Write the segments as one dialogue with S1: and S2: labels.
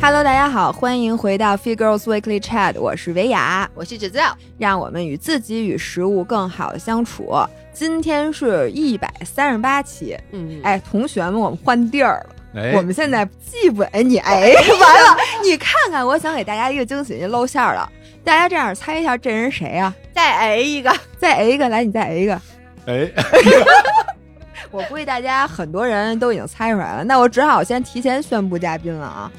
S1: Hello，大家好，欢迎回到 Fit Girls Weekly Chat，我是维雅，
S2: 我是芷造，
S1: 让我们与自己与食物更好的相处。今天是一百三十八期，
S2: 嗯，
S1: 哎，同学们，我们换地儿了。
S3: 哎，
S1: 我们现在既不哎 你哎完了，你看看，我想给大家一个惊喜，你露馅儿了。大家这样猜一下，这人谁啊？
S2: 再挨一个，
S1: 再 A 一个，来，你再 A 一个。
S3: 哎，
S1: 我估计大家很多人都已经猜出来了，那我只好先提前宣布嘉宾了啊！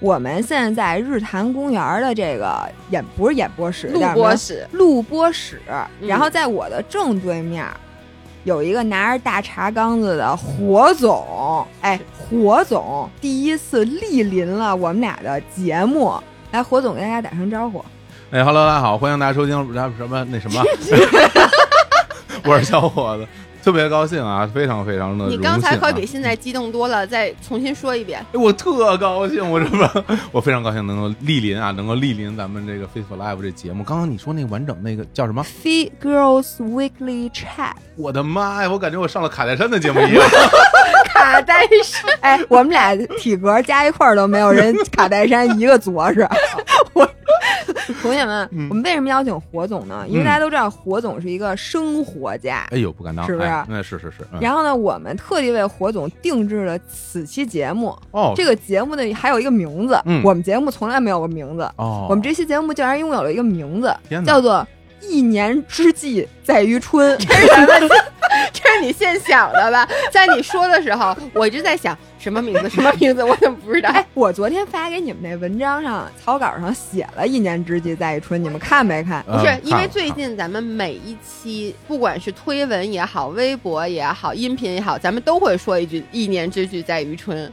S1: 我们现在在日坛公园的这个演不是演播室，
S2: 录
S1: 叫什么
S2: 播室，
S1: 录播室，
S2: 嗯
S1: 然后在我的正对面。有一个拿着大茶缸子的火总，哎，火总第一次莅临了我们俩的节目，来，火总给大家打声招呼。
S3: 哎哈喽，大家好，欢迎大家收听咱们什么 那什么，我是小伙子，特别高兴啊，非常非常的、荣
S2: 你刚才
S3: 幸啊
S2: 可比现在激动多了，再重新说一 遍。
S3: 哎我特高兴，我这不，我非常高兴能够莅临啊，能够莅临咱们这个 Facebook Live 这节目。刚刚你说那个完整那个叫什么？
S1: Fit Girls Weekly Chat，
S3: 我的妈呀，我感觉我上了卡戴珊的节目一样。
S1: 卡戴珊，哎，我们俩体格加一块儿都没有人卡戴珊一个着 实。我同学们，
S3: 嗯
S1: 我们为什么邀请火总呢？因为
S3: 嗯
S1: 大家都知道火总是一个生活家。
S3: 哎呦，不敢当，
S1: 是不是啊
S3: 哎那是是是。嗯
S1: 然后呢，我们特地为火总定制了此期节目。
S3: 哦，
S1: 这个节目呢，还有一个名字，
S3: 嗯
S1: 我们节目从来没有个名字。
S3: 哦，
S1: 我们这期节目竟然拥有了一个名字，
S3: 天哪
S1: 叫做“一年之计在于 春
S2: 这是咱们，这是你现想的吧？在你说的时候，我一直在想什么名字，什么名字，我怎么不知”。道？
S1: 哎，我昨天发给你们那文章上草稿上写了“一年之计在于春”，你们看没看？
S3: 呃
S2: 不是，因
S3: 看
S2: 为
S3: 了
S2: 最
S3: 看了
S2: 近咱们每一期，不管是推文也好，微博也好，音频也好，咱们都会说一句“一年之计在于春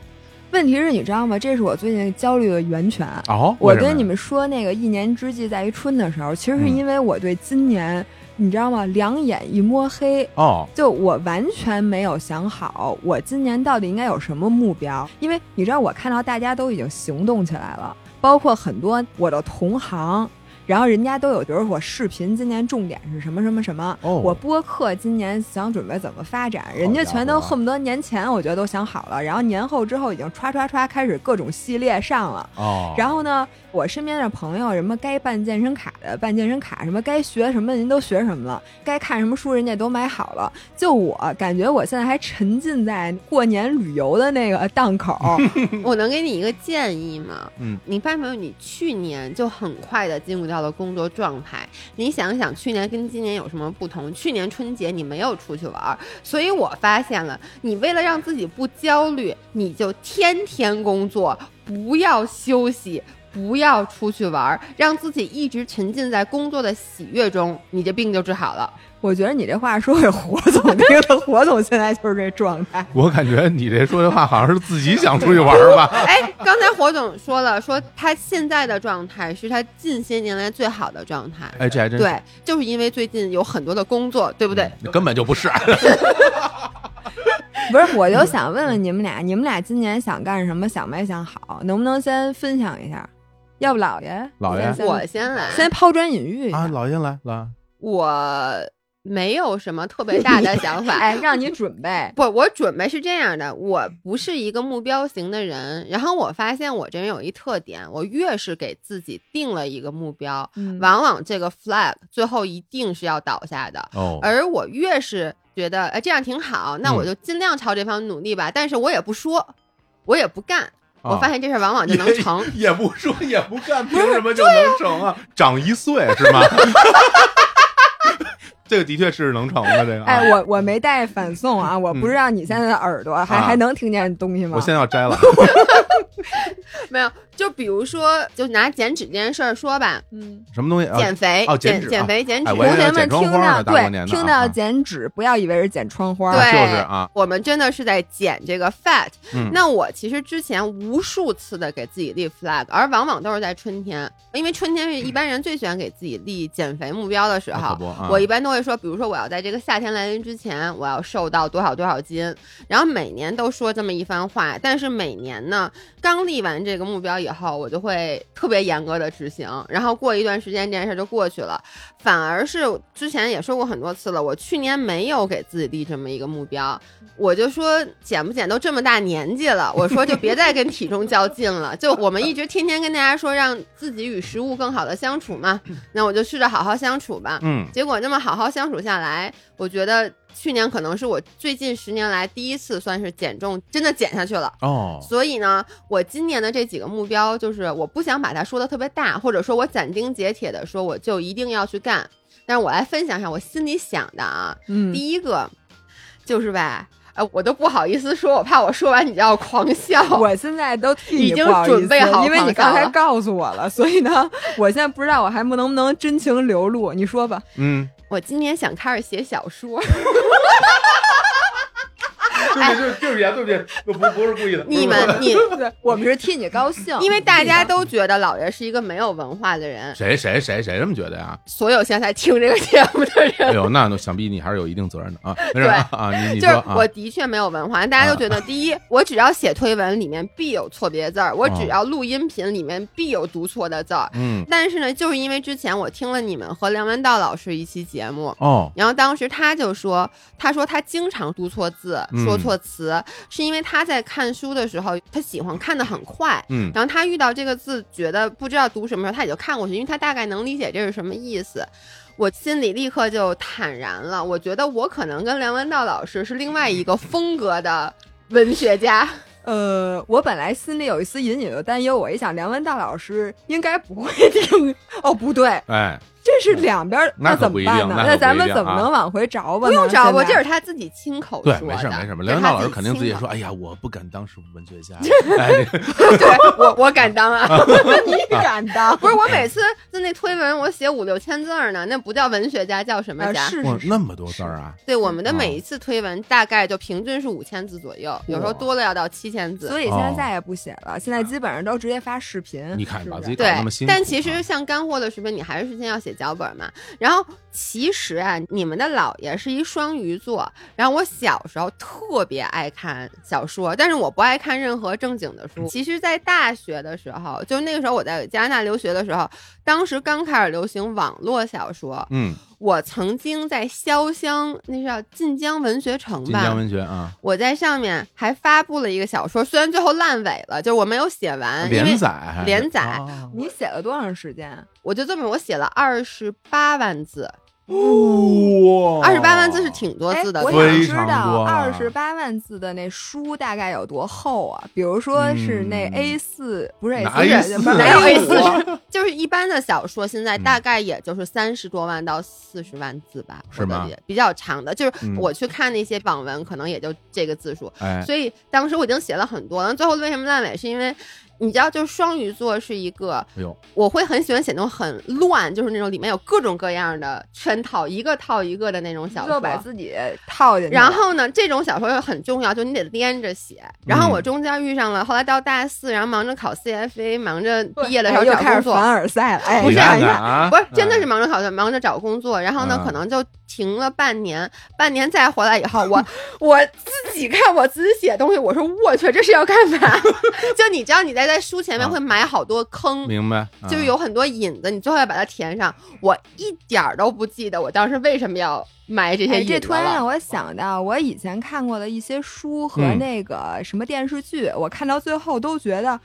S1: 问题是，你知道吗？这是我最近焦虑的源泉。
S3: 哦，
S1: 我
S3: 为什么呀
S1: 跟你们说那个“一年之计在于春”的时候，其实是
S3: 嗯
S1: 因为我对今年，你知道吗？两眼一摸黑，
S3: 哦，
S1: 就我完全没有想好，我今年到底应该有什么目标？因为你知道，我看到大家都已经行动起来了，包括很多我的同行，然后人家都有，比如我视频今年重点是什么什么什么，
S3: 哦
S1: 我播客今年想准备怎么发展，人家全都恨不得年前我觉得都想好了，然后年后之后已经歘歘歘开始各种系列上了。
S3: 哦，
S1: 然后呢，我身边的朋友，什么该办健身卡的办健身卡，什么该学什么的您都学什么了，该看什么书人家也都买好了。就我感觉我现在还沉浸在过年旅游的那个档 口，”。
S2: 我能给你一个建议吗？
S3: 嗯，
S2: 你发现没有？你去年就很快的进入到了工作状态。你想想，去年跟今年有什么不同？去年春节你没有出去玩儿，所以我发现了，你为了让自己不焦虑，你就天天工作，不要休息。不要出去玩儿，让自己一直沉浸在工作的喜悦中，你这病就治好了。
S1: 我觉得你这话说给火总 听了，火总现在就是这状态。
S3: 我感觉你这说的话好像是自己想出去玩儿吧？
S2: 哎，刚才火总说了，说他现在的状态是他近些年来最好的状态。
S3: 哎，这还真是嗯
S2: 对，就是因为最近有很多的工作，对不对？
S3: 根本就 不是。
S1: 不是，我
S3: 嗯
S1: 就想问问你们俩，你们俩今年想干什么？想没想好？能不能先分享一下？要不老爷，
S3: 老爷
S1: 你先
S2: 我先来，
S1: 先抛砖引玉一下
S3: 啊，老爷来来，
S2: 我没有什么特别大的想 法。
S1: 哎，让你准备。
S2: 不，我准备是这样的，我不是一个目标型的人。然后我发现我这人有一特点，我越是给自己定了一个目标，
S1: 嗯
S2: 往往这个 flag 最后一定是要倒下的。
S3: 哦，
S2: 而我越是觉得，哎，这样挺好，那我
S3: 嗯
S2: 就尽量朝这方面努力吧。但是我也不说，我也不干，我
S3: 啊
S2: 发现这事儿往往就能成。
S3: 也不说也不干，凭什么就能成啊？长一岁是吗？ 这个的确是能成的，这个啊。
S1: 哎，我我没带反送啊，我不知道你现在的耳朵还、
S3: 嗯啊
S1: 还能听见东西吗？
S3: 我现在要摘了。
S2: 没有，就比如说，就拿减脂这件事儿说吧，
S1: 嗯，
S3: 什么东西啊？
S2: 减肥，
S3: 哦减
S2: 减
S3: 脂
S2: 减
S3: 啊
S2: 肥减脂，
S3: 哎我
S1: 同
S3: 以为
S1: 学
S3: 要
S1: 们
S3: 剪窗
S1: 听
S3: 花呢
S1: 到
S3: 大过年
S1: 对
S3: 的
S1: 听
S3: 啊
S1: 到
S3: 啊
S1: 减脂，不要以为是剪窗花，
S2: 对，
S3: 就是啊
S2: 我们真的是在减这个 fat。
S3: 嗯
S2: 那我其实之前无数次的给自己立 flag，而往往都是在春天，因为春天是一般人最喜欢给自己立减肥目标的时
S3: 那
S2: 候
S3: 可。不啊
S2: 我一般都会说，比如说我要在这个夏天来临之前，我要瘦到多少多少斤，然后每年都说这么一番话，但是每年呢，刚立完这个目标，以后，我就会特别严格的执行，然后过一段时间这件事就过去了。反而是之前也说过很多次了，我去年没有给自己立这么一个目标，我就说减不减都这么大年纪了，我说就别再跟体重较劲了。就我们一直天天跟大家说让自己与食物更好的相处嘛，那我就试着好好相处吧。
S3: 嗯，
S2: 结果这么好好相处下来，我觉得去年可能是我最近十年来第一次算是减重真的减下去了。
S3: 哦，
S2: 所以呢，我今年的这几个目标，就是我不想把它说的特别大，或者说我斩钉截铁的说我就一定要去干。但是我来分享一下我心里想的啊，
S1: 嗯，
S2: 第一个就是呗，呃，我都不好意思说，我怕我说完你就要狂笑。
S1: 我现在都替
S2: 已
S1: 你
S2: 经
S1: 不好意思
S2: 准备好
S1: 因为你
S2: 放
S1: 刚
S2: 下
S1: 才
S2: 了
S1: 告诉我了，所以呢，我现在不知道我还不能不能真情流露。你 说吧，
S3: 嗯，
S2: 我今年想开始写小说，
S3: 对对对不起啊，对不起，我不不是故意的。
S2: 哎你 们你，
S1: 对，我们是替你高兴，嗯
S2: 因为大家都觉得老爷是一个没有文化的人，
S3: 谁谁谁谁这么觉得呀？
S2: 所有现在听这个节目的人
S3: 哎呦，那想必你还是有一定责任的啊。没
S2: 对
S3: 事啊，啊你你
S2: 就
S3: 说
S2: 是
S3: 啊
S2: 我，的确没有文化，大家都觉得第一，我只要写推文里面必有错别字儿，我只要录音频里面必有读错的字儿。
S3: 哦嗯，
S2: 但是呢，就是因为之前我听了你们和梁文道老师一期节目。
S3: 哦，
S2: 然后当时他就说，他说他经常读错字、
S3: 嗯
S2: 说错词，是因为他在看书的时候，他喜欢看的很快，
S3: 嗯
S2: 然后他遇到这个字，觉得不知道读什么时候，他也就看过去，因为他大概能理解这是什么意思。我心里立刻就坦然了，我觉得我可能跟梁文道老师是另外一个风格的文学 家。
S1: 呃，我本来心里有一丝隐隐的担忧，我一想梁文道老师应该不会听，哦，不对，
S3: 哎，
S1: 这是两边儿，
S3: 那可
S1: 怎
S3: 不
S1: 么
S3: 一
S1: 办
S3: 定
S1: 呢？
S3: 那可
S1: 那
S3: 不
S1: 咱
S3: 一
S1: 们
S3: 定
S1: 怎么
S3: 啊
S1: 能往回找吧呢？
S2: 不用找我，
S1: 现
S2: 这
S1: 在
S2: 是他自己亲口说
S3: 对
S2: 的。，
S3: 没事没事，
S2: 这是
S3: 梁文
S2: 他
S3: 道老师
S2: 己
S3: 肯定自己
S2: 亲口
S3: 说，哎呀，我不敢当什么文 学家，哎，
S2: 对我 我敢当啊。
S1: 你敢当？
S2: 不是我每次在那推文，我写五六千字儿呢，那不叫文学家，叫什么
S1: 呃
S2: 家？
S1: 是
S3: 哇
S1: 是，是
S3: 那么多字儿啊，
S2: 对，我们的每一次推文大概就平均是五千字左右，有时候多了要到七千字。
S1: 所以现在再也不写了，现在基本上都直接发视频。
S3: 啊你看
S1: 是
S3: 把
S1: 不
S3: 自
S1: 是
S3: 己搞
S2: 对
S3: 那么辛，苦啊，
S2: 但其实像干货的视频，你还是先要写脚本嘛。然后其实啊，你们的姥爷是一双鱼座，然后我小时候特别爱看小说，但是我不爱看任何正经的
S3: 嗯
S2: 书。其实，在大学的时候，就那个时候我在加拿大留学的时候，当时刚开始流行网络小说，
S3: 嗯，
S2: 我曾经在潇湘，那是叫晋江文学城
S3: 晋
S2: 吧，
S3: 江文学啊，
S2: 我在上面还发布了一个小说，虽然最后烂尾了，就是我没有写完，呃因为
S3: 啊连载还是
S2: 连载
S3: 哦
S1: 你写了多长时间？
S2: 我就这么我写了二十八万字，
S3: 哦哇，
S2: 二十八万字是挺多字的，
S1: 哎、我
S2: 对吧
S1: 想
S3: 啊非
S1: 知
S3: 常
S1: 道
S3: 多
S1: 二
S3: 了
S1: 十八万字的那书大概有多厚啊？比如说是那
S3: 嗯
S1: A 四、不是 A
S3: 哪啊
S1: 四，
S3: A4
S1: 不是
S2: 哪有
S1: A
S2: A4 就是一般的小说，现
S3: 嗯
S2: 在大概也就是三十多万到四十万字吧，
S3: 是
S2: 我的
S3: 吗
S2: 也比较长的，就是
S3: 嗯
S2: 我去看那些网文，可能也就这个字数。
S3: 哎，
S2: 所以当时我已经写了很多了，最后为什么烂尾？是因为你知道，就是双鱼座是一个
S3: 哎呦，
S2: 我会很喜欢写那种很乱，就是那种里面有各种各样的圈套，一个套一个的那种小
S1: 就
S2: 说。
S1: 把自己套进去了。
S2: 然后呢，这种小说又很重要，就你得连着写。然后我
S1: 嗯
S2: 中间遇上了，后来到大四，然后忙着考 CFA，忙着毕业的时候
S1: 哎又
S2: 找
S1: 开始
S2: 工
S1: 嗯
S2: 作，
S1: 凡尔赛了。哎，
S2: 不
S3: 你
S2: 是
S3: 看
S1: 看
S3: 看
S1: 看，
S3: 啊，
S2: 不是真的
S3: 哎
S2: 是忙着考试，忙着找工作。然后呢
S3: 嗯，
S2: 可能就停了半年，半年再回来以后，我我自己看我自己写东西，我说我去，这是要干嘛？ 就你知道你在在书前面
S1: 嗯
S3: 啊
S2: 会埋好多坑，
S3: 明白，啊
S2: 就是有很多引子，你最后要把它填上。我一点儿都不记得我当时为什么要埋这些
S1: 哎，
S2: 引
S1: 这
S2: 子
S1: 突然让
S2: 了。
S1: 我想到，我以前看过的一些书和
S3: 嗯
S1: 那个什么电视剧，我看到最后都觉得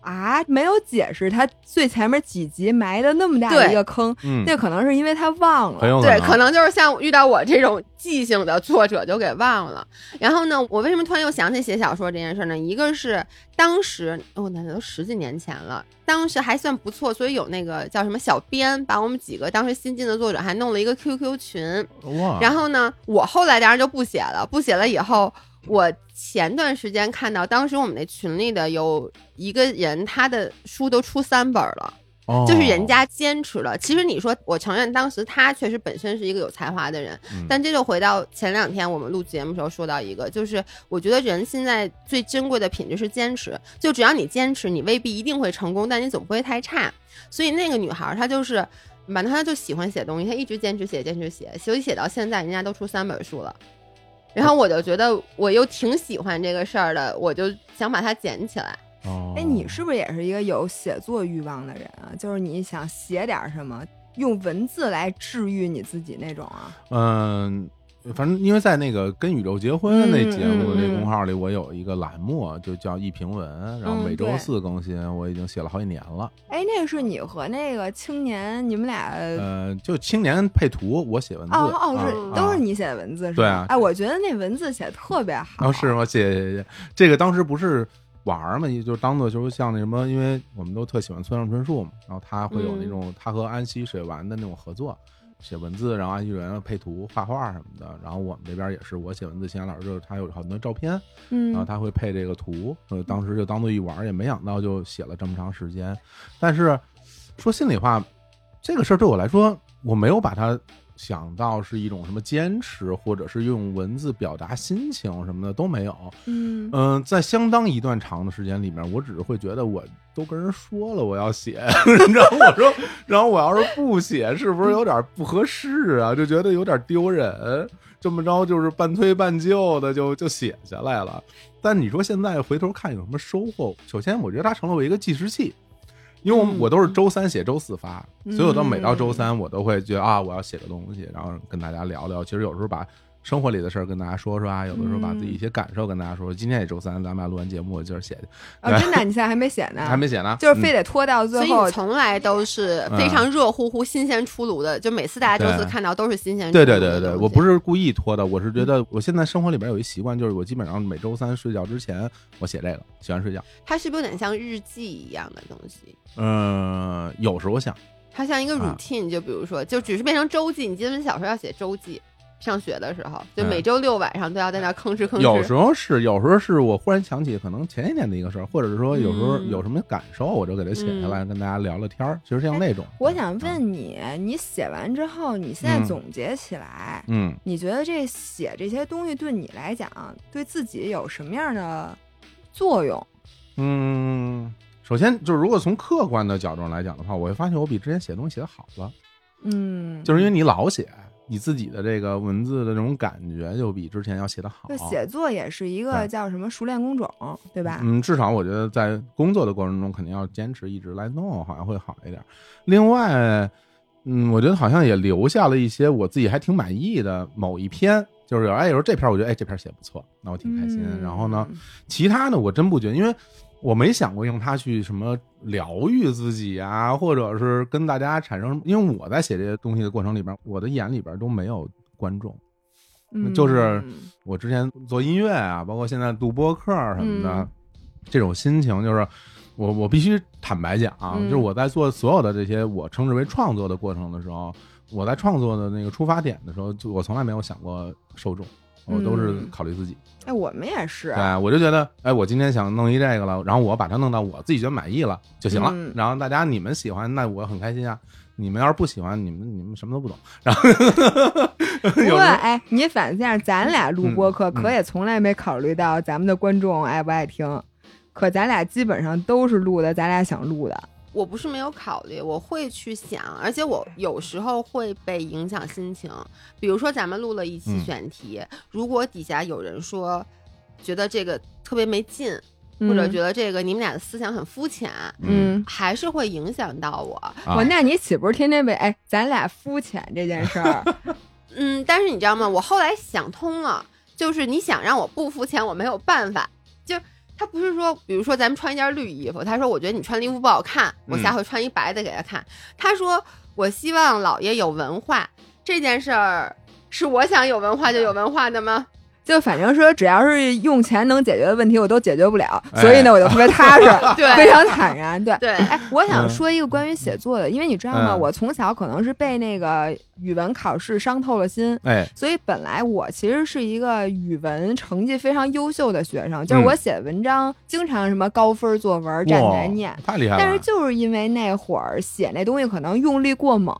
S1: 啊，没有解释他最前面几集埋的那么大的
S2: 对
S1: 一个坑，
S3: 嗯，哎
S1: 那可能是因为他忘
S3: 很
S1: 了。
S3: 有
S2: 对，哦可能就是像遇到我这种记性的作者就给忘了。然后呢，我为什么突然又想起写小说这件事呢？一个是当时哦，那都十几年前了，当时还算不错，所以有那个叫什么小编，把我们几个当时新进的作者还弄了一个 QQ 群，
S3: 哇，
S2: 然后呢，我后来当然就不写了，不写了以后，我前段时间看到，当时我们那群里的有一个人，他的书都出三本了，
S3: 哦
S2: 就是人，家坚持了。其实你说，我承认当时他确实本身是一个有才华的人，
S3: 嗯
S2: 但这就回到前两天我们录节目时候说到一个，就是我觉得人现在最珍贵的品质是坚持，就只要你坚持，你未必一定会成功，但你总不会太差。所以那个女孩儿她就是。满她就喜欢写东西，她一直坚持写，坚持写，所以写到现在，人家都出三本书了。然后我就觉得我又挺喜欢这个事儿的，我就想把它捡起来。
S3: 哦，
S1: 哎，你是不是也是一个有写作欲望的人啊？就是你想写点什么，用文字来治愈你自己那种啊？
S3: 嗯。反正因为在那个《跟宇宙结婚》那节目的那
S2: 嗯嗯嗯
S3: 公号里，我有一个栏目就叫一评文，然后
S1: 嗯
S3: 每周
S1: 对
S3: 四更新，我已经写了好几年了。
S1: 哎，那个是你和那个青年，你们俩
S3: 呃，就青年配图，我写文字，
S1: 哦哦
S3: 啊
S1: 是
S3: 啊
S1: 都是你写的文字是
S3: 对
S1: 吧
S3: 啊？
S1: 哎，我觉得那文字写得特别好。
S3: 啊，是吗？谢谢谢谢。这个当时不是玩儿嘛，也就当做就是像那什么，因为我们都特喜欢村上春树嘛，然后他会有那
S2: 嗯
S3: 种、他和安溪水丸的那种合作，写文字，然后安溪水丸配图、画画什么的。然后我们这边也是我写文字，秦岩老师就是他有好多照片，然后
S1: 嗯，
S3: 他会配这个图，呃，当时就当做一玩儿，也没想到就写了这么长时间。但是说心里话，这个事儿对我来说，我没有把它想到是一种什么坚持，或者是用文字表达心情什么的都没有。
S1: 嗯，
S3: 嗯、在相当一段长的时间里面，我只是会觉得我都跟人说了我要写， 然后我说，然后我要是不写，是不是有点不合适啊？就觉得有点丢人，这么着就是半推半就的就就写下来了。但你说现在回头看有什么收获？首先，我觉得它成了我一个计时器。因为我
S2: 嗯
S3: 我都是周三写，周四发，所以我到每到周三，我都会觉得啊，我要写个东西，然后跟大家聊聊。其实有时候把生活里的事儿跟大家说说啊，有的时候把自
S1: 嗯
S3: 己一些感受跟大家说说。今天也周三，咱们俩录完节目，我今儿写去，
S1: 哦，真的，你现在还没写呢？
S3: 还没写呢，
S1: 啊
S3: 嗯
S1: 就是非得拖到
S2: 所
S1: 最
S2: 以
S1: 后
S2: 你。从来都是非常热乎乎、新鲜出炉的，就每次大家周四
S3: 对
S2: 看到都是新鲜出炉
S3: 对
S2: 的
S3: 对
S2: 东西。
S3: 对对，我不是故意拖的，我
S1: 嗯
S3: 是觉得我现在生活里边有一习惯，就是我基本上每周三睡觉之前我写这个，喜欢睡觉。
S2: 它是不是有点像日记一样的东西？
S3: 嗯、有时候想，
S2: 它像一个
S3: 啊
S2: routine，、就比如说，就只是变成周记。你记得小时候要写周记，上学的时候，就
S3: 嗯
S2: 每周六晚上都要在那儿吭哧吭哧。
S3: 有时候是，有时候是我忽然想起可能前一天的一个事儿，或者是说有时候
S2: 嗯
S3: 有什么感受，我就给它写下来，跟大家聊聊天儿，其实像那种。
S1: 嗯哎我想问你，你写完之后，你现在
S3: 嗯
S1: 总结起来，
S3: 嗯，
S1: 你觉得这写这些东西对你来讲，对自己有什么样的作用？
S3: 嗯嗯，首先就是如果从客观的角度上来讲的话，我会发现我比之前写东西写的好了，
S1: 嗯，
S3: 就是因为你老写，你自己的这个文字的这种感觉就比之前要写的好
S1: 就。写作也是一个
S3: 对
S1: 叫什么熟练工种，对吧？
S3: 嗯，至少我觉得在工作的过程中，肯定要坚持一直来弄，好像会好一点。另外，嗯，我觉得好像也留下了一些我自己还挺满意的某一篇，就是有哎，有时候这篇我觉得哎这篇写不错，那我挺开心。
S1: 嗯
S3: 然后呢，，其他的我真不觉得，因为我没想过用它去什么疗愈自己啊，或者是跟大家产生，因为我在写这些东西的过程里边，我的眼里边都没有观众。
S1: 嗯
S3: 就是我之前做音乐啊，包括现在录播客什么的，
S1: 嗯
S3: 这种心情就是我我必须坦白讲、啊，
S1: 嗯
S3: 就是我在做所有的这些我称之为创作的过程的时候，我在创作的那个出发点的时候，就我从来没有想过受众，我都是
S1: 嗯
S3: 考虑自己。
S1: 哎，我们也是，
S3: 对，我就觉得，哎，我今天想弄一这个了，然后我把它弄到我自己觉得满意了就行了。
S1: 嗯
S3: 然后大家你们喜欢，那我很开心啊。你们要是不喜欢，你们你们什么都不懂。
S1: 嗯
S3: 然后
S1: 不
S3: 有
S1: 过，
S3: 时候
S1: 哎，你反向，咱俩录播客，
S3: 嗯嗯
S1: 可也从来没考虑到咱们的观众哎爱不爱听。可咱俩基本上都是录的，咱俩想录的。
S2: 我不是没有考虑，我会去想，而且我有时候会被影响心情。比如说，咱们录了一期
S3: 嗯
S2: 选题，如果底下有人说觉得这个特别没劲，
S1: 嗯
S2: 或者觉得这个你们俩的思想很肤浅，
S1: 嗯，哦
S2: 还是会影响到我。
S3: 啊
S1: 我那你岂不是天天被哎，咱俩肤浅这件事儿？
S2: 嗯，但是你知道吗？我后来想通了，就是你想让我不肤浅，我没有办法。就他不是说，比如说咱们穿一件绿衣服，他说我觉得你穿绿衣服不好看，我
S3: 嗯
S2: 下回穿一白的给他看。他说我希望姥爷有文化，这件事儿是我想有文化就有文化的吗？
S1: 就反正说，只要是用钱能解决的问题，我都解决不了，
S3: 哎
S1: 所以呢，我就特别踏实，
S2: 对
S1: 非常坦然，对。
S2: 对，
S1: 哎，我想
S3: 嗯
S1: 说一个关于写作的，因为你知道吗？
S3: 嗯
S1: 我从小可能是被那个语文考试伤透了心，
S3: 哎，
S1: 所以本来我其实是一个语文成绩非常优秀的学生，就是我写文章经常什么高分作文站起来念
S3: 哇。太厉害了。
S1: 啊但是就是因为那会儿写那东西可能用力过猛，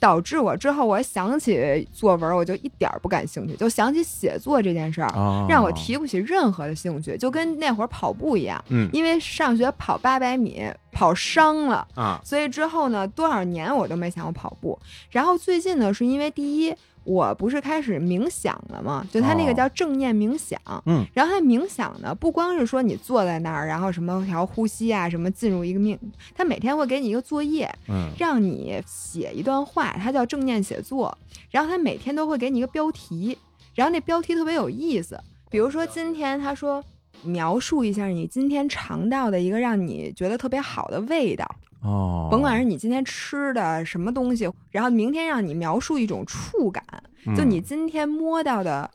S1: 导致我之后我想起作文我就一点儿不感兴趣，就想起写作这件事儿，
S3: 啊
S1: 让我提不起任何的兴趣，就跟那会儿跑步一样，
S3: 嗯
S1: 因为上学跑八百米跑伤了，
S3: 啊
S1: 所以之后呢，多少年我都没想过跑步。然后最近呢，是因为第一，我不是开始冥想了吗？就他那个
S3: 哦
S1: 叫正念冥想。
S3: 嗯，
S1: 然后他冥想呢，不光是说你坐在那儿，然后什么调呼吸啊，什么进入一个命，他每天会给你一个作业，
S3: 嗯，
S1: 让你写一段话，它叫正念写作。然后他每天都会给你一个标题，然后那标题特别有意思，比如说今天他说描述一下你今天尝到的一个让你觉得特别好的味道，
S3: 哦，
S1: 甭管是你今天吃的什么东西，然后明天让你描述一种触感，
S3: 嗯
S1: 就你，今天摸到的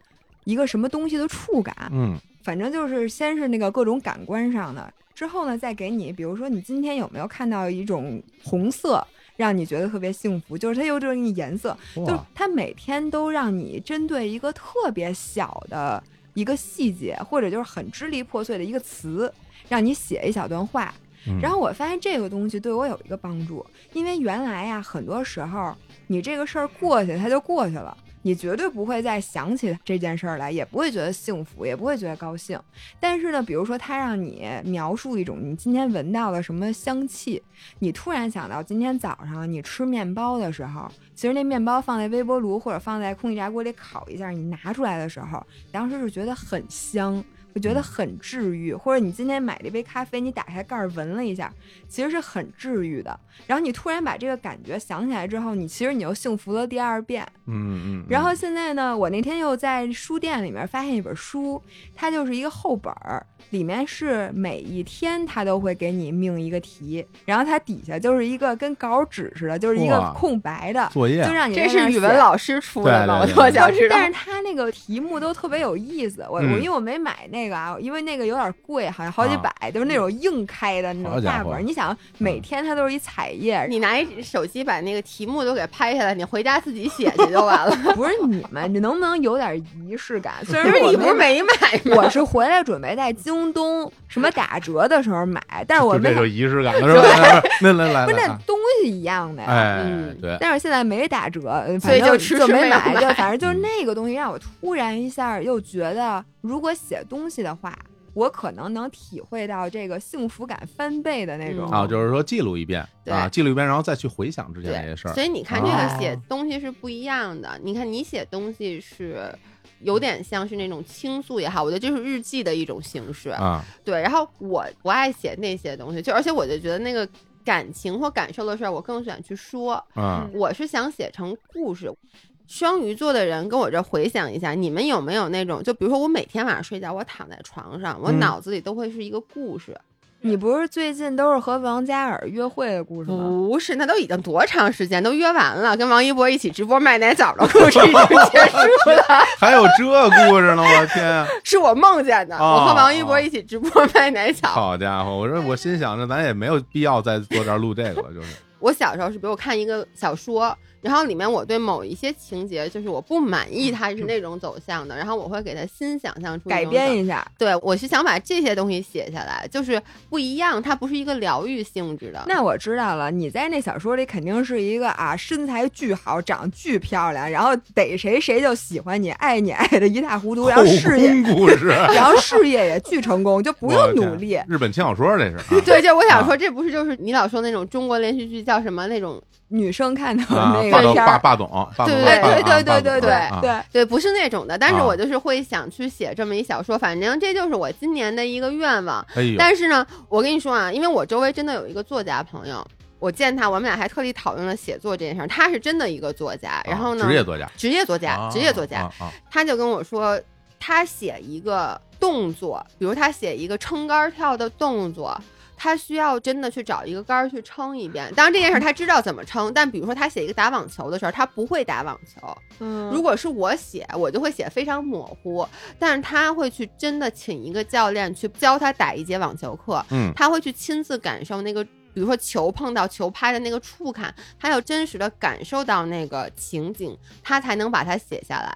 S1: 一个什么东西的触感。
S3: 嗯
S1: 反正就是先是那个各种感官上的，之后呢再给你，比如说你今天有没有看到一种红色，让你觉得特别幸福，就是它有这种颜色，
S3: 嗯，
S1: 就是
S3: 哇，
S1: 它每天都让你针对一个特别小的一个细节，或者就是很支离破碎的一个词，让你写一小段话。
S3: 嗯
S1: 然后我发现这个东西对我有一个帮助，因为原来呀，很多时候你这个事儿过去，它就过去了，你绝对不会再想起这件事儿来，也不会觉得幸福，也不会觉得高兴。但是呢，比如说他让你描述一种你今天闻到了什么香气，你突然想到今天早上你吃面包的时候，其实那面包放在微波炉或者放在空气炸锅里烤一下，你拿出来的时候，当时是觉得很香。会觉
S3: 嗯
S1: 得很治愈，或者你今天买了一杯咖啡，你打开盖儿闻了一下，其实是很治愈的。然后你突然把这个感觉想起来之后，你其实你又幸福了第二遍。
S3: 嗯嗯，
S1: 然后现在呢，我那天又在书店里面发现一本书，它就是一个厚本儿，里面是每一天它都会给你命一个题，然后它底下就是一个跟稿纸似的，就是一个
S3: 哇
S1: 空白的，
S3: 作业啊
S1: 就让你在
S2: 这
S1: 那儿
S2: 是语文
S1: 写
S2: 老师出的吧？我
S3: 对对对
S2: 我 想知道。
S1: 但是它那个题目都特别有意思，我、我
S3: 嗯
S1: 因为我没买那个啊，因为那个有点贵，好像好几
S3: 啊
S1: 百，就是那种硬开的那
S3: 好
S1: 种
S3: 家
S1: 大本儿。
S3: 伙嗯
S1: 你想，每天它都是一彩页，
S2: 你拿一手机把那个题目都给拍下来，你回家自己写去就完了。
S1: 不是你们，你能不能有点仪式 感？虽然
S2: 因为
S1: 我
S2: 你
S1: 没
S2: 不是没买吗？
S1: 我是回来准备在京东什么打折的时候买，但是我
S3: 就
S1: 没
S3: 这
S1: 想
S3: 就仪式感了，是 吧？那啊来来
S1: 不是那
S3: 来，
S1: 东西一样的呀。
S3: 哎，
S2: 嗯
S3: 对，
S1: 但是现在没打折，呃
S2: 所以
S1: 反正
S2: 就迟
S1: 就
S2: 迟
S1: 没
S2: 没有
S1: 买，
S2: 买
S1: 就反正就是
S3: 嗯
S1: 那个东西让我突然一下又觉得，如果写东西的话，我可能能体会到这个幸福感翻倍的那种。
S2: 嗯
S3: 啊，就是说记录一遍
S2: 对
S3: 啊，记录一遍，然后再去回想之前那
S2: 对
S3: 些事儿
S2: 所。以你看，这个
S1: 哦
S2: 写东西是不一样的。你看，你写东西是有点像是那种倾诉也好，我觉得这是日记的一种形式。
S3: 啊，
S2: 对，然后我不爱写那些东西，就而且我就觉得那个感情或感受的事儿，我更喜欢去说。
S3: 嗯，
S2: 我是想写成故事。双鱼座的人跟我这回想一下，你们有没有那种，就比如说我每天晚上睡觉，我躺在床上，我
S3: 嗯
S2: 脑子里都会是一个故事。
S1: 你不是最近都是和王嘉尔约会的故事吗？
S2: 不是，那都已经多长时间，都约完了，跟王一博一起直播卖奶枣的故事已经结 束了，
S3: 哎还有这故事呢，我 天！啊
S2: 是我梦见 的。
S3: 哦
S2: 我和王一博一起直播卖奶枣。
S3: 好家伙，我说我心想着咱也没有必要再坐这儿录这个了，就是
S2: 我小时候是，比如我看一个小说，然后里面我对某一些情节就是我不满意，它是那种走向的，然后我会给它新想象出
S1: 改编
S2: 嗯一种走。
S1: 一下。
S2: 对，我是想把这些东西写下来，就是不一样，它不是一个疗愈性质的。
S1: 那我知道了，你在那小说里肯定是一个啊，身材巨好，长巨漂亮，然后逮谁谁就喜欢你，爱你爱的一塌糊涂，然后
S3: 后
S1: 事业，
S3: 宫故事，
S1: 然后事业也巨成功，就 不
S3: 我
S1: 用
S3: 的
S1: 努
S3: 天
S1: 力。
S3: 日本轻小说这是 啊
S2: 对，就我想
S3: 啊
S2: 说，这不是就是你老说那种中国连续剧叫什么那种
S1: 女生看到
S3: 啊
S1: 那，
S3: 霸
S1: 个
S3: 道
S1: 片
S3: 霸
S1: 儿，
S3: 霸总，霸总，
S2: 对
S3: 霸总
S1: 对对对对
S3: 霸总
S2: 对
S3: 啊
S1: 对，
S2: 对，不是那种的，但是
S3: 啊
S2: 我就是会想去写这么一小说，反正这就是我今年的一个愿望。
S3: 哎呦，
S2: 但是呢，我跟你说啊，因为我周围真的有一个作家朋友，我见他，我们俩还特地讨论了写作这件事儿。他是真的一个作家，然后呢，
S3: 啊职业作家，
S2: 职业作家，职业作家，
S3: 啊啊啊
S2: 他就跟我说，他写一个动作，比如他写一个撑杆跳的动作。他需要真的去找一个杆儿去撑一遍，当然这件事儿他知道怎么撑，但比如说他写一个打网球的时候，他不会打网球，
S1: 嗯
S2: 如果是我写，我就会写非常模糊，但是他会去真的请一个教练去教他打一节网球课，
S3: 嗯
S2: 他会去亲自感受那个，比如说球碰到球拍的那个触感，他要真实的感受到那个情景，他才能把它写下来。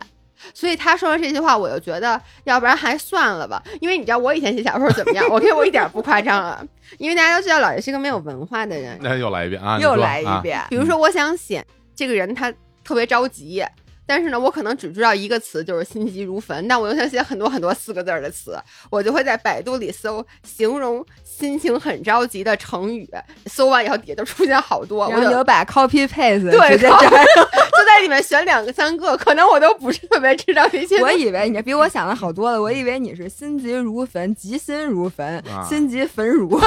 S2: 所以他说了这句话，我就觉得，要不然还算了吧。因为你知道我以前写小说怎么样？我跟我一点儿不夸张啊，因为大家都知道老爷是个没有文化的人，
S3: 那又来一遍啊，你
S1: 又
S3: 说
S1: 来一
S3: 啊
S1: 遍。
S2: 比如说，我想写这个人他特别着急，但是呢，我可能只知道一个词，就是心急如焚。但我又想写很多很多四个字儿的词，我就会在百度里搜形容心情很着急的成语，搜完以后底下就出现好多，我
S1: 然后
S2: 就
S1: 你就把 copy paste
S2: 对
S1: 直接
S2: ，copy
S1: 粘 上。
S2: 就在里面选两个三个，可能我都不是特别知道这些。
S1: 我以为你比我想的好多了，我以为你是心急如焚，急心如焚，
S3: 啊
S1: 心急焚 如。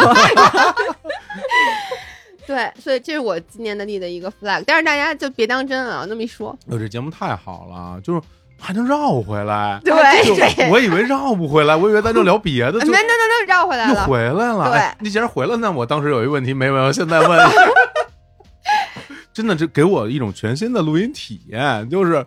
S2: 对，所以这是我今年的立的一个 flag，但是大家就别当真啊，那么一说，
S1: 哦
S3: 哟，这节目太好了，啊就是还能绕回来。
S2: 对，
S3: 就
S2: 对
S3: 我以为绕不回来，我以为咱就聊别的，
S2: 没
S3: 就
S2: 没没没绕回来
S3: 又
S2: 了。
S3: 回来了。
S2: 对
S3: 哎，你既然回来，那我当时有一个问题没问，现在问， 真的这给我一种全新的录音体验，就是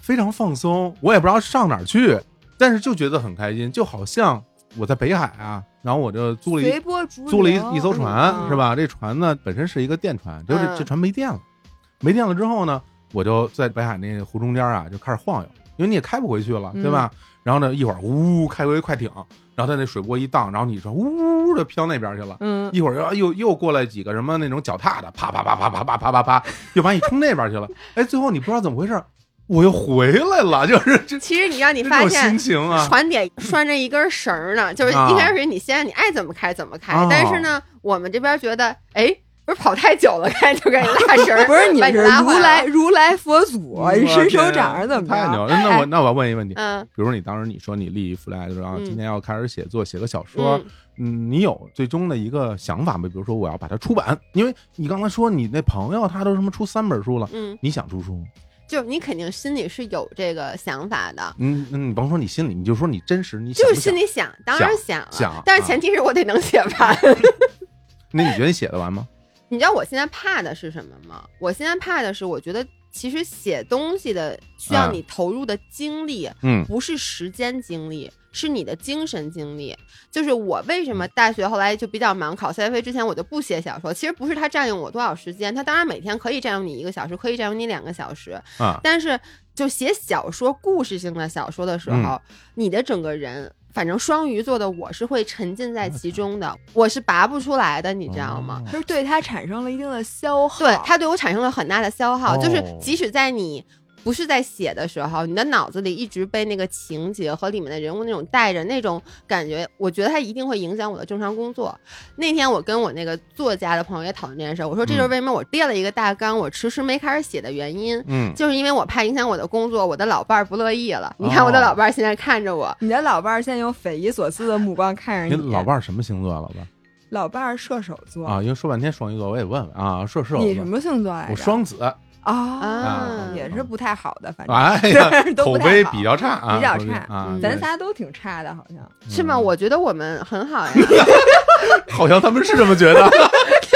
S3: 非常放松。我也不知道上哪儿去，但是就觉得很开心，就好像我在北海啊，然后我就租了一
S1: 随波逐流，
S3: 租了
S2: 哦
S3: 一一艘船
S1: 嗯
S3: 是？吧？这船呢本身是一个电船，就是
S2: 嗯
S3: 这船没电了，没电了之后呢，我就在北海那湖中间啊就开始晃悠，因为你也开不回去了，对吧？
S2: 嗯
S3: 然后呢，一会儿呜开回快艇，然后它那水波一荡，然后你说呜呜的飘那边去了。
S1: 嗯，
S3: 一会儿又又又过来几个什么那种脚踏的，啪啪啪啪啪啪啪啪啪，又把你冲那边去了。哎，最后你不知道怎么回事，我又回来了，就是这
S2: 其实你让你
S3: 这
S2: 发
S3: 种
S2: 现
S3: 心，情啊，
S2: 船底拴着一根绳儿 呢，就是
S3: 啊
S2: 一开始你先你爱怎么开怎么开，
S3: 哦
S2: 但是呢，我们这边觉得，哎，不是跑太久了，该就给你拉绳 儿，
S1: 不是，你
S2: 把你
S1: 是
S2: 拉
S1: 如
S2: 回
S1: 来
S2: 来
S1: 如来佛祖，啊你
S3: 我
S1: 伸手
S3: 天
S1: 掌是怎么
S3: 太牛
S1: 着？
S3: 了！那我
S1: 哎
S3: 那我要问一个问题，
S2: 嗯
S3: 比如你当时你说你立一 flag 就是啊，
S2: 嗯
S3: 今天要开始写作，写个小说
S2: 嗯，，
S3: 嗯，你有最终的一个想法吗？比如说我要把它出版，因为你刚才说你那朋友他都什么出三本书了，
S2: 嗯，
S3: 你想出书吗？
S2: 就你肯定心里是有这个想法的，
S3: 嗯，那你甭说你心里，你就说你真实，你想
S2: 就
S3: 不
S2: 是心
S3: 想？
S2: 里想，当然想了，
S3: 想
S2: 但是
S3: 啊
S2: 前提是我得能写 完。
S3: 那你觉得你写 得完吗？
S2: 你知道我现在怕的是什么吗？我现在怕的是，我觉得其实写东西的需要
S3: 嗯
S2: 你投入的精力，
S3: 嗯
S2: 不是时间精力，是你的精神精力。就是我为什么
S3: 嗯
S2: 大学后来就比较忙，考 CFA 之前我就不写小说，其实不是它占用我多少时间，它当然每天可以占用你一个小时，可以占用你两个小时，
S3: 啊，
S2: 但是就写小说、故事性的小说的时候，
S3: 嗯
S2: 你的整个人。反正双鱼座的我是会沉浸
S3: 嗯
S2: 在其中的，我是拔不出来的，你知道吗？
S3: 哦
S1: 就是对它产生了一定的消耗。
S2: 对，它对我产生了很大的消耗，就是
S3: 哦
S2: 即使在你。不是在写的时候，你的脑子里一直被那个情节和里面的人物那种带着那种感觉，我觉得它一定会影响我的正常工作。那天我跟我那个作家的朋友也讨论这件事儿，我说这
S1: 嗯
S2: 就是为什么我列了一个大纲，我迟迟没开始写的原因，
S3: 嗯，
S2: 就是因为我怕影响我的工作，我的老伴儿不乐意了。你看我的
S1: 哦
S2: 老伴儿现在看着我，
S1: 你的老伴儿现在用匪夷所思的目光看
S3: 你
S1: 着你。
S3: 老伴儿什么星座啊？老伴儿
S1: 老伴儿射手座，
S3: 啊，因为说半天双鱼座，我也问问啊，射射手
S1: 你
S3: 座
S1: 什么星座来着？
S3: 我双子，
S1: 啊，
S2: 啊
S1: 也是不太好的，反正
S3: 哎 呀，
S1: 都
S3: 口
S1: 不太
S3: 碑
S1: 好
S3: 比较差啊，
S1: 比较
S3: 口碑
S1: 差
S3: 啊
S2: 嗯，
S1: 咱
S3: 对
S1: 仨都挺差的，好像。
S2: 是吗？
S3: 嗯
S2: 我觉得我们很好 呀，
S3: 好像他们是这么觉得。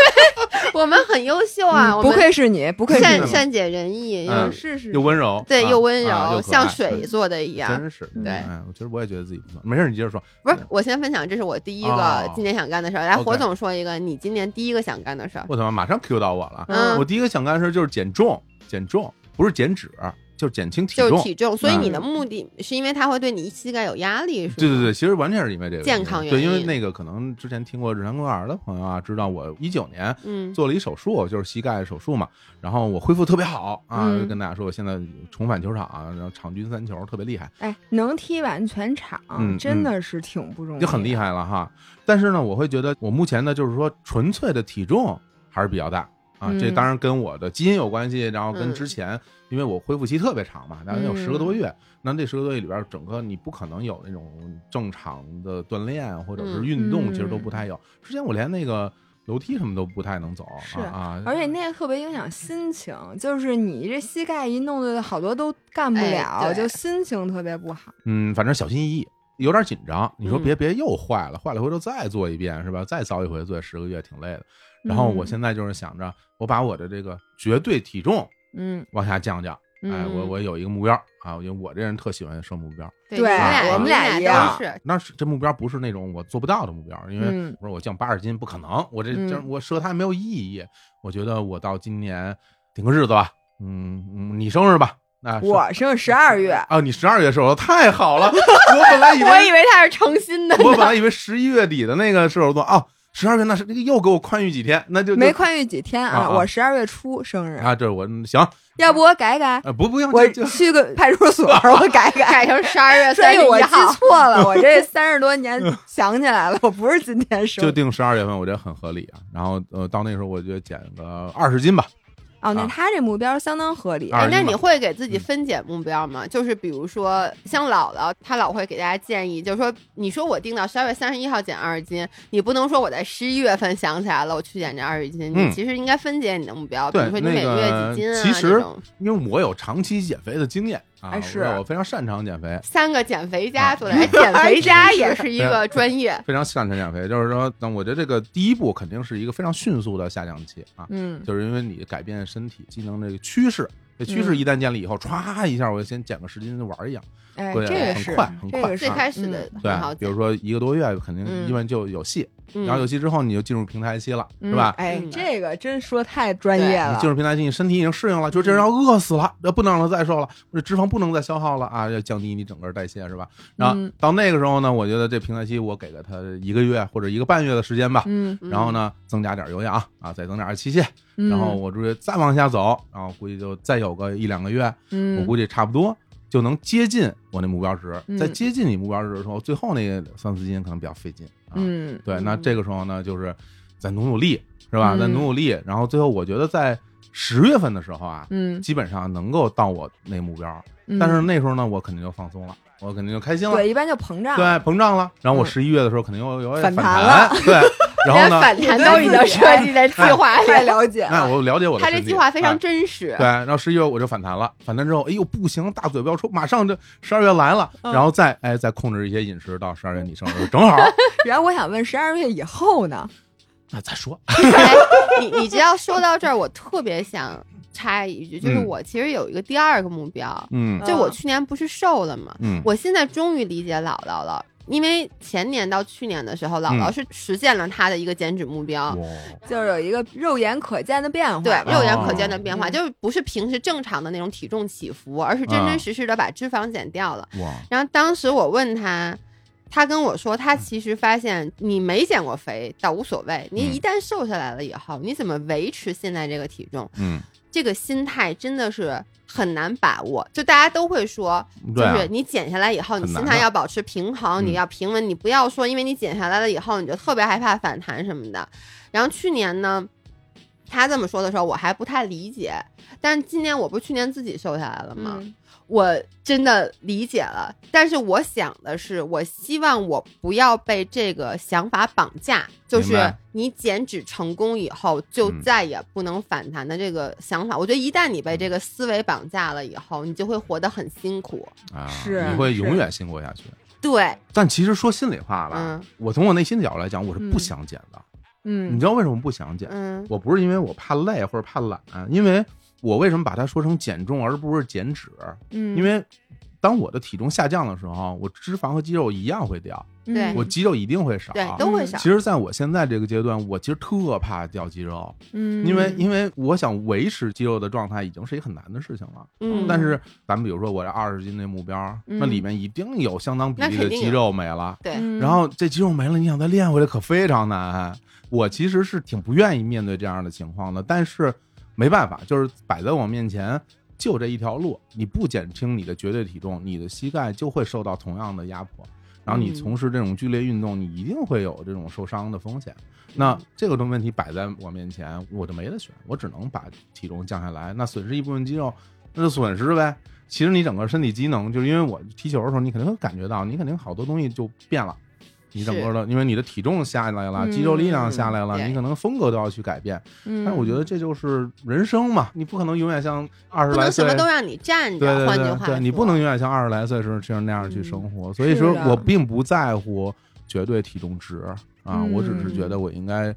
S2: 我们很优秀啊，
S1: 嗯
S2: 我
S1: 不
S2: 们
S1: 愧是你，不愧是
S2: 善
S1: 你。
S2: 善解人意，
S3: 嗯
S1: 是是
S3: 又温柔，
S2: 对，
S3: 啊
S2: 又温柔，
S3: 啊又可爱
S2: 像水做的一样。
S3: 真是
S1: 对
S3: 哎，我其实我也觉得自己不错，没事，你接着说。
S2: 不是，我先分享，这是我第一个
S3: 哦
S2: 今年想干的事儿。来，
S3: OK
S2: 火总说一个你今年第一个想干的事儿。
S3: 我他妈马上 Q 到我了。
S2: 嗯
S3: 我第一个想干的事就是减重，减重不是减脂，就是减轻体
S2: 就是
S3: 重。嗯
S2: 体重，所以你的目的是因为它会对你膝盖有压力，是吗？
S3: 对对对，其实完全是因为这个
S2: 健康原因
S3: 对，因为那个可能之前听过日坛公园的朋友啊，知道我一九年
S2: 嗯，
S3: 做了一手术，就是膝盖手术嘛，然后我恢复特别好啊，
S1: 嗯
S3: 就跟大家说我现在重返球场，啊然后场均三球特别厉害，
S1: 哎，能踢完全场
S3: 嗯
S1: 真的是挺不容易，啊
S3: 就很厉
S1: 害。
S3: 害了哈。但是呢，我会觉得我目前呢，就是说纯粹的体重还是比较大啊。
S1: 嗯
S3: 这当然跟我的基因有关系，然后跟
S2: 嗯
S3: 之前，因为我恢复期特别长嘛，大概有
S1: 嗯
S3: 十个多月。那这十个多月里边，整个你不可能有那种正常的锻炼或者是运动，
S1: 嗯
S3: 其实都不太有。之前我连那个楼梯什么都不太能走
S1: 是
S3: 啊。啊
S1: 而且那个特别影响心情，就是你这膝盖一弄的，好多都干不
S2: 哎
S1: 了，
S2: 对
S1: 就心情特别不好。
S3: 嗯，反正小心翼翼，有点紧张。你说
S2: 嗯
S3: 别别又坏了，坏了回头再做一遍是吧？再遭一回罪，十个月挺累的。然后我
S1: 嗯
S3: 现在就是想着，我把我的这个绝对体重
S1: 嗯，
S3: 往下降降。哎，我我有一个目标啊，因为我这人特喜欢设目标。
S2: 对，
S1: 对
S2: 你俩
S3: 我们
S2: 你
S1: 俩一
S2: 俩
S1: 样
S2: 都是，
S3: 那是这目标不是那种我做不到的目标，因为
S1: 嗯
S3: 我说我降八十斤不可能，我这
S1: 嗯
S3: 这我设它没有意义。我觉得我到今年顶个日子吧，嗯嗯，你生日吧，那是
S1: 我生十二月，
S3: 啊，你十二月生日太好了，我本来以
S2: 我
S3: 为
S2: 以为他是诚心的，
S3: 我本来以为十一月底的那个射手座啊，十二月那是又给我宽裕几天，那就
S1: 没
S3: 就
S1: 宽裕几天
S3: 啊
S1: 啊，
S3: 啊
S1: 我十二月初生日，
S3: 啊，这我行，
S1: 要不我改改，
S3: 呃，不不用，
S1: 我
S3: 就就
S1: 去个派出所，我改改。
S2: 改成十二 月
S1: 所
S2: 三
S1: 以
S2: 十
S1: 我
S2: 一
S1: 记
S2: 号。
S1: 错了，我这三十多年想起来了，我不是今天生
S3: 嗯就
S1: 的。
S3: 定十二月份，我觉得很合理啊。然后呃，到那时候我觉得减个二十斤吧，
S1: 哦，那
S3: 啊
S1: 他这目标相当合理。
S3: 二
S2: 哎
S3: 十，嗯
S2: 那
S3: 斤
S2: 你
S3: 吧。
S2: 会给自己分解目标吗？就是比如说，像姥姥，她老会给大家建议，就是说，你说我定到十二月三十一号减二十斤，你不能说我在十一月份想起来了我去减这二十斤，
S3: 嗯
S2: 你其实应该分解你的目标，比
S3: 对
S2: 如说你每
S3: 那
S2: 个月
S3: 个
S2: 几斤啊
S3: 其实
S2: 这种。
S3: 因为我有长期减肥的经验啊，
S1: 哎
S3: 我
S1: 是
S3: 我非常擅长减肥，
S2: 三个减肥家
S3: 啊
S2: 做的，哎，减肥家
S1: 是
S2: 也是一个专业。
S3: 非常擅长减肥。就是说，那我觉得这个第一步肯定是一个非常迅速的下降期啊，
S1: 嗯，
S3: 就是因为你改变身体机能这个趋势。这趋
S1: 嗯
S3: 势一旦建立以后，歘一下，我先减个十斤就玩一样，
S1: 哎，
S3: 对，
S1: 这个
S3: 很
S1: 是
S3: 快，很
S1: 这
S3: 快
S1: 个
S3: 啊。
S1: 是
S2: 最开始的很好
S3: 对，比
S2: 减，
S3: 如说一个多月，肯定
S1: 嗯
S3: 因为就有戏，然后有
S2: 嗯，
S3: 戏之后你就进入平台期了，
S1: 嗯
S3: 是吧？
S1: 哎
S2: 嗯，
S1: 这个真说太专业
S3: 你
S1: 了
S3: 进。入平台期，你身体已经适应了，就这人要饿死了，要不能让他再瘦了，这脂肪不能再消耗了啊，要降低你整个代谢是吧？然后
S1: 嗯
S3: 到那个时候呢，我觉得这平台期我给了他一个月或者一个半月的时间吧，
S1: 嗯，
S2: 嗯
S3: 然后？呢增加点有氧啊，再增加点器械，
S1: 嗯
S3: 然后我估计再往下走，然后估计就再有个一两个月，
S1: 嗯，
S3: 我估计差不多。就能接近我那目标值
S1: 嗯，
S3: 在接近你目标值的时候，最后那个三四斤可能比较费劲啊。
S1: 嗯
S3: 对，那
S2: 嗯
S3: 这个时候呢，就是再努努力，是吧？
S1: 嗯
S3: 再努努力，然后最后我觉得在十月份的时候啊，
S1: 嗯，
S3: 基本上能够到我那目标，
S1: 嗯
S3: 但是那时候呢，我肯定就放松了，我肯定就开心了。
S1: 对，一般就膨胀。
S3: 对，，啊膨胀了，然后
S1: 嗯
S3: 我十一月的时候肯定又有
S1: 反
S3: 反
S1: 弹
S3: 弹，对，然后
S2: 连
S3: 呢，
S2: 反弹都已经设计在计划里
S1: 太
S2: 了，
S1: 了解
S3: 那
S1: 了。
S3: 我了解我的
S2: 他
S3: 身体，
S2: 这计划非常
S3: 哎
S2: 真实。
S3: 对，然后十一月我就反弹了，反弹之后，哎呦不行，大嘴巴要抽，马上就十二月来了，
S1: 嗯
S3: 然后再哎再控制一些饮食，到十二月你生日正好，
S1: 然后我想问，十二月以后呢？
S3: 那再说，
S2: 哎，你你知道说到这儿，我特别想插一句，就是
S3: 嗯
S2: 我其实有一个第二个目标，
S3: 嗯
S2: 就我去年不是瘦了吗？
S3: 嗯，
S2: 我现在终于理解姥姥了，因为前年到去年的时候，姥姥
S3: 嗯
S2: 是实现了她的一个减脂目标。
S3: 哇
S1: 就是有一个肉眼可见的变化。
S2: 对，
S1: 嗯
S2: 肉眼可
S3: 啊哦
S2: 见的变化，
S1: 嗯
S2: 就是不是平时正常的那种体重起伏，而是真真
S3: 啊
S2: 实实的把脂肪减掉了。
S3: 哇，
S2: 然后当时我问他，他跟我说，
S3: 嗯
S2: 他其实发现你没减过肥倒无所谓，你
S3: 嗯
S2: 一旦瘦下来了以后，你怎么维持现在这个体重，
S3: 嗯，
S2: 这个心态真的是很难把握。就大家都会说，就
S3: 对啊
S2: 是你减下来以后，你心
S3: 很难
S2: 态
S3: 的
S2: 要保持平衡，你
S3: 嗯
S2: 要平稳，你不要说因为你减下来了以后，你就特别害怕反弹什么的。然后去年呢，他这么说的时候，我还不太理解，但是今年我不是去年自己瘦下来了吗？
S1: 嗯
S2: 我真的理解了，但是我想的是，我希望我不要被这个想法绑架，就
S3: 明
S2: 是
S3: 白
S2: 你减脂成功以后就
S3: 嗯
S2: 再也不能反弹的这个想法。我觉得一旦你被这个思维绑架了以后，你就会活得很辛苦。
S3: 啊，
S1: 是
S3: 你会
S1: 是
S3: 永远辛苦下去。
S2: 对，
S3: 但其实说心里话吧，
S2: 嗯
S3: 我从我内心的角度来讲，我是
S1: 嗯
S3: 不想减的。你
S1: 嗯
S3: 知道为什么不想减？
S2: 嗯
S3: 我不是因为我怕累或者怕懒，因为我为什么把它说成减重而不是减脂？
S1: 嗯，
S3: 因为当我的体重下降的时候，我脂肪和肌肉一样会掉，
S2: 对
S1: 嗯
S3: 我肌肉一定会少。
S2: 对，都会少。
S3: 其实，在我现在这个阶段，我其实特怕掉肌肉，
S1: 嗯，
S3: 因为因为我想维持肌肉的状态已经是一个很难的事情了。
S2: 嗯，
S3: 但是咱们比如说我这二十斤那目标，
S1: 嗯
S3: 那里面一定有相当比
S2: 那
S3: 例
S2: 肯
S3: 的
S2: 定
S3: 肌
S2: 有
S3: 肉没了。
S2: 对，
S1: 嗯
S3: 然后这肌肉没了，你想再练回来可非常难。我其实是挺不愿意面对这样的情况的，但是没办法，就是摆在我面前就这一条路，你不减轻你的绝对体重，你的膝盖就会受到同样的压迫。然后你
S2: 嗯
S3: 从事这种剧烈运动，你一定会有这种受伤的风险。那这个东问题摆在我面前，我就没得选，我只能把体重降下来。那损失一部分肌肉，那就损失呗。其实你整个身体机能，就是因为我踢球的时候，你肯定会感觉到，你肯定好多东西就变了。你整个的，因为你的体重下来了，
S1: 嗯
S3: 肌肉力量下来了，
S2: 嗯对
S3: 你可能风格都要去改变。
S1: 嗯，
S3: 但是我觉得这就是人生嘛，你不可能永远像二十
S2: 不
S3: 来
S2: 能什
S3: 岁
S2: 么，都让你站着。
S3: 对对
S2: 换句
S3: 对
S2: 话说，嗯
S3: 对，你不能永远像二十来岁时候这样那样去生活。所以
S1: 是
S3: 说
S1: 的
S3: 我并不在乎绝对体重值啊，
S1: 嗯
S3: 我只是觉得我应该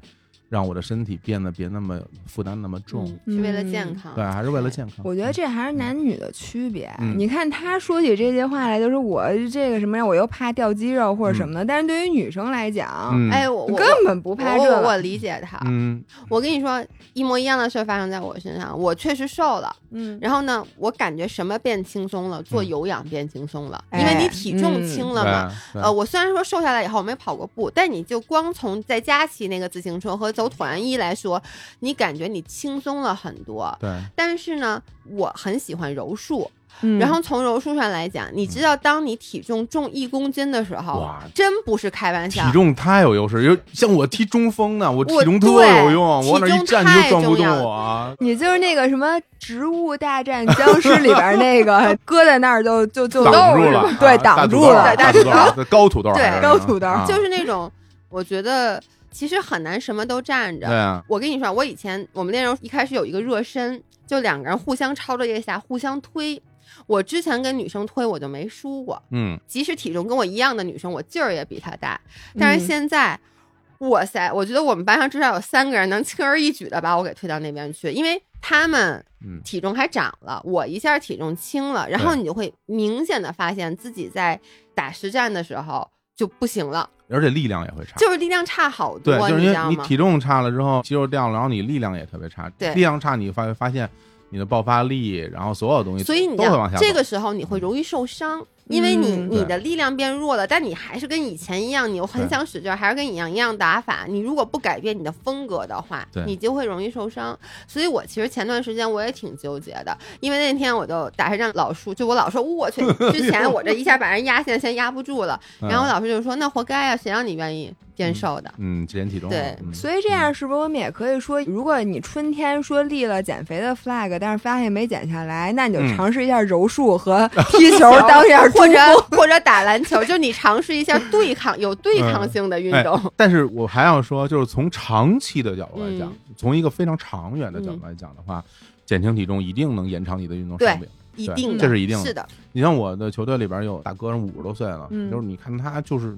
S3: 让我的身体变得别那么负担那么重。
S2: 嗯是为了
S1: 嗯
S2: 健康。
S3: 对，还是为了健康。
S1: 我觉得这还是男女的区别。
S3: 嗯
S1: 你看他说起这些话来，就是我这个什么呀，我又怕掉肌肉或者什么的。但是对于女生来讲，
S3: 嗯，
S2: 哎，我我
S1: 根本不
S2: 我
S1: 怕这
S2: 我我
S1: 个。
S2: 理解他。
S3: 嗯
S2: 我跟你说，一模一样的事儿发生在我身上，我确实瘦了。
S1: 嗯，
S2: 然后呢，我感觉什么变轻松了？做
S3: 嗯
S2: 有氧变轻松了，
S1: 哎
S2: 因为你体重
S1: 嗯
S2: 轻了嘛。
S3: 对，
S2: 呃，我虽然说瘦下来以后我没跑过步，但你就光从在家骑那个自行车和走椭圆仪来说，你感觉你轻松了很多。
S3: 对，
S2: 但是呢，我很喜欢柔术，
S1: 嗯
S2: 然后从柔术上来讲，你知道，当你体重重一公斤的时候
S3: 嗯哇，
S2: 真不是开玩笑
S3: 体，重太有优势，有像我踢中锋呢，我体
S2: 我
S3: 重特
S2: 对
S3: 有用，我往那
S2: 体
S3: 一
S2: 重
S3: 站你就
S2: 太
S3: 撞不
S2: 重
S3: 动
S2: 要了
S3: 我啊。
S1: 你就是那个什么《植物大战僵尸》里边那 个搁在那儿就就就
S3: 挡
S1: 漏
S3: 住
S1: 是
S3: 了
S1: 吧
S3: 啊，
S1: 对，
S3: 大
S1: 挡
S3: 土
S1: 住
S3: 豆
S1: 了。
S3: 大土豆，高土豆还
S2: 对
S3: 是，
S1: 高土豆
S3: 啊
S2: 就是那种，我觉得其实很难什么都站
S3: 对
S2: 着。
S3: 啊，
S2: 我跟你说，我以前我们那时候一开始有一个热身，就两个人互相抄着腋下互相推。我之前跟女生推我就没输过，
S3: 嗯，
S2: 即使体重跟我一样的女生，我劲儿也比她大。但是
S1: 嗯
S2: 现在，哇塞，我觉得我们班上至少有三个人能轻而易举的把我给推到那边去，因为他们
S3: 嗯
S2: 体重还涨了，我一下体重轻了，然后你就会明显的发现自己在打实战的时候就不行了，
S3: 而且力量也会差。
S2: 就是力量差好多
S3: 啊对，，就是
S2: 你
S3: 因
S2: 知
S3: 为
S2: 道
S3: 你
S2: 吗？
S3: 体重差了之后，肌肉掉了，然后你力量也特别差。
S2: 对
S3: 力量差，你发发现你的爆发力，然后所有东西，
S2: 所以你
S3: 都
S2: 知
S3: 会
S2: 道
S3: 往下走。
S2: 这个时候你会容易受伤，因为你
S1: 嗯
S2: 你的力量变弱了，但你还是跟以前一样，你又很想使劲儿，还是跟你一样一样打法。你如果不改变你的风格的话
S3: 对，
S2: 你就会容易受伤。所以我其实前段时间我也挺纠结的，因为那天我就打算让老叔，就我老说，我 去，之前我这一下把人压现在先压不住了，
S3: 嗯，
S2: 然后我老师就说，那活该啊，谁让你愿意变瘦的？
S3: 嗯，减体重了，
S2: 对
S3: 嗯
S1: 所以这样是不是我们也可以说，如果你春天说立了减肥的 flag，但是发现没减下来，那你就
S3: 嗯
S1: 尝试一下柔术和 踢球，当一下
S2: 或
S1: 中
S2: 者
S1: 锋
S2: 或者打篮球，就你尝试一下对抗有对抗
S3: 嗯
S2: 性的运动。
S3: 但是我还要说，就是从长期的角度来讲，
S2: 嗯
S3: 从一个非常长远的角
S1: 嗯
S3: 度来讲的话，减轻体重一定能延长你的运动寿命。
S2: 一
S3: 对
S2: 定的，
S3: 这是一定的
S2: 是的，
S3: 你像我的球队里边有大哥五十多岁了，
S1: 嗯
S3: 就是你看他就是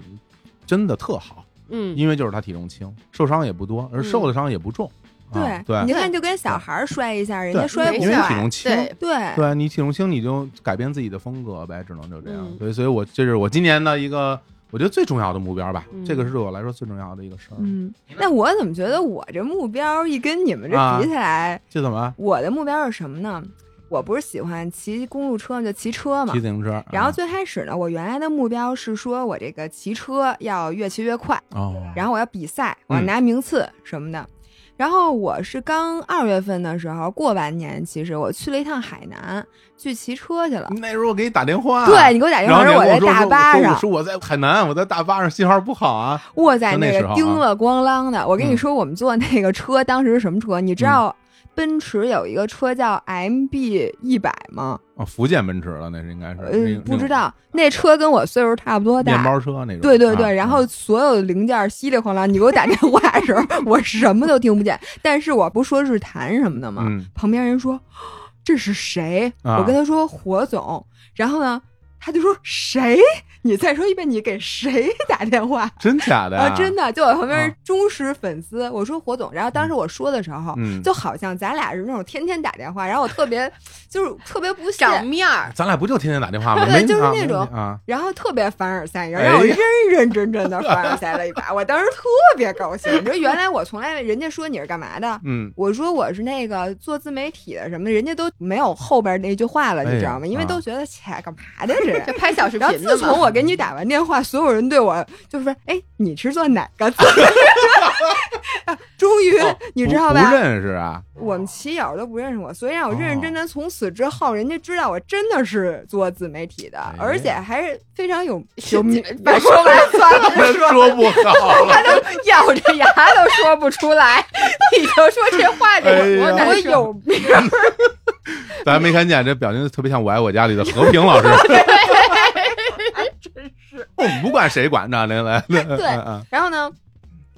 S3: 真的特好，
S2: 嗯，
S3: 因为就是他体重轻，受伤也不多，而受的伤也不重。啊、对
S1: 嗯你就看就跟小孩儿摔一下，人家
S3: 对，
S1: 摔
S2: 没
S1: 不
S3: 因为
S2: 事
S3: 体
S1: 坏，
S3: 重轻。
S2: 对，
S1: 对，
S3: 对啊你体重轻，你就改变自己的风格呗，只能就这样。
S2: 嗯
S3: 所以，所以我这是我今年的一个我觉得最重要的目标吧，
S2: 嗯
S3: 这个是对我来说最重要的一个事儿。
S1: 嗯，那我怎么觉得我这目标一跟你们
S3: 啊
S1: 这比起来，
S3: 这怎么？
S1: 我的目标是什么呢？我不是喜欢骑公路车吗就骑车嘛
S3: 骑。自行车，
S1: 然后
S3: 啊
S1: 最开始呢，我原来的目标是说我这个骑车要越骑越快，
S3: 哦，
S1: 然后我要比赛，我要
S3: 嗯
S1: 拿名次什么的。然后我是刚二月份的时候过完年，其实我去了一趟海南去骑车去了。
S3: 那时候我给你打电话，
S1: 对你给我打电
S3: 然后
S1: 话
S3: 你
S1: 说在
S3: 还跟我
S1: 大巴
S3: 说说
S1: 上
S3: 我，说我在海南，我在大巴上信号不好啊。
S1: 哇塞，
S3: 就那
S1: 那
S3: 时
S1: 个
S3: 候啊嗯
S1: 叮了咣啷的。我跟你说，我们坐那个车当时是什么车？你知道奔驰有一个车叫 MB 一百吗？
S3: 哦，福建奔驰了，那是应该是，那
S1: 呃
S3: 个，
S1: 不知，道，那车跟我岁数差不多
S3: 那个面
S1: 大。
S3: 包车那种。
S1: 对对对，
S3: 啊
S1: 然后所有零件稀里哗啦，你给我打电话的时候， 我什么都听不见。但是我不说日坛什么的吗？
S3: 嗯
S1: 旁边人说这是谁？
S3: 啊
S1: 我跟他说火总，然后呢，他就说谁？你再说一遍，你给谁打电话？
S3: 真假的
S1: 啊，
S3: 呀？
S1: 真的，就我旁边
S3: 啊
S1: 是忠实粉丝，我说火总，然后当时我说的时候，
S3: 嗯
S1: 就好像咱俩是那种天天打电话，然后我特别就是特别不屑，
S2: 长面儿，
S3: 哎咱俩不就天天打电话吗？
S1: 对
S3: 没
S1: 就是
S3: 啊
S1: 那
S3: 没
S1: 种
S3: 啊，
S1: 然后特别凡尔赛，然
S3: 哎
S1: 后让我
S3: 呀
S1: 认认真真的凡尔赛了一把，我当时特别高兴。你说原来我从来人家说你是干嘛的，
S3: 嗯，
S1: 我说我是那个做自媒体的什么的，人家都没有后边那句话了，
S3: 哎呀
S1: 你知道吗？因为
S3: 啊
S1: 都觉得切干嘛的这人
S2: 就。拍小视
S1: 然后
S2: 频
S1: 自
S2: 的
S1: 从
S2: 嘛。
S1: 我给你打完电话，所有人对我就是说：“哎，你是做哪个 字？”终于、
S3: 哦
S1: 你知道
S3: 不不
S1: 吧？
S3: 认识 哦啊？
S1: 我们骑友都不认识我，所以让我认认真真。从此之后，人家知道我真的是做自媒体的，
S3: 哎
S1: 而且还是非常 有
S2: 是
S1: 有名。
S2: 把说完算 了，
S3: 说不好了，
S2: 他都咬着牙都说不出 来，你就说这话得有多
S3: 哎
S1: 我
S3: 呀
S2: 难受。
S1: 有名，
S3: 咱没看见，这表情特别像《我爱我家》里的和平老 师。真是，我们不管谁管着呢，来，嗯对
S1: 对然后呢，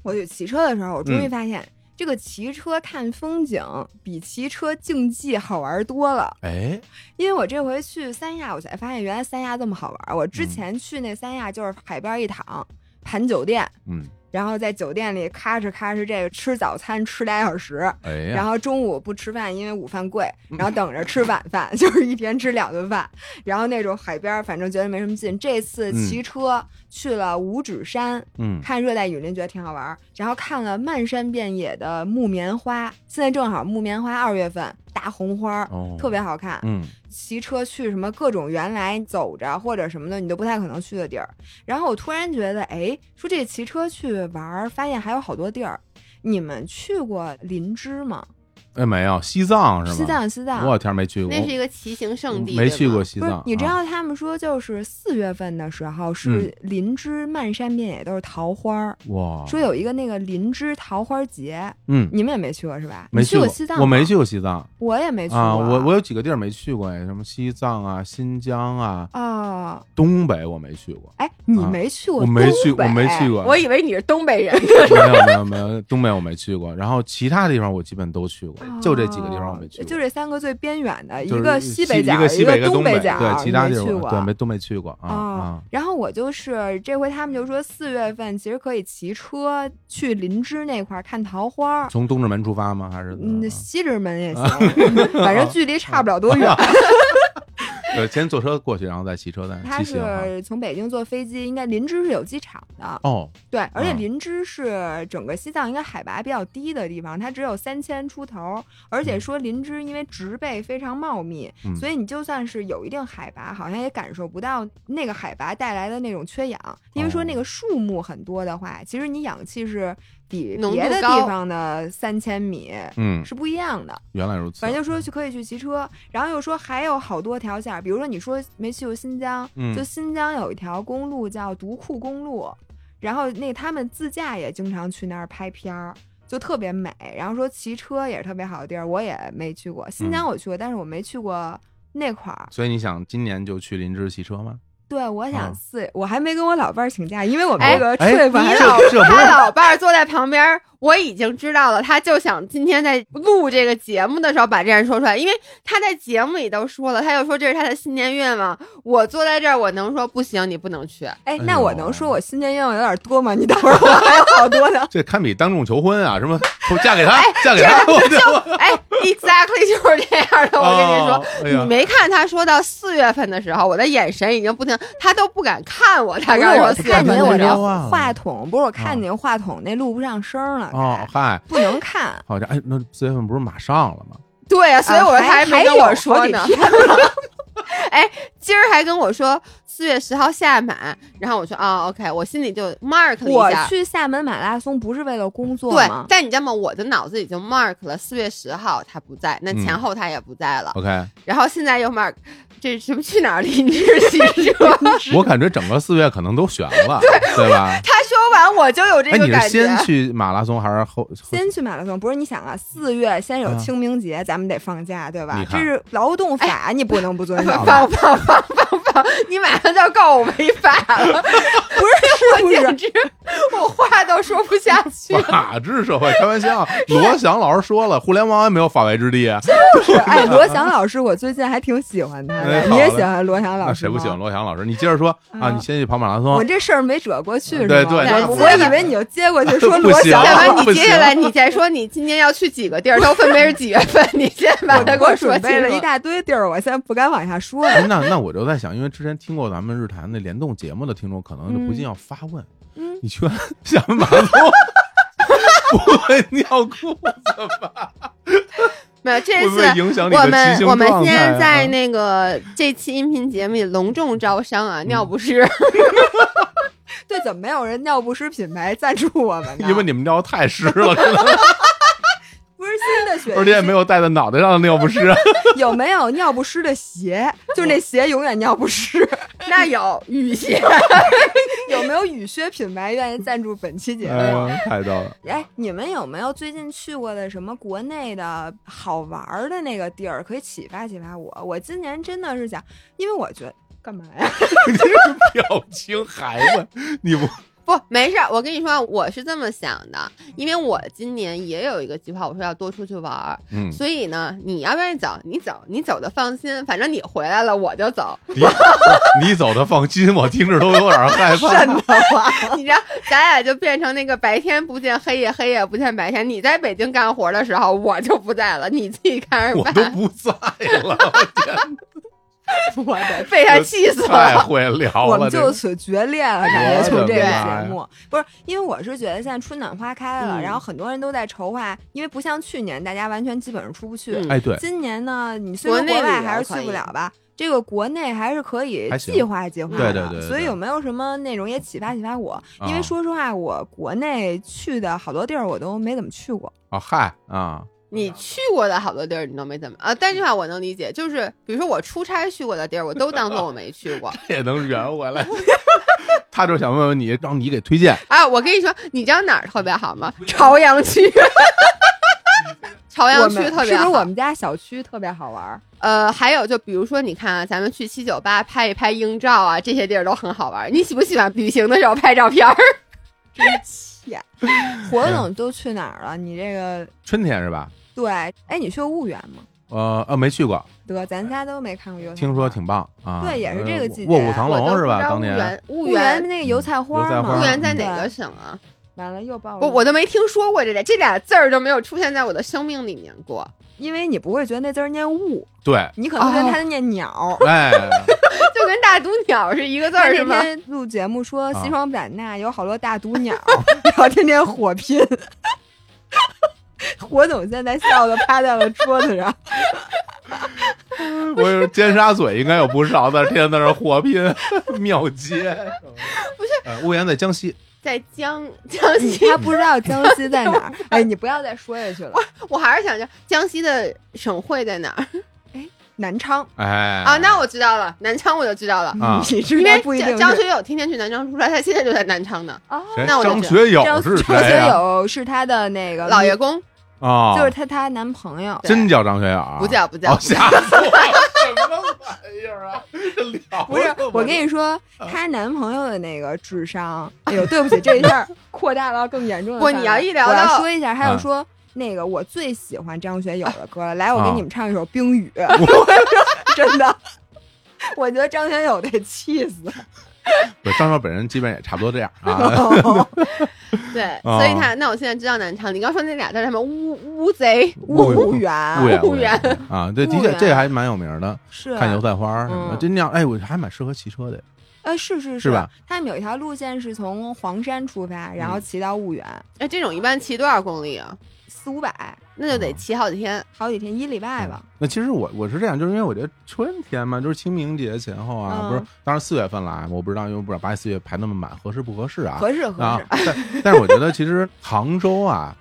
S1: 我就骑车的时候，我
S3: 嗯
S1: 终于发现、这个骑车看风景比骑车竞技好玩多了。
S3: 哎，
S1: 因为我这回去三亚，我才发现原来
S3: 嗯
S1: 三亚这么好玩儿。我之前去那三亚就是海边一躺，盘酒店，
S3: 嗯，
S1: 然后在酒店里咔哧咔哧这个吃早餐吃俩小时，
S3: 哎
S1: 然
S3: 呀，嗯
S1: 后中午不吃饭，因为午饭贵，然后等着吃晚 饭，就是一天吃两顿饭。然后那种海边儿，反正觉得没什么劲。这次骑车去了五指山，
S3: 嗯，
S1: 看热带雨林，觉得挺好玩儿。然后看了漫山遍野的木棉花，现在正好木棉花二月份大红花儿，
S3: 哦，
S1: 特别好看。
S3: 嗯，
S1: 骑车去什么各种原来走着或者什么的，你都不太可能去的地儿。然后我突然觉得，哎，说这骑车去玩儿，发现还有好多地儿。你们去过林芝吗？
S3: 哎，没有西藏是吗？
S1: 西藏，西藏。
S3: 我天，没去过，
S2: 那是一个骑行圣地，
S3: 没
S2: 对吗
S3: 去过西
S1: 不是
S3: 藏，，
S1: 你知
S3: 啊
S1: 道
S3: 嗯
S1: 他们说就是四月份的时候是林芝漫山遍野都是桃花儿，
S3: 哇？
S1: 说有一个那个林芝桃花节，
S3: 嗯，
S1: 你们也没去过是吧？
S3: 没
S1: 你去
S3: 过
S1: 西藏，
S3: 我没，去过西藏
S1: 我也没去过。
S3: 啊，我我有几个地儿没去过哎，什么西藏啊、新疆啊、
S1: 哦，
S3: 东北我没去过，
S1: 哎，你
S3: 啊
S1: 没去过
S3: 我
S1: 东
S3: 没
S1: 北？
S3: 去，我没去过，
S2: 我以为你是东北人，
S3: 没有没有没有，东北我没去过，然后其他地方我基本都去过，就这几个地方我没去
S1: 哦
S3: 过，
S1: 就这三个最边远的，
S3: 就是
S1: 个
S3: 西
S1: 西北角，
S3: 一个西
S1: 个
S3: 一个
S1: 东
S3: 北
S1: 角，
S3: 对，其他地
S1: 你没去
S3: 方我
S1: 过
S3: 对没都没去过啊
S1: 哦
S3: 啊，，
S1: 然后我就是这回他们就说四月份其实可以骑车去林芝那块儿看桃花儿，
S3: 从东直门出发吗？还是
S1: 嗯，西直门也 行，反正距离差不了多
S3: 啊
S1: 远。
S3: 呃，先坐车过去，然后再骑车，再
S1: 他
S3: 骑行啊哈。
S1: 是从北京坐飞机，应该林芝是有机场的，
S3: 哦，
S1: 对，而且
S3: 嗯
S1: 林芝是整个西藏应该海拔比较低的地方，它只有三千出头，而且说林芝因为植被非常茂密，
S3: 嗯
S1: 所以你就算是有一定海拔，好像也感受不到那个海拔带来的那种缺氧，因为说
S3: 哦
S1: 那个树木很多的话，其实你氧气是比
S2: 浓度
S1: 别的地
S2: 高
S1: 方的三千米
S3: 嗯，
S1: 是不一样的。
S3: 原来如此。
S1: 反正就说去可以去骑车，然后又说还有好多条线儿，比如说你说没去过新疆，
S3: 嗯
S1: 就新疆有一条公路叫独库公路，然后那他们自驾也经常去那儿拍片儿。就特别美，然后说骑车也是特别好的地儿，我也没去过。新疆我去过，但是我没去过那块儿。
S3: 所以你想今年就去林芝骑车吗？
S1: 对，我
S3: 啊
S1: 想四，我还没跟我老伴儿请假，因为我们
S2: 哎
S1: 这个
S3: 哎
S1: trip 还
S2: 你
S1: 是
S2: 老
S3: 这不是
S2: 他老伴儿坐在旁边儿，我已经知道了，他就想今天在录这个节目的时候把这件事说出来，因为他在节目里都说了，他又说这是他的新年愿望。我坐在这儿，我能说不行，你不能去。
S1: 哎，
S3: 哎
S1: 那
S3: 呦。
S1: 我能说我新年愿望有点多吗？你等会儿我还有好多呢
S3: 这堪比当众求婚啊！ 什么，我嫁给他，嫁给他，我就
S2: 哎，exactly 就是这样的，我跟你说。
S3: 哦哎呀
S2: 你没看他说到四月份的时候，我的眼神已经不停，他都不敢看我。他
S1: 不是
S2: 刚
S1: 我
S2: 说四月
S1: 看
S2: 份
S1: 您，
S2: 的
S1: 我
S2: 时
S1: 这
S2: 候，
S3: 忘了
S1: 话筒不是我看
S3: 啊
S1: 您话筒那录不上声儿了，
S3: 哦，嗨，
S1: 不能看。
S3: 好像哎，那四月份不是马上了吗？
S2: 对呀、所以我
S1: 啊
S2: 他
S1: 还
S2: 没跟
S1: 有
S2: 我
S1: 好
S2: 说
S1: 几
S2: 呢。
S1: 天
S2: 今儿还跟我说四月十号下马，然后我说啊、o k 我心里就 mark 了
S1: 我
S2: 一下。
S1: 去厦门马拉松不是为了工作
S2: 对
S1: 吗，？
S2: 但你知道吗？我的脑子已经 mark 了四月十号他不在，那前
S3: 嗯
S2: 后他也不在了，
S3: OK，
S2: 然后现在又 mark 这是什么去 哪儿林芝骑车？
S3: 我感觉整个四月可能都悬了，对 吧？
S2: 他说完我就有这
S3: 哎，
S2: 个
S3: 你是
S2: 感觉。
S3: 先去马拉松还是后？后
S1: 先去马拉松，不是你想啊，四月先有
S3: 嗯
S1: 清明节，咱们得放假，对吧
S3: 你？
S1: 这
S3: 看
S1: 是劳动法，你不能不遵守。
S2: 哎 放放放放放！你马上就要告我违法了，
S1: 不
S2: 我
S1: 是，是
S2: 简
S1: 不是？
S2: 直我话都说不下去了。
S3: 法治社会，开玩 笑。罗翔老师说了，互联网也没有法外之地啊。
S1: 是哎，罗翔老师，我最近还挺喜欢他
S3: 哎
S1: 的。你也
S3: 好嘞
S1: 喜欢罗翔老
S3: 那
S1: 师？
S3: 啊谁不喜欢？罗翔老师？你接着说啊，
S1: 啊
S3: 你先去跑马拉松
S1: 我，这事儿没折过去，是吗？
S3: 对对
S2: 对
S1: 我
S2: 不
S1: 我
S2: 行
S1: 以为你就接过去说
S3: 不
S1: 罗
S3: 行
S1: 翔
S2: 但
S1: 老师
S2: 凡
S3: 不
S2: 你接
S3: 行
S2: 下来，你再说你今天要去几个地儿，都分别是几月份， 你先把它给
S1: 我
S2: 说
S1: 准备
S2: 清
S1: 了
S2: 楚
S1: 一。大堆地儿，我现在不敢往下说了。
S3: 哎，那那我就在想，因为之前听过咱们日坛那联动节目的听众，可能就不禁要发问：
S1: 嗯
S3: 你 去完厦门马拉松 不会尿裤子吧？
S2: 没有，这
S3: 会不
S2: 次
S3: 会影响你
S2: 我
S3: 的骑
S2: 们
S3: 行
S2: 我们
S3: 状
S2: 现
S3: 态
S2: 在
S3: 啊
S2: 在那个这期音频节目里隆重招商
S3: 嗯
S2: 啊，尿不湿。
S1: 对，怎么没有人尿不湿品牌赞助我们呢？
S3: 因为你们尿太湿了，可能
S1: 不是新的雪，
S3: 而且也没有戴在脑袋上的尿不湿。啊
S1: 有没有尿不湿的鞋？就是那鞋永远尿不湿。
S2: 那有雨鞋，
S1: 有没有雨靴品牌愿意赞助本期节目？
S3: 哎呀，太逗 了！
S1: 哎，你们有没有最近去过的什么国内的好玩儿的那个地儿，可以启发启发我？我今年真的是想，因为我觉得干嘛呀？
S3: 你这个表情孩子，你不
S2: 不，没事儿，我跟你说，我是这么想的，因为我今年也有一个计划，我说要多出去玩儿，
S3: 嗯，
S2: 所以呢，你要不愿意走，你走，你走的放心，反正你回来了我就走，
S3: 你 你走的放心，我听着都有点害怕。
S1: 瘆得慌。
S2: 你知道，咱俩就变成那个白天不见黑夜，黑夜不见白天。你在北京干活的时候，我就不在了，你自己看着
S3: 我
S2: 办
S3: 都。不在 了，
S1: 我的，
S2: 被他气死
S3: 太
S2: 了。
S3: 会聊
S1: 我
S3: 了。
S1: 们
S3: 这
S1: 就此决裂了，感觉
S2: 我
S1: 从
S2: 的
S1: 这个
S3: 妈
S1: 节目不是，因为我是觉得现在春暖花开了，
S2: 嗯
S1: 然后很多人都在筹划，因为不像去年大家完全基本上出不去，
S2: 嗯
S3: 哎，对，
S1: 今年呢，你虽然
S2: 国内
S1: 国外
S2: 旅游
S1: 还是
S2: 可
S1: 去
S2: 以
S1: 不了吧，这个国内还是可以
S3: 还行
S1: 计划计划
S3: 对
S1: 的。
S3: 对对对
S1: 所以
S3: 对
S1: 有没有什么内容也启发启发我？因
S3: 啊
S1: 为说实话，我国内去的好多地儿我都没怎么去过。
S3: 啊嗨啊，
S2: 你去过的好多地儿你都没怎么啊，但这话我能理解，就是比如说我出差去过的地儿，我都当做我没去过。
S3: 也能圆回来。他就想问问你，让你给推荐。
S2: 啊，我跟你说，你知道哪儿特别好吗？朝阳区， 朝
S1: 我
S2: 阳区
S1: 们
S2: 哎特
S1: 是
S2: 别
S1: 不
S2: 好。
S1: 是我们家小区特别好玩儿？
S2: 呃，还有就比如说，你看啊，咱们去七九八拍一拍鹰照啊，这些地儿都很好玩儿。你喜不喜欢旅行的时候拍照片儿？
S1: 真气！火总都去哪儿了？你这个
S3: 春天是吧？
S1: 对，哎，你去过婺源吗？
S3: 呃呃，没去过，
S1: 得，咱仨都没看过油菜花。
S3: 听说挺棒啊。
S1: 对也是这个
S3: 呃
S1: 季节
S3: 卧虎藏龙是吧？
S2: 我都
S3: 当
S2: 不知道
S3: 年
S2: 婺
S1: 婺
S2: 源
S1: 源那个油菜花
S3: 油菜
S1: 嘛
S3: 花
S2: 婺源，婺源
S3: 嗯
S2: 在哪个
S1: 对？
S2: 省啊？
S1: 完了又爆了。
S2: 我我都没听说过这俩，这俩字儿都没有出现在我的生命里面过。
S1: 因为你不会觉得那字儿念雾，
S3: 对，
S1: 你可能觉得
S2: 哦
S1: 它念鸟。
S3: 哎，
S2: 就跟大毒鸟是一个字儿是
S1: 天
S2: 吗？
S1: 天录节目说
S3: 啊
S1: 西双版纳有好多大毒鸟， 然后天天火拼。 火总现在笑的趴在了桌子 上，
S3: 我有尖沙咀应该有不少在天天在那儿火拼庙街。不是，婺源呃在江西，
S2: 在江江
S1: 你
S2: 西，
S1: 嗯他不知道江西在哪儿。 哎，你不要再说下去了。
S2: 我还是想着江西的省会在哪儿
S1: 南昌，
S3: 哎
S2: 啊？那我知道了，南昌我就知道了。
S3: 啊
S1: 你知
S2: 因
S1: 道
S2: 为
S1: 不一定
S2: 张张
S1: 是
S2: 学友天天去南昌出差，他现在就在南昌呢。
S1: 哦
S3: 谁
S2: 那我就
S3: 张
S2: 知
S3: 学友
S1: 张
S3: 是谁
S1: 张学
S3: 呀？
S1: 友是她的那个
S2: 老爷，公
S3: 啊，
S1: 就是她她男朋友。
S2: 对
S3: 真叫张学友啊？
S2: 不叫不叫
S3: 哦，吓死我了！什么玩意儿啊？这聊
S1: 不是
S3: 的，
S1: 我跟嗯你说，她男朋友的那个智商，哎呦，对不起，这一下 扩大到更严重的
S2: 不
S1: 范围。
S2: 你要一聊
S1: 我
S2: 到
S1: 要说一下，还有
S3: 嗯
S1: 说那个我最喜欢张学友的歌了，来，我
S3: 啊
S1: 给你们唱一首《冰 雨》真的，我觉得张学友得气死。
S3: 不是张少本人基本也差不多这样 啊。
S1: 哦
S2: 对，
S3: 哦
S2: 所以他那我现在知道南昌。你刚说那俩字儿什么乌乌贼，
S1: 婺
S3: 源，
S1: 源
S3: 婺源，
S2: 婺源
S3: 婺 源啊，对，的
S1: 婺
S3: 确
S1: 源
S3: 这还蛮有名的，
S1: 是
S3: 看油菜花儿什么的，
S1: 嗯
S3: 就那样。哎，我还蛮适合骑车的。
S1: 哎，是是
S3: 是吧？
S1: 他们有一条路线是从黄山出发，然后
S3: 嗯
S1: 骑到婺源，
S2: 哎，这种一般骑多少公里啊？
S1: 四五百，
S2: 那就得
S3: 嗯
S2: 骑好几天。
S1: 好几天，一礼拜吧。
S3: 那其实我我是这样，就是因为我觉得春天嘛，就是清明节前后啊，
S1: 嗯
S3: 不是，当然四月份来，我不知道，因为不知道八四月排那么满合适不合适啊。
S1: 合适合
S3: 啊
S1: 适，，
S3: 但但是我觉得其实杭州啊，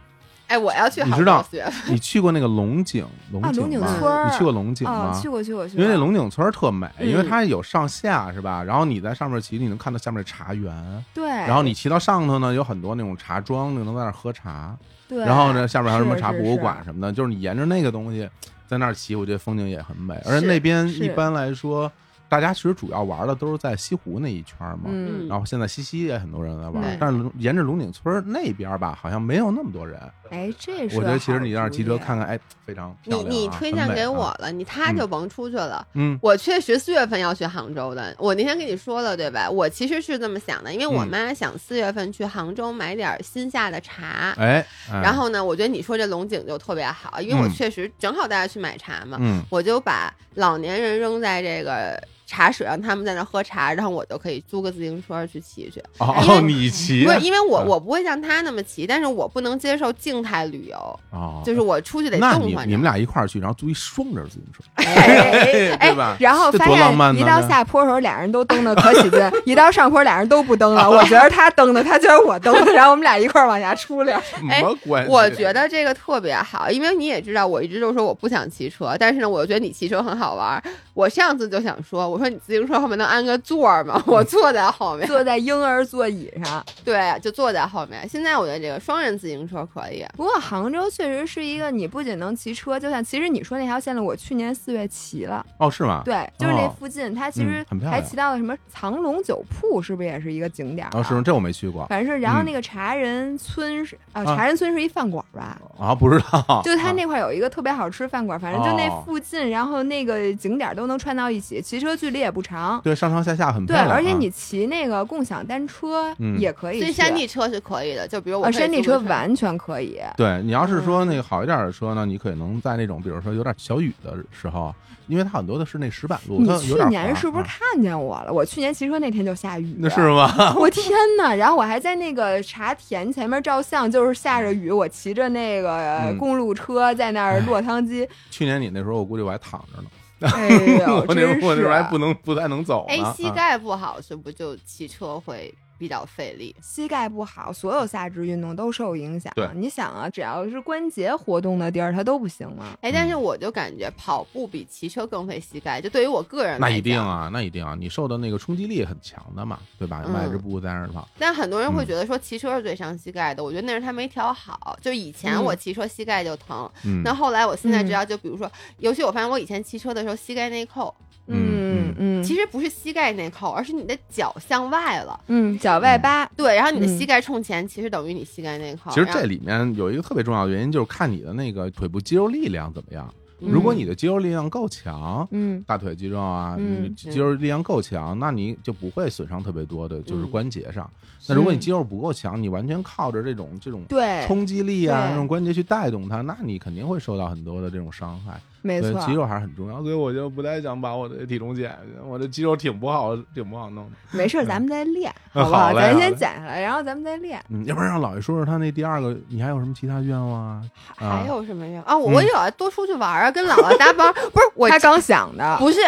S2: 哎，我要去
S3: 你
S2: 杭
S3: 知
S2: 州
S3: 道
S2: 四月份。
S3: 你去过那个龙井，龙
S1: 啊龙
S3: 井
S1: 井
S3: 吗？
S1: 村儿
S3: 你去过龙井吗？
S1: 哦，去过去过去
S3: 因
S1: 过，
S3: 为那龙井村儿特美，因为
S2: 嗯
S3: 它有上下是吧？然后你在上面骑，你能看到下面的茶园，
S1: 对，
S2: 哎
S3: 然后你骑到上头呢，有很多那种茶庄，你能在那儿喝茶。
S1: 对，
S3: 然后呢，下面还有什么
S1: 是
S3: 茶
S1: 是
S3: 博物
S1: 是
S3: 馆什么的，就是你沿着那个东西在那儿骑，我觉得风景也很美。而
S2: 是
S3: 且那边
S1: 是
S3: 一般来说，大家其实主要玩的都是在西湖那一圈儿嘛。
S1: 嗯，
S3: 然后现在西溪也很多人在玩，
S2: 对
S3: 但是龙沿着龙井村儿那边儿吧，好像没有那么多人。
S1: 哎，这
S2: 啊
S1: 是
S3: 我觉得其实
S1: 好
S3: 你让
S1: 主
S3: 骑车
S1: 意
S3: 看看，哎，非常漂
S2: 你
S3: 亮、啊。
S2: 你推
S3: 很
S2: 荐
S3: 美
S2: 给我
S3: 啊，
S2: 了，你他就甭出去了。
S3: 嗯
S2: 我确实四月份要去杭州的，我那天跟你说了对吧？我其实是这么想的，因为我
S3: 嗯
S2: 妈想四月份去杭州买点儿新下的茶。
S3: 哎，哎
S2: 然后呢，我觉得你说这龙井就特别好，因为我
S3: 嗯
S2: 确实正好大家去买茶嘛，
S3: 嗯，
S2: 我就把老年人扔在这个茶室，让他们在那喝茶，然后我就可以租个自行车去骑去。因
S3: 哦
S2: 为，
S3: 你骑
S2: 不是，因为我
S3: 嗯
S2: 我不会像他那么骑，但是我不能接受静态旅游，
S3: 哦，
S2: 就是我出去得
S3: 那
S2: 动
S3: 你
S2: 换
S3: 你
S2: 着
S3: 们。俩一块儿去，然后租一双人自行车，
S1: 哎
S3: 对吧？
S1: 然后
S3: 这
S1: 发
S3: 多浪漫
S1: 现
S3: 呢
S1: 一到
S3: 这
S1: 下坡的时候，俩人都蹬的可起劲；一到上坡，俩人都不蹬了。我觉得他蹬的，他觉得我蹬的，然后我们俩一块儿往下出溜。
S3: 什
S2: 哎
S3: 么关系？
S2: 我觉得这个特别好，因为你也知道，我一直都说我不想骑车，但是呢，我觉得你骑车很好玩儿。我上次就想说，我说你自行车后面能安个座儿吗？ 我坐在后面，
S1: 坐在婴儿座椅上。
S2: 对，就坐在后面。现在我觉得这个双人自行车可以，
S1: 不过杭州确实是一个你不仅能骑车，就像其实你说那条线路，我去年四月骑了，
S3: 哦，是吗？
S1: 对，就是那
S3: 哦
S1: 附近，它其实
S3: 嗯很漂
S1: 还
S3: 亮
S1: 骑到了什么藏龙酒铺，是不是也是一个景点儿啊？
S3: 啊，是吗？这我没去过
S1: 反正是，然后
S3: 嗯
S1: 那个茶人村是啊，
S3: 啊
S1: 茶人村是一饭馆儿吧？
S3: 啊，不知 道。
S1: 就它
S3: 啊
S1: 那块儿有一个特别好吃饭馆儿，反正就那
S3: 哦
S1: 附近，然后那个景点儿都能串到一起，骑车距离也不长。
S3: 啊对上上下下很漂
S1: 对，
S3: 亮啊。
S1: 而且你骑那个共享单车
S3: 嗯
S1: 也可以
S2: 所
S1: 去，
S2: 以山地车是可以的。就比如我
S1: 啊，
S2: 可以
S1: 山地
S2: 租个
S1: 车完全可以。
S3: 对你要是说那个好一点的车呢，你可能在那种比如说有点小雨的时候，因为它很多的是那石板路，
S1: 你
S3: 它
S1: 去
S3: 有点
S1: 年
S3: 滑
S1: 是不是
S3: 啊
S1: 看见我了？我去年骑车那天就下雨，
S3: 那是吗？
S1: 我天呐，然后我还在那个茶田前面照相，就是下着雨，我骑着那个
S3: 嗯哎
S1: 公路车在那儿落汤 鸡，
S3: 去年你那时候我估计我还躺着呢，
S1: 哎呦，
S3: 我那时
S1: 真
S3: 候我那时
S1: 是啊
S3: 候还不能不太能走
S2: 哎
S3: 呢，
S2: 膝
S3: 啊
S2: 盖不好是不是就骑车会比较费力？
S1: 膝盖不好，所有下肢运动都受影响
S3: 对。
S1: 你想啊，只要是关节活动的地儿，它都不行吗？
S2: 哎，
S3: 嗯
S2: 但是我就感觉跑步比骑车更费膝盖，就对于我个人
S3: 那
S2: 来
S3: 一定
S2: 讲。
S3: 啊，那一定啊，你受的那个冲击力很强的嘛，对吧？迈着
S2: 嗯
S3: 步在那儿跑，
S2: 但很多人会
S3: 嗯
S2: 觉得说骑车是最伤膝盖的，我觉得那是他没调好。就以前
S1: 嗯
S2: 我骑车膝盖就疼，
S3: 嗯，
S2: 那后来我现在
S1: 嗯
S2: 知道，就比如说，尤其我发现我以前骑车的时候，膝盖内扣
S3: 嗯
S1: 嗯嗯，
S2: 其
S1: 实
S2: 实不是膝盖内扣，而是你的脚向外了。
S1: 嗯，脚外八，
S2: 对，然后你的
S1: 嗯
S2: 膝盖冲前，其实等于你膝盖内扣。
S3: 其实
S2: 然后
S3: 这里面有一个特别重要的原因，就是看你的那个腿部肌肉力量怎么样。如
S2: 嗯
S3: 果你的肌肉力量够强，
S1: 嗯
S3: 大腿肌肉啊，
S1: 嗯
S3: 你肌肉力量够强，那你就不会损伤特别多的，就是
S2: 嗯
S3: 关节上。
S1: 是
S3: 那如果你肌肉不够强，你完全靠着这种这种
S1: 对，
S3: 冲击力啊，
S1: 对
S3: 这种关节去带动它，那你肯定会受到很多的这种伤害。
S1: 没
S3: 对
S1: 错，，
S3: 肌肉还是很重要，所以我就不太想把我的体重减下去，我这肌肉挺不好，挺不好弄的。
S1: 没事儿，咱们再练，
S3: 嗯
S1: 好不好？
S3: 好嘞
S1: 咱
S3: 好
S1: 先
S3: 嘞
S1: 减下来，然后咱们再练。
S3: 嗯，要不然让老爷说说他那第二个，你还有什么其他愿望啊？啊嗯
S2: 还有什么呀？啊，我有啊，多出去玩啊，跟姥姥搭帮。不是 我，
S1: 他刚想的，
S2: 不是。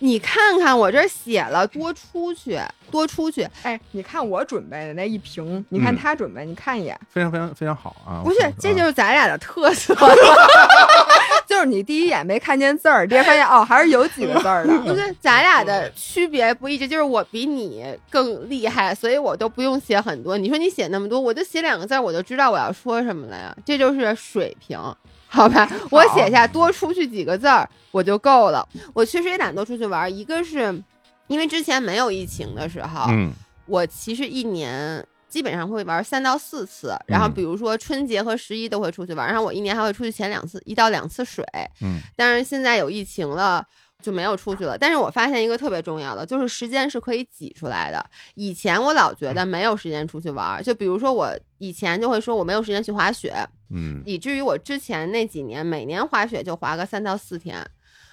S2: 你看看我这儿写了，多出去，多出去，
S1: 哎，你看我准备的那一瓶，你看
S3: 嗯
S1: 他准备，你看一眼，
S3: 非常非常非常好啊！
S2: 不是
S3: 我，
S2: 这
S3: 看看
S2: 就
S3: 啊
S2: 是咱俩的特色。
S1: 就是你第一眼没看见字儿，第二发现哦，还是有几个字儿
S2: 不
S1: 的。
S2: 是，咱俩的区别不一直就是我比你更厉害，所以我都不用写很多。你说你写那么多，我就写两个字儿，我就知道我要说什么了呀。这就是水平，好吧？我写下多出去几个字儿我就够了。我确实也想多出去玩儿，一个是因为之前没有疫情的时候，
S3: 嗯
S2: 我其实一年基本上会玩三到四次，然后比如说春节和十一都会出去玩，然后我一年还会出去潜两次，一到两次水。
S3: 嗯
S2: 但是现在有疫情了。就没有出去了，但是我发现一个特别重要的，就是时间是可以挤出来的。以前我老觉得没有时间出去玩儿，就比如说我以前就会说我没有时间去滑雪，
S3: 嗯
S2: 以至于我之前那几年每年滑雪就滑个三到四天。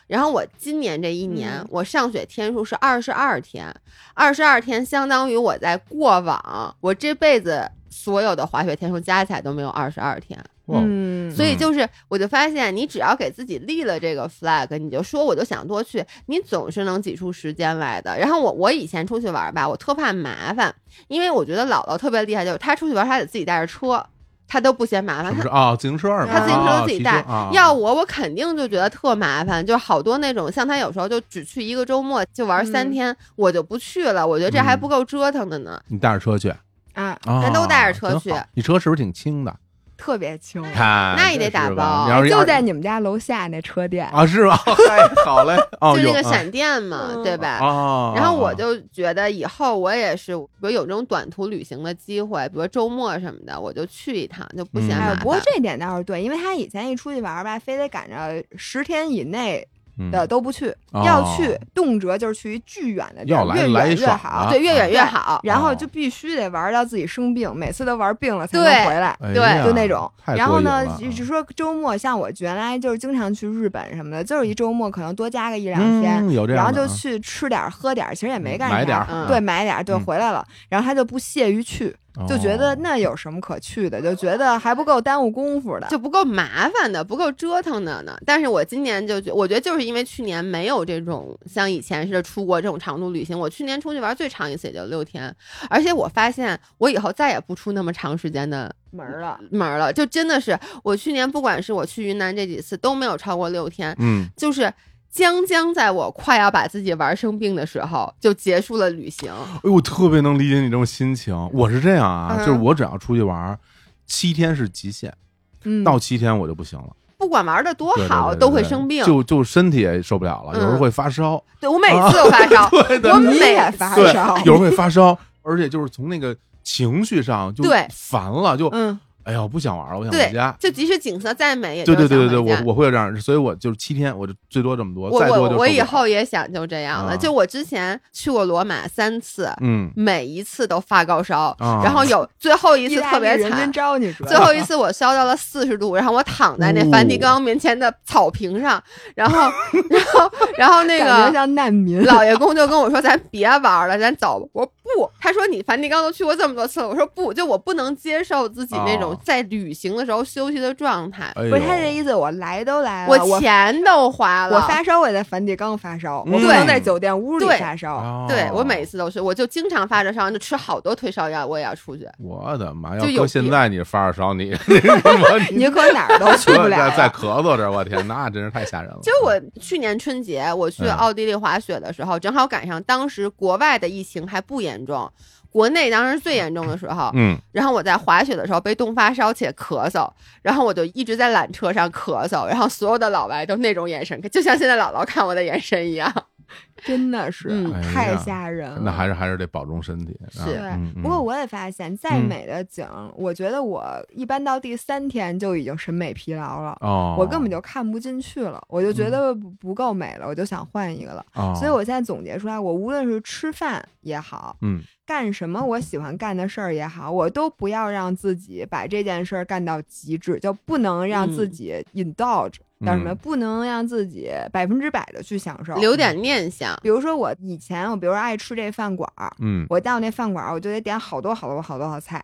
S2: 然后我今年这一年，
S1: 嗯
S2: 我上雪天数是二十二天，二十二天相当于我在过往我这辈子所有的滑雪天数加起来都没有二十二天。
S3: 哇
S1: 嗯，
S2: 所以就是，我就发现，你只要给自己立了这个 flag，你就说我就想多去，你总是能挤出时间来的。然后我我以前出去玩吧，我特怕麻烦，因为我觉得姥姥特别厉害，就是她出去玩，她得自己带着车，她都不嫌麻
S3: 什
S2: 烦，
S3: 么
S2: 她
S3: 是啊？自行车是吗？
S2: 他自行车
S3: 啊
S2: 都自己
S3: 骑
S2: 带。
S3: 啊、
S2: 要我，我肯定就觉得特麻烦，就好多那种像他有时候就只去一个周末就玩三
S1: 嗯
S2: 天，我就不去了。我觉得这还
S3: 嗯
S2: 不够折腾的呢。
S3: 你带着车去，啊、
S1: 啊，
S2: 咱都带着车
S3: 真
S2: 去
S3: 好你车是不是挺轻的？
S1: 特别轻，哎
S3: 看
S2: 那也得
S3: 这是
S2: 打
S3: 吧
S2: 包
S3: 你要是
S1: 就
S3: 要
S1: 在你们家楼下那车店。
S3: 啊，是 吧？嗨好嘞，哦，
S2: 就那
S3: 有
S2: 个
S3: 啊
S2: 闪电嘛，
S1: 嗯
S2: 对吧？
S3: 哦，
S2: 然后我
S3: 哦
S2: 就觉得以后我也是，比如有这种短途旅行的机会，比如周末什么的，我就去一趟，就不嫌
S1: 哎
S3: 嗯
S2: 麻
S1: 呦，
S2: 烦。
S1: 不过这点倒是对，因为他以前一出去玩儿吧，非得赶着十天以内
S3: 嗯
S1: 的都不去，
S3: 哦
S1: 要去动�辄就是去一巨远的地
S3: 要
S1: 儿，
S3: 来
S1: 越
S3: 来一
S1: 远越
S3: 爽
S1: 好
S3: 啊，
S2: 对越远越好。
S1: 然后
S3: 哦
S1: 就必须得玩到自己生病，每次都玩病了才能
S2: 对
S1: 回来。
S3: 哎
S2: 对
S3: 呀
S1: 就那种，
S3: 太
S1: 然后
S3: 过瘾
S1: 呢
S3: 了，
S1: 只
S3: 啊
S1: 只说周末，像我原来就是经常去日本什么的，就是一周末可能多加个一两天，
S3: 嗯、有这
S1: 然
S3: 样
S1: 后
S3: 的
S1: 就
S3: 啊
S1: 去吃点儿喝点儿，其实也没干啥，
S3: 买点儿
S2: 嗯
S1: 对，买点儿，对，
S3: 嗯
S1: 回来了，然后他就不屑于去，就觉得
S3: 哦
S1: 那有什么可去的，就觉得还不够耽误功夫的，
S2: 就不够麻烦的，不够折腾的呢。但是我今年就觉，我觉得就是因为去年没有这种像以前似的出国这种长途旅行。我去年出去玩最长一次也就六天，而且我发现我以后再也不出那么长时间的
S1: 门儿了。
S2: 门儿了，就真的是我去年不管是我去云南这几次都没有超过六天，
S3: 嗯
S2: 就是。将将在我快要把自己玩生病的时候，就结束了旅行。
S3: 哎呦，我特别能理解你这种心情。我是这样啊，
S2: 嗯
S3: 就是我只要出去玩儿，七天是极限，
S1: 嗯，
S3: 到七天我就不行了，
S2: 不管玩的多
S3: 对对
S2: 好，
S3: 对对
S2: 都会
S3: 对
S2: 生病。
S3: 就就身体也受不了了，有时候
S2: 嗯
S3: 会 发烧，
S2: 对我每次都发烧，
S3: 对
S2: 我
S1: 你
S2: 每
S1: 也发
S3: 对
S1: 烧，，
S3: 有时候会发烧，而且就是从那个情绪上就
S2: 对
S3: 烦了，就
S1: 嗯，
S3: 哎呀，我不想玩了，我想
S2: 对
S3: 回家，。
S2: 就即使景色再美，也
S3: 对对
S2: 就是
S3: 对对
S2: 想
S3: 对，
S2: 回
S3: 我
S2: 家
S3: 我会这样，所以我就是七天，我就最多这么多，
S2: 我
S3: 再多就
S2: 我
S3: 受
S2: 我
S3: 不
S2: 以
S3: 了
S2: 后也想就这样了。
S3: 啊
S2: 就我之前去过罗马三次，
S3: 嗯
S2: 每一次都发高烧，
S3: 啊
S2: 然后 有最后一
S1: 意
S2: 次
S1: 大
S2: 特
S1: 利
S2: 别
S1: 人
S2: 惨
S1: 真。招你主要
S2: 最后一次我烧到了四十度，然后我躺在那
S3: 哦
S2: 梵蒂冈面前的草坪上，然后， 然后，然后那
S1: 感觉
S2: 个
S1: 像难
S3: 哎
S1: 民，
S2: 老爷公就跟我说：“咱别玩了，咱走吧。”我不，他说：“你梵蒂冈都去过这么多次了。”我说：“不，就我不能接受自己那种
S3: 哦
S2: 在旅行的时候休息的状态。
S3: 哎呦，
S1: 不是他这意思，我来都来了，
S2: 我
S1: 我
S2: 钱都花了，
S1: 我发烧我也在梵蒂冈发烧，我不
S3: 嗯
S1: 能在酒店屋里
S2: 对
S1: 发烧。
S3: 哦
S2: 对我每次都是，我就经常发着烧，就吃好多退烧药，我也要出
S3: 哦
S2: 去。
S3: 我的妈，
S2: 就
S3: 要
S2: 有
S3: 搁
S2: 病
S3: 现在你发着 烧，你你他妈你
S1: 你可哪儿都去不了
S3: 在
S1: 呀，
S3: 在咳嗽着，我天，那真是太吓人了。
S2: 就我去年春节我去
S3: 嗯
S2: 奥地利滑雪的时候，正好赶上当时国外的疫情还不严重，国内当时最严重的时候。
S3: 嗯，
S2: 然后我在滑雪的时候被冻发烧且咳嗽，然后我就一直在缆车上咳嗽，然后所有的老外都那种眼神，就像现在姥姥看我的眼神一样。
S1: 真的是、
S2: 嗯
S3: 哎呀
S1: 太吓人了。
S3: 那还是还是得保重身体。
S2: 是
S3: 啊
S1: 对，
S3: 嗯嗯
S1: 不过我也发现，再
S3: 嗯
S1: 美的景，我觉得我一般到第三天就已经审美疲劳了，
S3: 哦，嗯
S1: 我根本就看不进去了，我就觉得不不够美了，我就想换一个了。
S3: 哦，
S1: 所以我现在总结出来，我无论是吃饭也好，
S3: 嗯
S1: 干什么我喜欢干的事儿也好，我都不要让自己把这件事儿干到极致，就不能让自
S2: 嗯
S1: 己 indulge 叫什么，
S3: 嗯
S1: 不能让自己百分之百的去享受。
S2: 留点念 想，
S1: 比如说我以前，我比如说爱吃这饭馆儿，
S3: 嗯，
S1: 我到那饭馆儿我就得点好多好多好多好菜，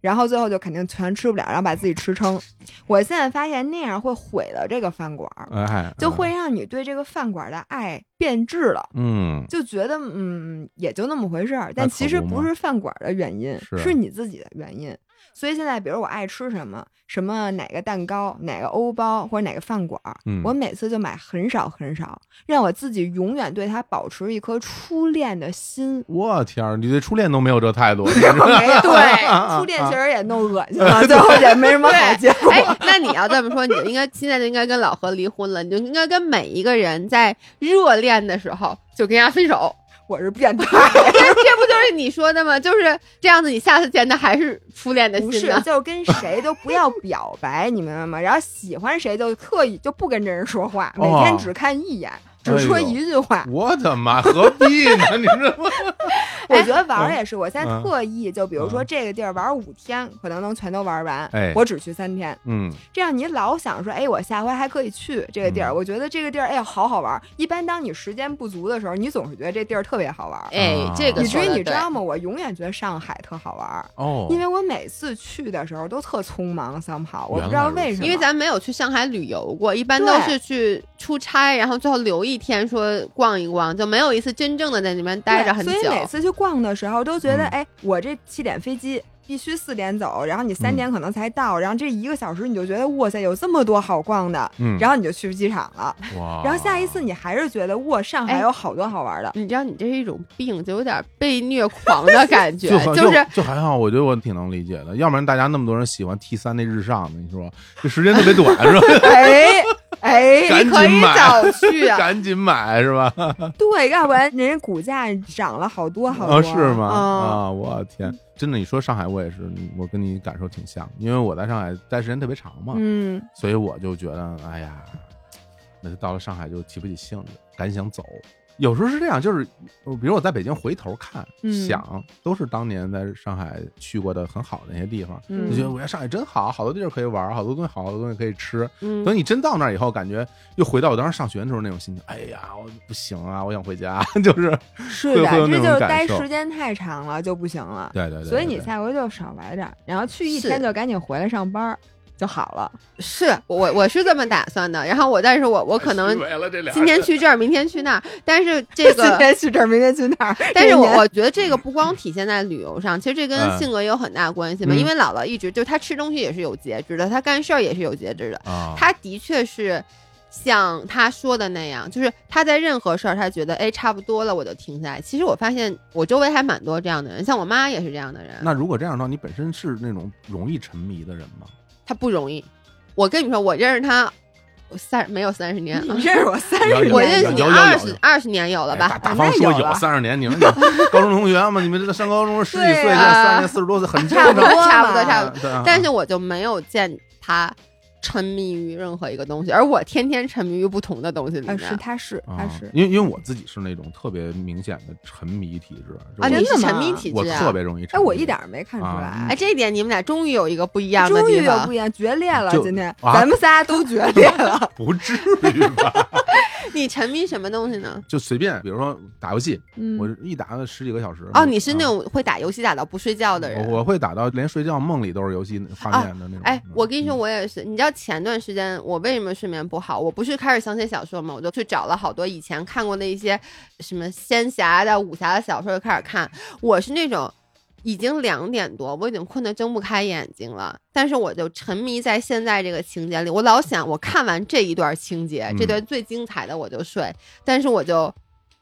S1: 然后最后就肯定全吃不了，然后把自己吃撑。我现在发现那样会毁了这个饭馆儿，
S3: 哎，
S1: 就会让你对这个饭馆儿的爱变质了。
S3: 嗯
S1: 就觉得嗯也就那么回事儿，但
S3: 那可
S1: 其实
S3: 不
S1: 不
S3: 嘛
S1: 是饭馆儿的原因，
S3: 是
S1: 是你自己的原因。所以现在，比如我爱吃什么，什么哪个蛋糕、哪个欧包或者哪个饭馆儿，
S3: 嗯。
S1: 我每次就买很少很少，让我自己永远对它保持一颗初恋的心
S3: 我天儿，你对初恋都没有这态度，
S1: 没有
S2: 对
S1: 初恋其实也弄恶心了，最后也没什么好结果。
S2: 哎，那你要这么说，你就应该现在就应该跟老何离婚了，你就应该跟每一个人在热恋的时候就跟人家分 手。
S1: 我是变态，
S2: 这这不就是你说的吗？就是这样子，你下次见他还是初恋的
S1: 不
S2: 心
S1: 是，
S2: 呢。
S1: 就是跟谁都不要表白，你明白吗？然后喜欢谁就刻意就不跟这人说话，每天
S3: 哦
S1: 只看一眼，
S3: 哎
S1: 只说
S3: 呦
S1: 一句话。
S3: 我的妈，何必呢？你这 不
S1: 我觉得玩儿也是，我现在
S3: 嗯
S1: 特意就比如说
S3: 嗯
S1: 这个地儿玩儿五天，可能能全都玩完
S3: 哎，
S1: 我只去三天，
S3: 嗯
S1: 这样你老想说，哎，我下回还可以去这个地儿，
S3: 嗯
S1: 我觉得这个地儿哎呀好好玩儿。一般当你时间不足的时候，你总是觉得这地儿特别好玩儿，
S2: 哎
S3: 啊，
S2: 这个
S1: 以至
S2: 说
S1: 于
S2: 得
S1: 你知
S2: 对
S1: 道吗？我永远觉得上海特好玩儿。
S3: 哦，
S1: 因为我每次去的时候都特匆忙，somehow 我不知
S3: 原来
S1: 道
S3: 如此
S1: 为什么，
S2: 因为咱没有去上海旅游过，一般都
S1: 对
S2: 是去出差，然后最后留一天说逛一逛，就没有一次真正的在那边待着很久
S1: 对。所以每次去逛的时候都觉得，
S3: 嗯
S1: 哎，我这七点飞机必须四点走，然后你三
S3: 嗯
S1: 点可能才到，然后这一个小时你就觉得哇塞，有这么多好逛的，
S3: 嗯，哦
S1: 然后你就去机场了。
S3: 后哇，
S1: 然后下一次你还是觉得哇，上海
S2: 哎
S1: 有好多好 玩的。
S2: 你知道，你这是一种病，就有点被虐 狂的感觉
S3: 就，很
S2: 就
S3: 就是就还好，我觉得我挺能理解的，要不然大家那么多人喜欢 T 三那日上的，你说这时间特别短是吧？
S1: 哎哎，
S3: 赶
S2: 你可以
S3: 紧买
S2: 早去啊。
S3: 赶紧买是吧？
S1: 对，要不然人家股价涨了好多好多。
S3: 哦，是吗？
S1: 嗯
S3: 啊，我天，真的，你说上海，我也是，我跟你感受挺像，因为我在上海待时间特别长嘛，
S1: 嗯，
S3: 所以我就觉得，哎呀，那就到了上海就提不起兴致，赶想走。有时候是这样，就是呃比如我在北京回头看、
S1: 嗯
S3: 想，都是当年在上海去过的很好的那些地方，
S1: 嗯
S3: 就觉得我在上海真好，好多地儿可以玩，好多东西好，好多东西可以吃。
S2: 嗯
S3: 等你真到那儿以后，感觉又回到我当时上学的时候那种心情，哎呀，我不行啊，我想回家， 就是
S1: 是
S3: 会
S1: 的，
S3: 会有
S1: 这
S3: 那
S1: 就
S3: 种
S1: 是
S3: 感
S1: 待
S3: 受
S1: 时间太长了就不行了。
S3: 对对对对
S1: 所以你
S3: 对
S1: 下回就少玩点儿，然后去一
S2: 是
S1: 天就赶紧回来上班儿就好了。
S2: 是我我是这么打算的，然后我但是我我可能今天去这儿，明天去那儿，但是 这
S1: 今
S2: 个
S1: 天去这儿，明天去那儿。
S2: 但是
S1: 这一
S2: 我
S1: 年
S2: 我觉得这个不光体现在旅游上，其实这跟
S3: 嗯
S2: 性格也有很大关系嘛。
S3: 嗯
S2: 因为姥姥一直就是她吃东西也是有节制的，她干事儿也是有节制的。
S3: 啊，
S2: 她的确是像他说的那样，就是他在任何事儿，他觉得哎差不多了，我就停下来。其实我发现我周围还蛮多这样的人，像我妈也是这样的人，
S3: 那如果这样的话，你本身是那种容易沉迷的人吗？
S2: 她不容易。我跟你说，我认识她我三没有三十年，啊
S1: 你认识我三十
S3: 有
S1: 年，
S2: 我认识你
S3: 有嗯有有
S2: 二十二十年有了
S3: 哎大
S2: 吧？
S3: 大
S1: 啊
S3: 方
S1: 那有
S3: 说有
S1: 了
S3: 三十年，你 们这高中同学嘛，你们这上高中十几岁，
S1: 对
S3: 现在
S2: 啊
S3: 三十年、四十多岁，很正
S2: 差不多
S3: 常。
S2: 差不多
S1: 嘛
S2: 差不多。
S3: 对啊
S2: 但是我就没有见她沉迷于任何一个东西，而我天天沉迷于不同的东西里
S1: 呃，
S2: 面。
S1: 是他是
S3: 啊
S1: 他是，
S3: 因为因为我自己是那种特别明显的沉迷体质就
S2: 啊，
S3: 我
S2: 你是
S1: 真的
S2: 沉
S1: 吗
S2: 迷体
S3: 我
S2: 质啊？
S3: 特别容易沉
S1: 哎，
S3: 迷。
S1: 我一点儿没看出
S3: 啊
S1: 来
S2: 哎，。这一点你们俩终于有一个不一样的
S1: 终于
S2: 地
S1: 有
S2: 方
S1: 不。一样，决 裂了！
S3: 就
S1: 今天
S3: 啊。
S1: 咱们仨都决裂了
S3: 不至于吧？
S2: 你沉迷什么东西呢？
S3: 就随便，比如说打游戏，
S1: 嗯
S3: 我一打个十几个小时。
S2: 哦，你是那
S3: 啊
S2: 种会打游戏打到不睡觉的人。
S3: 我我会打到连睡觉梦里都是游戏画面的那种。
S2: 哎，我跟你说，
S3: 嗯，
S2: 我也是。你知道前段时间我为什么睡眠不好？我不是开始想写小说嘛，我就去找了好多以前看过的一些什么仙侠的、武侠的小说，就开始看。我是那种已经两点多，我已经困得睁不开眼睛了，但是我就沉迷在现在这个情节里。我老想，我看完这一段情节，这
S3: 嗯
S2: 段最精彩的我就睡，但是我就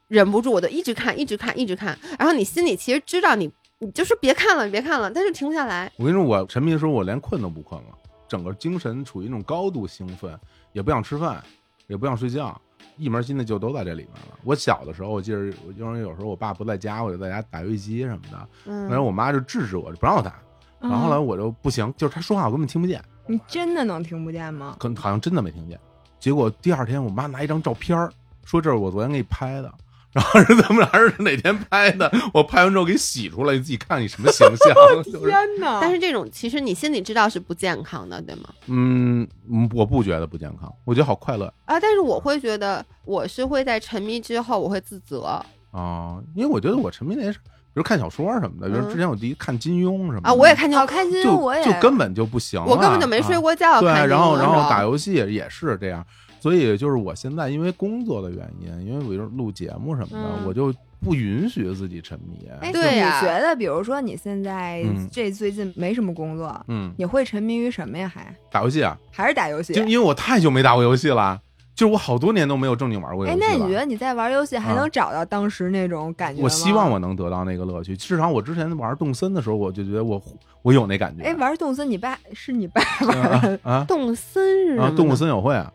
S2: 忍不住，我就一直看，一直看，一直看。然后你心里其实知道你。你就是别看了，你别看了，但是停不下来。
S3: 我跟你说，我沉迷的时候，我连困都不困了，整个精神处于那种高度兴奋，也不想吃饭，也不想睡觉，一门心思就都在这里面了。我小的时候，我记得，我因为有时候我爸不在家，我就在家打游戏机什么的，
S2: 嗯，
S3: 然后我妈就制止我，就不让我打。
S1: 嗯
S3: 然后后来我就不行，就是他说话我根本听不见，
S1: 你真的能听不见吗？
S3: 可能好像真的没听见。结果第二天，我妈拿一张照片儿说：“这是我昨天给你拍的。” 然后是咱们俩是哪天拍的？我拍完之后给洗出来，你自己看你什么形象。就是
S1: 天哪！
S2: 但是这种其实你心里知道是不健康的，对吗？
S3: 嗯，嗯我不觉得不健康，我觉得好快乐
S2: 啊，但是我会觉得我是会在沉迷之后我会自责
S3: 啊、因为我觉得我沉迷那些事，比如看小说什么的，比如
S2: 嗯
S3: 之前我第一看金庸什么的
S2: 啊，我也看见
S1: 好开心，
S3: 就
S1: 我也
S3: 就根本就不行了，
S2: 我根本就没睡
S3: 嗯啊
S2: 过觉，
S3: 对，
S2: 看见
S3: 然后
S2: 了
S3: 然后打
S2: 是吧
S3: 游戏也是这样，所以就是我现在因为工作的原因，因为我就是录节目什么的，
S2: 嗯
S3: 我就不允许自己沉迷。
S1: 哎，
S2: 对呀
S1: 你觉得，比如说你现在
S3: 嗯
S1: 这最近没什么工作，
S3: 嗯，
S1: 你会沉迷于什么呀？还
S3: 打游戏啊，
S1: 还是打游戏
S3: 就？因为我太久没打过游戏了，就是我好多年都没有正经玩过游
S1: 哎
S3: 戏，了。
S1: 那你觉得你在玩游戏还能找到当时那种感觉吗？
S3: 我希望我能得到那个乐趣，至少我之前玩动森的时候，我就觉得我我有那感觉。
S1: 哎，玩动森，你爸是你爸玩
S3: 啊
S1: 的？
S3: 啊
S2: 动森是什
S3: 啊！
S2: 么
S3: 动物
S2: 呢
S3: 森友会啊，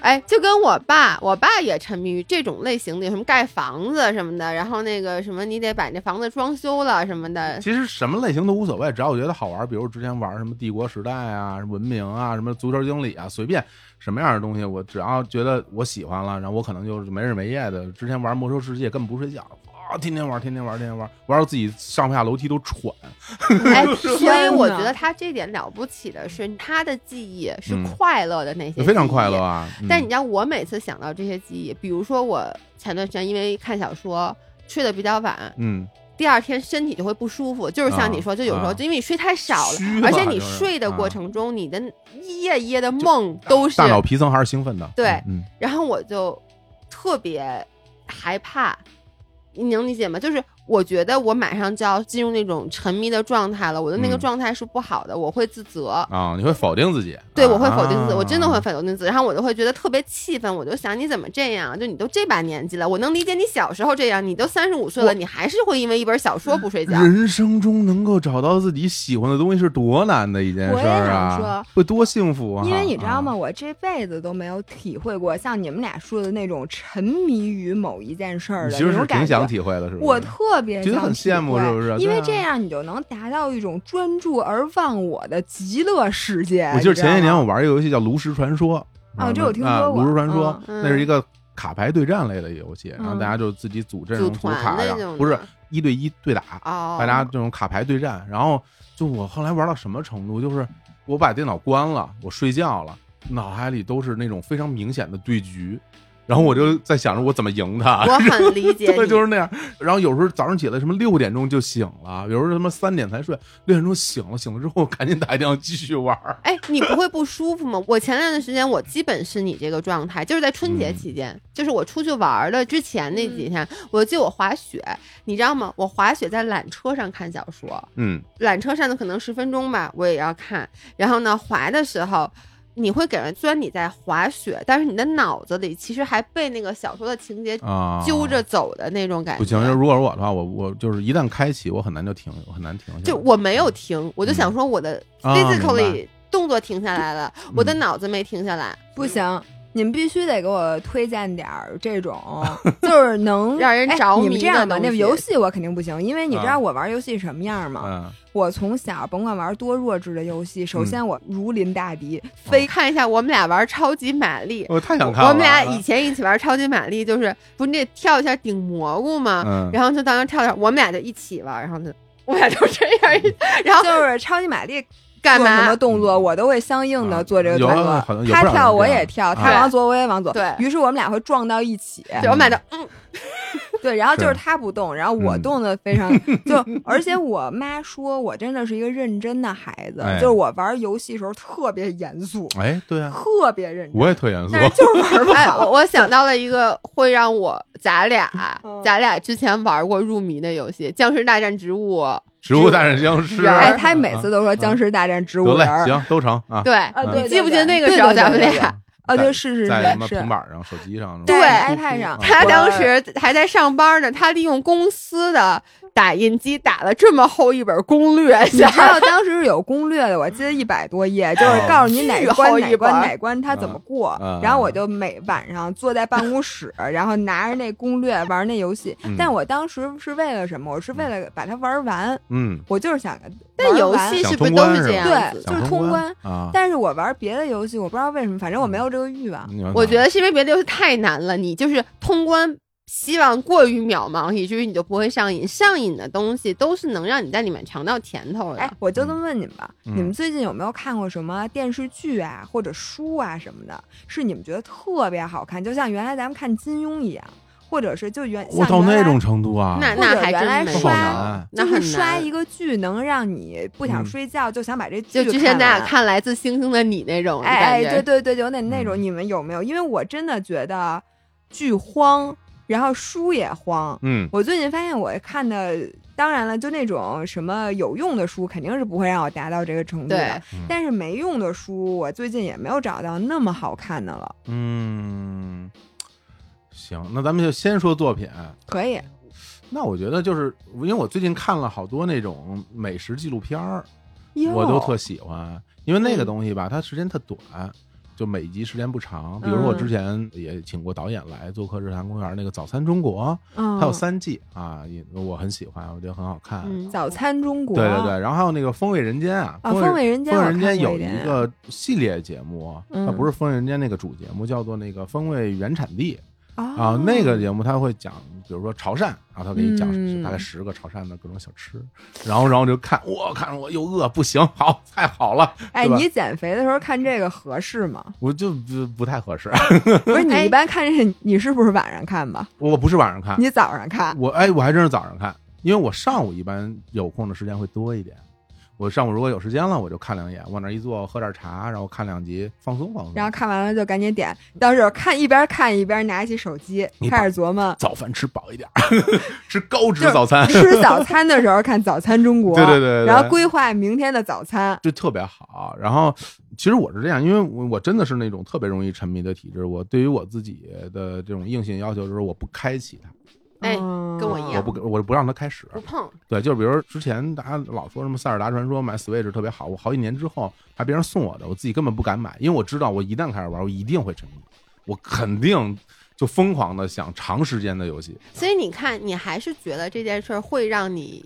S2: 哎，就跟我爸，我爸也沉迷于这种类型的，什么盖房子什么的，然后那个什么你得把这房子装修了什么 的，
S3: 其实什么类型都无所谓，只要我觉得好玩。比如之前玩什么帝国时代啊、文明啊、什么足球经理啊，随便什么样的东西，我只要觉得我喜欢了，然后我可能就是没日没夜的。之前玩魔兽世界根本不睡觉，啊，天天玩，天天玩，天天玩，玩到自己上下楼梯都喘。
S2: 哎，
S1: 天
S2: 所以我
S1: 哪
S2: 觉得他这点了不起的是，他的记忆是
S3: 嗯
S2: 快乐的那些，
S3: 非常快乐。啊！嗯
S2: 但你知道，我每次想到这些记忆，比如说我前段时间因为看小说睡得比较晚，
S3: 嗯，
S2: 第二天身体就会不舒服，就是像你说，就有时
S3: 啊
S2: 候就因为你睡太少了
S3: 虚，嘛
S2: 而且你
S3: 就是啊
S2: 睡的过程中，你的一夜一夜的梦都是
S3: 大，脑皮层还是兴奋的。
S2: 对
S3: 嗯，
S2: 然后我就特别害怕，你能理解吗？就是我觉得我马上就要进入那种沉迷的状态了，我的那个
S3: 嗯
S2: 状态是不好的，我会自责。
S3: 嗯啊，你会否定自己。
S2: 对，我会否定自己，
S3: 啊
S2: 我真的会。否定自己，然后我就会觉得特别气愤，我就想你怎么这样？啊就你都这把年纪了，我能理解你小时候这样，你都三十五岁了，你还是会因为一本小说不睡觉。
S3: 人生中能够找到自己喜欢的东西是多难的一件
S1: 我也
S3: 事儿
S1: 想
S3: 啊
S1: 说！
S3: 会多幸福啊！
S1: 因为你知道吗？
S3: 啊？
S1: 我这辈子都没有体会过像你们俩说的那种沉迷于某一件事儿
S3: 啊你
S1: 的
S3: 其实
S1: 那
S3: 是
S1: 种
S3: 挺
S1: 感
S3: 想
S1: 觉。
S3: 体会的，是不是？
S1: 我特别
S3: 觉得
S1: 想
S3: 很
S1: 体
S3: 羡慕
S1: 会
S3: 是不是
S1: 因
S3: 对
S1: 为
S3: 啊
S1: 这样你就能达到一种专注而忘我的极乐世界。
S3: 我记得前些年我
S1: 我
S3: 玩一个游戏叫《炉石传说》，
S1: 哦这我听
S3: 啊
S1: 说过
S3: 炉石传说》
S2: 嗯
S3: 那是一个卡牌对战类的一个游戏，然后
S1: 嗯
S3: 大家就自己组阵容、
S2: 组
S3: 组
S2: 团
S3: 卡，
S2: 的
S3: 然
S2: 那
S3: 后
S2: 种
S3: 不是
S2: 的
S3: 一对一对打，
S2: 哦，
S3: 大家这种卡牌对战。然后就我后来玩到什么程度，就是我把电脑关了，我睡觉了，脑海里都是那种非常明显的对局，然后我就在想着我怎么赢他。
S2: 我很嗯理解
S3: 对，
S2: 你，
S3: 就是那样。然后有时候早上起来什么六点钟就醒了，有时候什么三点才睡，六点钟醒了，醒了之后赶紧打一电话继续玩儿。
S2: 哎，你不会不舒服吗？我前段时间我基本是你这个状态，就是在春节
S3: 嗯
S2: 期间，就是我出去玩儿的之前那几天，我记得我滑雪，你知道吗？我滑雪在缆车上看小说，
S3: 嗯，
S2: 缆车上的可能十分钟吧，我也要看。然后呢，滑的时候，你会给人，虽然你在滑雪，但是你的脑子里其实还被那个小说的情节
S3: 啊，
S2: 揪着走的那种感觉。
S3: 不行。就如果是我的话，我我就是一旦开启，我很难就停，我很难停下来。
S2: 就我没有停，我就想说我的
S3: 啊
S2: physically 动作停下来了，我的
S3: 嗯
S2: 脑子没停下来，
S1: 不
S3: 哎
S1: 行，你们必须得给我推荐点儿这 种，就是能
S2: 让人
S1: 哎
S2: 着
S1: 你
S2: 迷
S1: 们
S2: 的
S1: 这样吧，
S2: 东
S1: 那
S2: 西
S1: 游戏我肯定不行，因为你知
S3: 啊
S1: 道我玩游戏什么样吗？
S3: 嗯，
S1: 我从小甭管玩多弱智的游戏，首
S3: 嗯
S1: 先我如临大敌，
S2: 非
S1: 非
S2: 看一下我们俩玩超级玛丽。
S3: 我太想看了。
S2: 我们俩以前一起玩超级玛丽，就是不是那跳一下顶蘑菇吗？
S3: 嗯
S2: 然后就当时跳跳，我们俩就一起玩，然后就我们俩就这样一，
S3: 嗯啊
S2: 然后
S1: 就是超级玛丽
S2: 干
S1: 做什
S2: 嘛
S1: 么？动作，我都会相应
S3: 啊
S1: 的做这个
S3: 有
S1: 动
S3: 啊好
S1: 作
S3: 像有。不
S1: 他
S3: 少人
S1: 跳
S3: 是
S1: 我
S3: 这样
S1: 也跳，
S3: 的
S1: 他
S2: 啊
S1: 往左我也往左，
S2: 对
S1: 于是我们俩会撞到一起。
S2: 对，我们俩就嗯，
S1: 对，然后就是他不动，然后我
S3: 嗯
S1: 动的非 常就，而且我妈说我真的是一个认真的孩子，
S3: 哎
S1: 就是我玩游戏时候特别严肃，
S3: 哎，对 啊，
S1: 特别认真，
S3: 我也特严肃
S1: 但。是就是玩不
S2: 哎，
S1: 好。
S2: 我我想到了一个会让我咱俩啊
S1: 嗯
S2: 咱俩之前玩过入迷的游戏《僵尸大战植物》，
S1: 啊
S3: 植物大战僵尸，嗯
S2: 人
S1: 哎，
S2: 儿
S1: 他每次都说僵尸大战植
S3: 啊得
S1: 物
S3: 嘞
S1: 人，儿，
S3: 行都成啊。
S2: 对，
S1: 啊
S3: 嗯
S1: 对，
S2: 你
S1: 对
S2: 记不记得
S1: 对
S2: 那个
S1: 对
S2: 时候
S1: 对
S2: 咱们
S1: 对
S2: 俩
S1: 对啊，对，是是
S3: 在什么
S1: 是
S3: 平
S1: 是，
S3: 板上、手机上是吧，
S1: 对
S3: 呼呼
S1: iPad 上
S3: 啊
S2: 他
S1: 我
S2: 当时还在上班呢，他利用公司的打印机打了这么厚一本攻略，
S1: 你知道当时是有攻略的，我记得一百多页，
S3: 哦
S1: 就是告诉你哪
S2: 巨
S1: 关
S2: 厚一
S1: 哪关
S2: 本
S1: 哪关它怎么过
S3: 嗯嗯。
S1: 然后我就每晚上坐在办公室，然后拿着那攻略玩那游戏
S3: 嗯。
S1: 但我当时是为了什么？我是为了把它玩完，
S3: 嗯，
S1: 我就是想。
S2: 但
S1: 玩
S2: 游
S1: 完
S2: 戏
S3: 想
S2: 是不是
S3: 通
S2: 都
S3: 关
S2: 是
S3: 嗯是
S2: 这
S3: 吧
S2: 样子
S1: 对
S2: 的？
S3: 想
S1: 就是
S3: 通
S1: 通
S3: 啊。嗯
S1: 但是我玩别的游戏，我不知道为什么，反正我没有这个欲望。
S3: 你看
S2: 我
S3: 看
S2: 觉得是因为别的游戏太难了，你就是通关希望过于渺茫，以至于你就不会上瘾。上瘾的东西都是能让你在里面尝到甜头的。
S1: 哎，我就这么问你们吧，
S3: 嗯
S1: 你们最近有没有看过什么电视剧啊，或者书啊什么的，是你们觉得特别好看，就像原来咱们看金庸一样，或者是就原
S3: 我
S1: 像
S3: 到
S1: 原
S3: 那
S1: 来
S3: 种程度啊，
S2: 那
S1: 或者
S2: 那还
S1: 原来
S2: 真没有
S1: 刷
S3: 好难，
S2: 那
S1: 就是
S2: 很
S1: 刷
S2: 难
S1: 一。个剧能让你不想
S3: 嗯
S1: 睡觉，就想把这剧
S2: 就之前咱
S1: 完
S2: 俩。看《来自星星的你》那种
S1: 哎
S2: 感
S1: 哎，
S2: 觉，
S1: 对对对，有点那种，
S3: 嗯
S1: 你们有没有？因为我真的觉得剧荒，然后书也荒。
S3: 嗯，
S1: 我最近发现我看的，当然了，就那种什么有用的书，肯定是不会让我达到这个程度的
S2: 对。
S3: 嗯
S1: 但是没用的书，我最近也没有找到那么好看的了。
S3: 嗯，行，那咱们就先说作品。
S1: 可以，
S3: 那我觉得就是因为我最近看了好多那种美食纪录片儿，
S1: 哟
S3: 我都特喜欢，因为那个东西吧，它时间特短。就每一集时间不长，比如说我
S1: 嗯
S3: 之前也请过导演来做客《日坛公园》那个《早餐中国》，
S1: 嗯，
S3: 它有三季啊，也我很喜欢，我觉得很好看。
S2: 嗯，
S1: 早餐中国，
S3: 对对对，然后还有那个《风味人间》啊，
S1: 啊，
S3: 风
S1: 风味人间，
S3: 风味
S1: 我
S3: 人
S1: 看
S3: 间
S1: 过
S3: 有
S1: 点
S3: 一个系列节目，它
S1: 嗯
S3: 不是《风味人间》那个主节目，叫做那个《风味原产地》啊
S1: 啊，，
S3: 那个节目它会讲，比如说潮汕，然后他给你讲
S1: 嗯
S3: 大概十个潮汕的各种小吃，然后然后就看，我看着我又饿，不行，好，太好了，
S1: 哎，
S3: 对吧
S1: 你减肥的时候看这个合适 吗？
S3: 我就不不太合适，
S1: 不是，你
S2: 哎
S1: 一般看这，你是不是晚上看吧？
S3: 我不是晚上看，
S1: 你早上看，
S3: 我哎，我还真是早上看，因为我上午一般有空的时间会多一点。我上午如果有时间了，我就看两眼，往那儿一坐，喝点茶，然后看两集，放松放松。
S1: 然后看完了就赶紧点，到时候看一边看一边拿起手机
S3: 你把，
S1: 开始琢磨
S3: 早饭吃饱一点儿， 吃高脂
S1: 就是
S3: 早餐，
S1: 吃早餐的时候看《早餐中国》，
S3: 对对对对
S1: 然后规划明天的早餐。
S3: 就特别好。然后其实我是这样，因为我我真的是那种特别容易沉迷的体质，我对于我自己的这种硬性要求就是我不开启它，
S2: 哎
S1: 嗯
S2: 跟我一
S3: 我
S2: 样
S3: 不我不让它开始。
S2: 不碰，
S3: 对，就是比如之前大家老说什么塞尔达传说买 Switch 特别好，我好几年之后还别人送我的，我自己根本不敢买，因为我知道我一旦开始玩，我一定会沉迷，我肯定就疯狂的想长时间的游戏。
S2: 所以你看，你还是觉得这件事儿会让你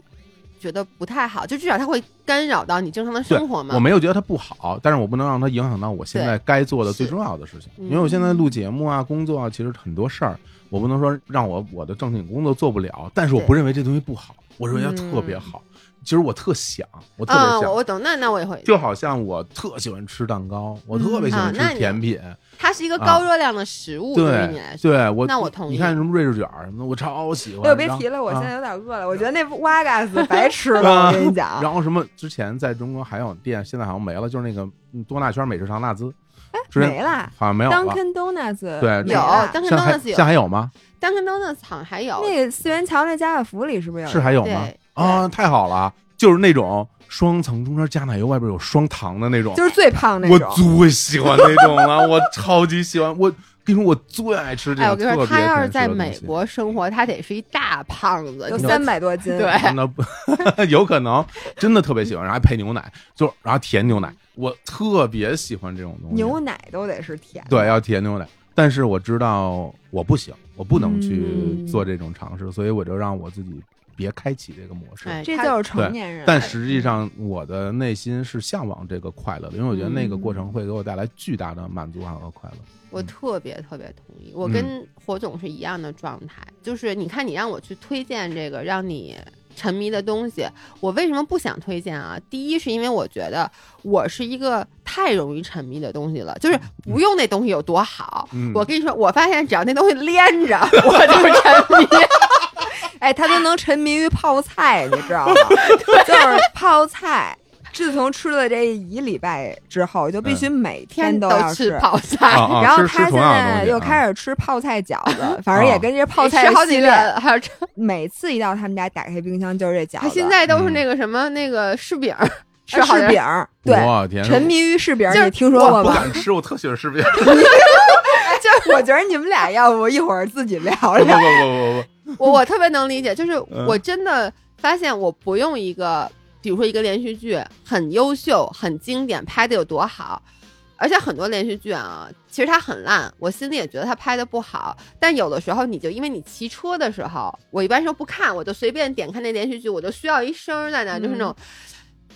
S2: 觉得不太好，就至少它会干扰到你正常的
S3: 对
S2: 生活嘛。嗯
S3: 我没有觉得它不好，但是我不能让它影响到我现在该做的最重要的事情，
S2: 嗯
S3: 因为我现在录节目啊、工作啊，其实很多事儿，我不能说让我我的正经工作做不了，但是我
S2: 对
S3: 不认为这东西不好，我认为它特别好。其实我特想，我特
S2: 嗯啊，
S3: 别
S2: 我
S3: 想，
S2: 我懂，那那我也会，
S3: 就好像我特喜欢吃蛋糕，我特别喜
S2: 嗯啊
S3: 欢
S2: 那
S3: 吃
S2: 你
S3: 甜品，
S2: 它是一个
S3: 啊
S2: 高热量的食物，对于你来
S3: 对
S2: 说，
S3: 对，我
S2: 那我同意
S3: 你看什么瑞士卷儿什么的，我超喜欢。
S1: 哎呦，别
S3: 然后
S1: 提了，我现
S3: 啊
S1: 在有点饿了。我觉得那哇嘎子白吃了，我跟你
S2: 啊
S1: 讲。
S3: 嗯然后什么？之前在中国还有店，现在好像没了，就是那个嗯多纳圈美食城纳兹，之前
S1: 没啦
S3: 好像没有了。
S1: ，Dunkin Donuts
S3: 对
S1: 没
S2: 有
S1: 啦
S2: Dunkin
S3: 现在还
S2: Donuts
S3: 现
S2: 有
S3: 在还有吗？
S2: ，Dunkin Donuts 好像还有，
S1: 那个四元桥那家乐福里是不是有？
S3: 是还有吗
S2: 对？
S3: 啊，太好了！就是那种双层中间加奶油，外边有双糖的那种，
S1: 就是最胖那
S3: 我
S1: 种。
S3: 最喜欢那种了， 我超级喜欢。我跟你说，我最爱吃这
S2: 哎，我
S3: 种
S2: 跟你说，
S3: 特别
S2: 他
S3: 甜
S2: 要
S3: 食
S2: 是
S3: 的
S2: 在
S3: 东
S2: 美
S3: 西，啊
S2: 国生活，他得是一大胖子。
S1: 有
S2: 你
S1: 三百多斤，
S2: 对
S3: 那不 有可能真的特别喜欢，然后还配牛奶，就然后甜牛奶，我特别喜欢这种东西。
S1: 牛奶都得是甜。
S3: 对，，要甜牛奶。但是我知道我不行，我不能去
S2: 嗯
S3: 做这种尝试，所以我就让我自己别开启这个模式。
S2: 哎，
S1: 这
S2: 他
S1: 就是
S3: 对
S1: 成年人。
S3: 但实际上，我的内心是向往这个快乐的，因为我觉得那个过程会给我带来巨大的满足感和快乐。
S2: 我
S3: 嗯
S2: 特别特别同意，我
S3: 嗯
S2: 跟火总是一样的状态，就是你看你让我去推荐这个让你沉迷的东西，我为什么不想推荐啊？第一是因为我觉得我是一个太容易沉迷的东西了，就是不用那东西有多好，
S3: 嗯
S2: 我跟你说，我发现只要那东西连着， 我就沉 迷。
S1: 哎，他都能沉迷于泡菜，你知道 吗？ 就是泡菜。自从吃了这一礼拜之后，就必须每
S2: 天
S1: 都
S2: 都
S1: 要吃
S2: 吃。泡菜。
S3: 嗯啊啊
S1: 然后
S3: 吃吃
S1: 他现
S3: 同样的
S1: 在
S3: 东西
S1: 又
S3: 啊
S1: 开始吃泡菜饺 子，反正也跟这泡菜
S2: 吃好
S1: 系
S2: 几
S1: 列。
S2: 个，还有吃
S1: 每次一到他们家打开冰箱就是这饺
S2: 他
S1: 子，
S2: 现在都是
S3: 嗯
S2: 那个什么那个啊柿饼儿，吃
S1: 吃
S2: 好
S1: 柿
S2: 点
S1: 饼
S2: 儿，
S1: 儿，对，
S3: 我天，
S1: 沉迷于柿饼
S2: 就
S1: 儿，
S2: 是
S1: 你听说过
S3: 不
S1: 吗？
S3: 敢吃，我特喜欢 吃饼。
S1: 就是我觉得你们俩要不一会儿自己 聊
S3: 不不
S1: 聊，
S3: 不不
S2: 我我特别能理解，就是
S3: 嗯
S2: 我真的发现我不用一个，比如说一个连续剧很优秀、很经典，拍的有多好，而且很多连续剧啊，其实它很烂，我心里也觉得它拍的不好，但有的时候你就因为你骑车的时候，我一般时候不看，我就随便点开那连续剧，我就需要一声儿在那，就是那种。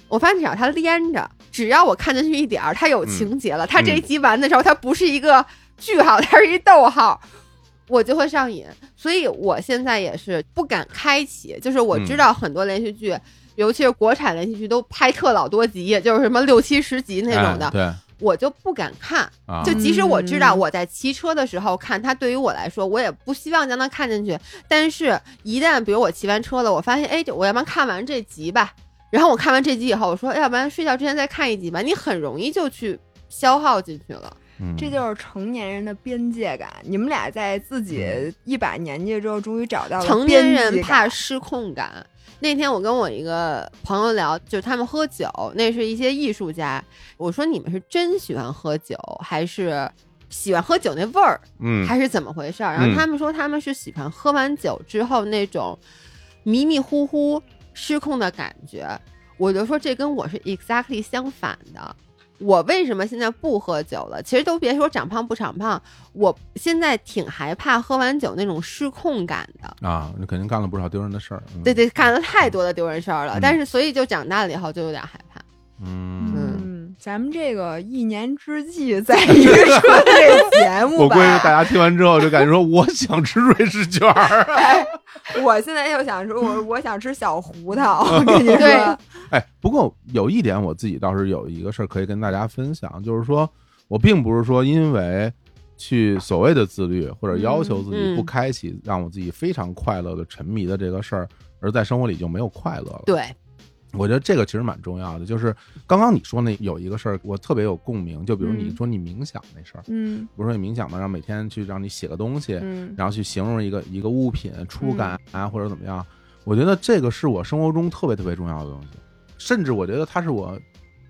S2: 我发现只要它连着，只要我看进去一点儿，它有情节了。它这一集完的时候，它不是一个句号，它是一逗号，我就会上瘾。所以我现在也是不敢开启，就是我
S3: 嗯
S2: 知道很多连续剧，尤其是国产连续剧都拍特老多集，就是什么六七十集
S3: 不，
S2: 那种的，
S3: 哎对
S2: 我就不敢看。
S3: 啊，
S2: 就即使我知道
S1: 嗯
S2: 我在骑车的时候看它，对于我来说，我也不希望将它看进去。但是，一旦比如我骑完车了，我发现，哎，就我要不然看完这集吧。然后我看完这集以后，我说，哎要不然睡觉之前再看一集吧。你很容易就去消耗进去了。
S3: 嗯
S1: 这就是成年人的边界感。你们俩在自己
S3: 嗯
S1: 一把年纪之后，终于找到了
S2: 成
S1: 边
S2: 年人
S1: 界
S2: 怕
S1: 啊感
S2: 失控感。那天我跟我一个朋友聊，就是他们喝酒，那是一些艺术家。我说你们是真喜欢喝酒，还是喜欢喝酒那味儿？
S3: 嗯
S2: 还是怎么回事儿？然后他们说他们是喜欢喝完酒之后那种迷迷糊糊失控的感觉。我就说这跟我是 exactly 相反的。我为什么现在不喝酒了？其实都别说长胖不长胖，我现在挺害怕喝完酒那种失控感的。
S3: 啊，你肯定干了不少丢人的事儿。嗯
S2: 对，对，干了太多的丢人事儿了。
S3: 嗯
S2: 但是所以就长大了以后就有点害怕。
S3: 嗯，
S1: 嗯，咱们这个一年之计在于春这节目
S3: 我
S1: 吧。
S3: 估计大家听完之后就感觉说，我想吃瑞士卷儿。
S1: 哎，我现在又想说，我我想吃小胡 桃，我跟你
S2: 对
S1: 说，
S3: 哎，不过有一点我自己倒是有一个事儿可以跟大家分享，就是说我并不是说因为去所谓的自律或者要求自己
S2: 嗯
S3: 不开启让我自己非常快乐的沉迷的这个事儿，而在生活里就没有快乐了。
S2: 对，
S3: 我觉得这个其实蛮重要的，就是刚刚你说那有一个事儿，我特别有共鸣，就比如你
S1: 嗯
S3: 说你冥想那事儿，
S1: 嗯
S3: 不是说你冥想嘛，让每天去让你写个东西，
S1: 嗯
S3: 然后去形容一个一个物品触感啊，或者怎么样。我觉得这个是我生活中特别特别重要的东西，甚至我觉得它是我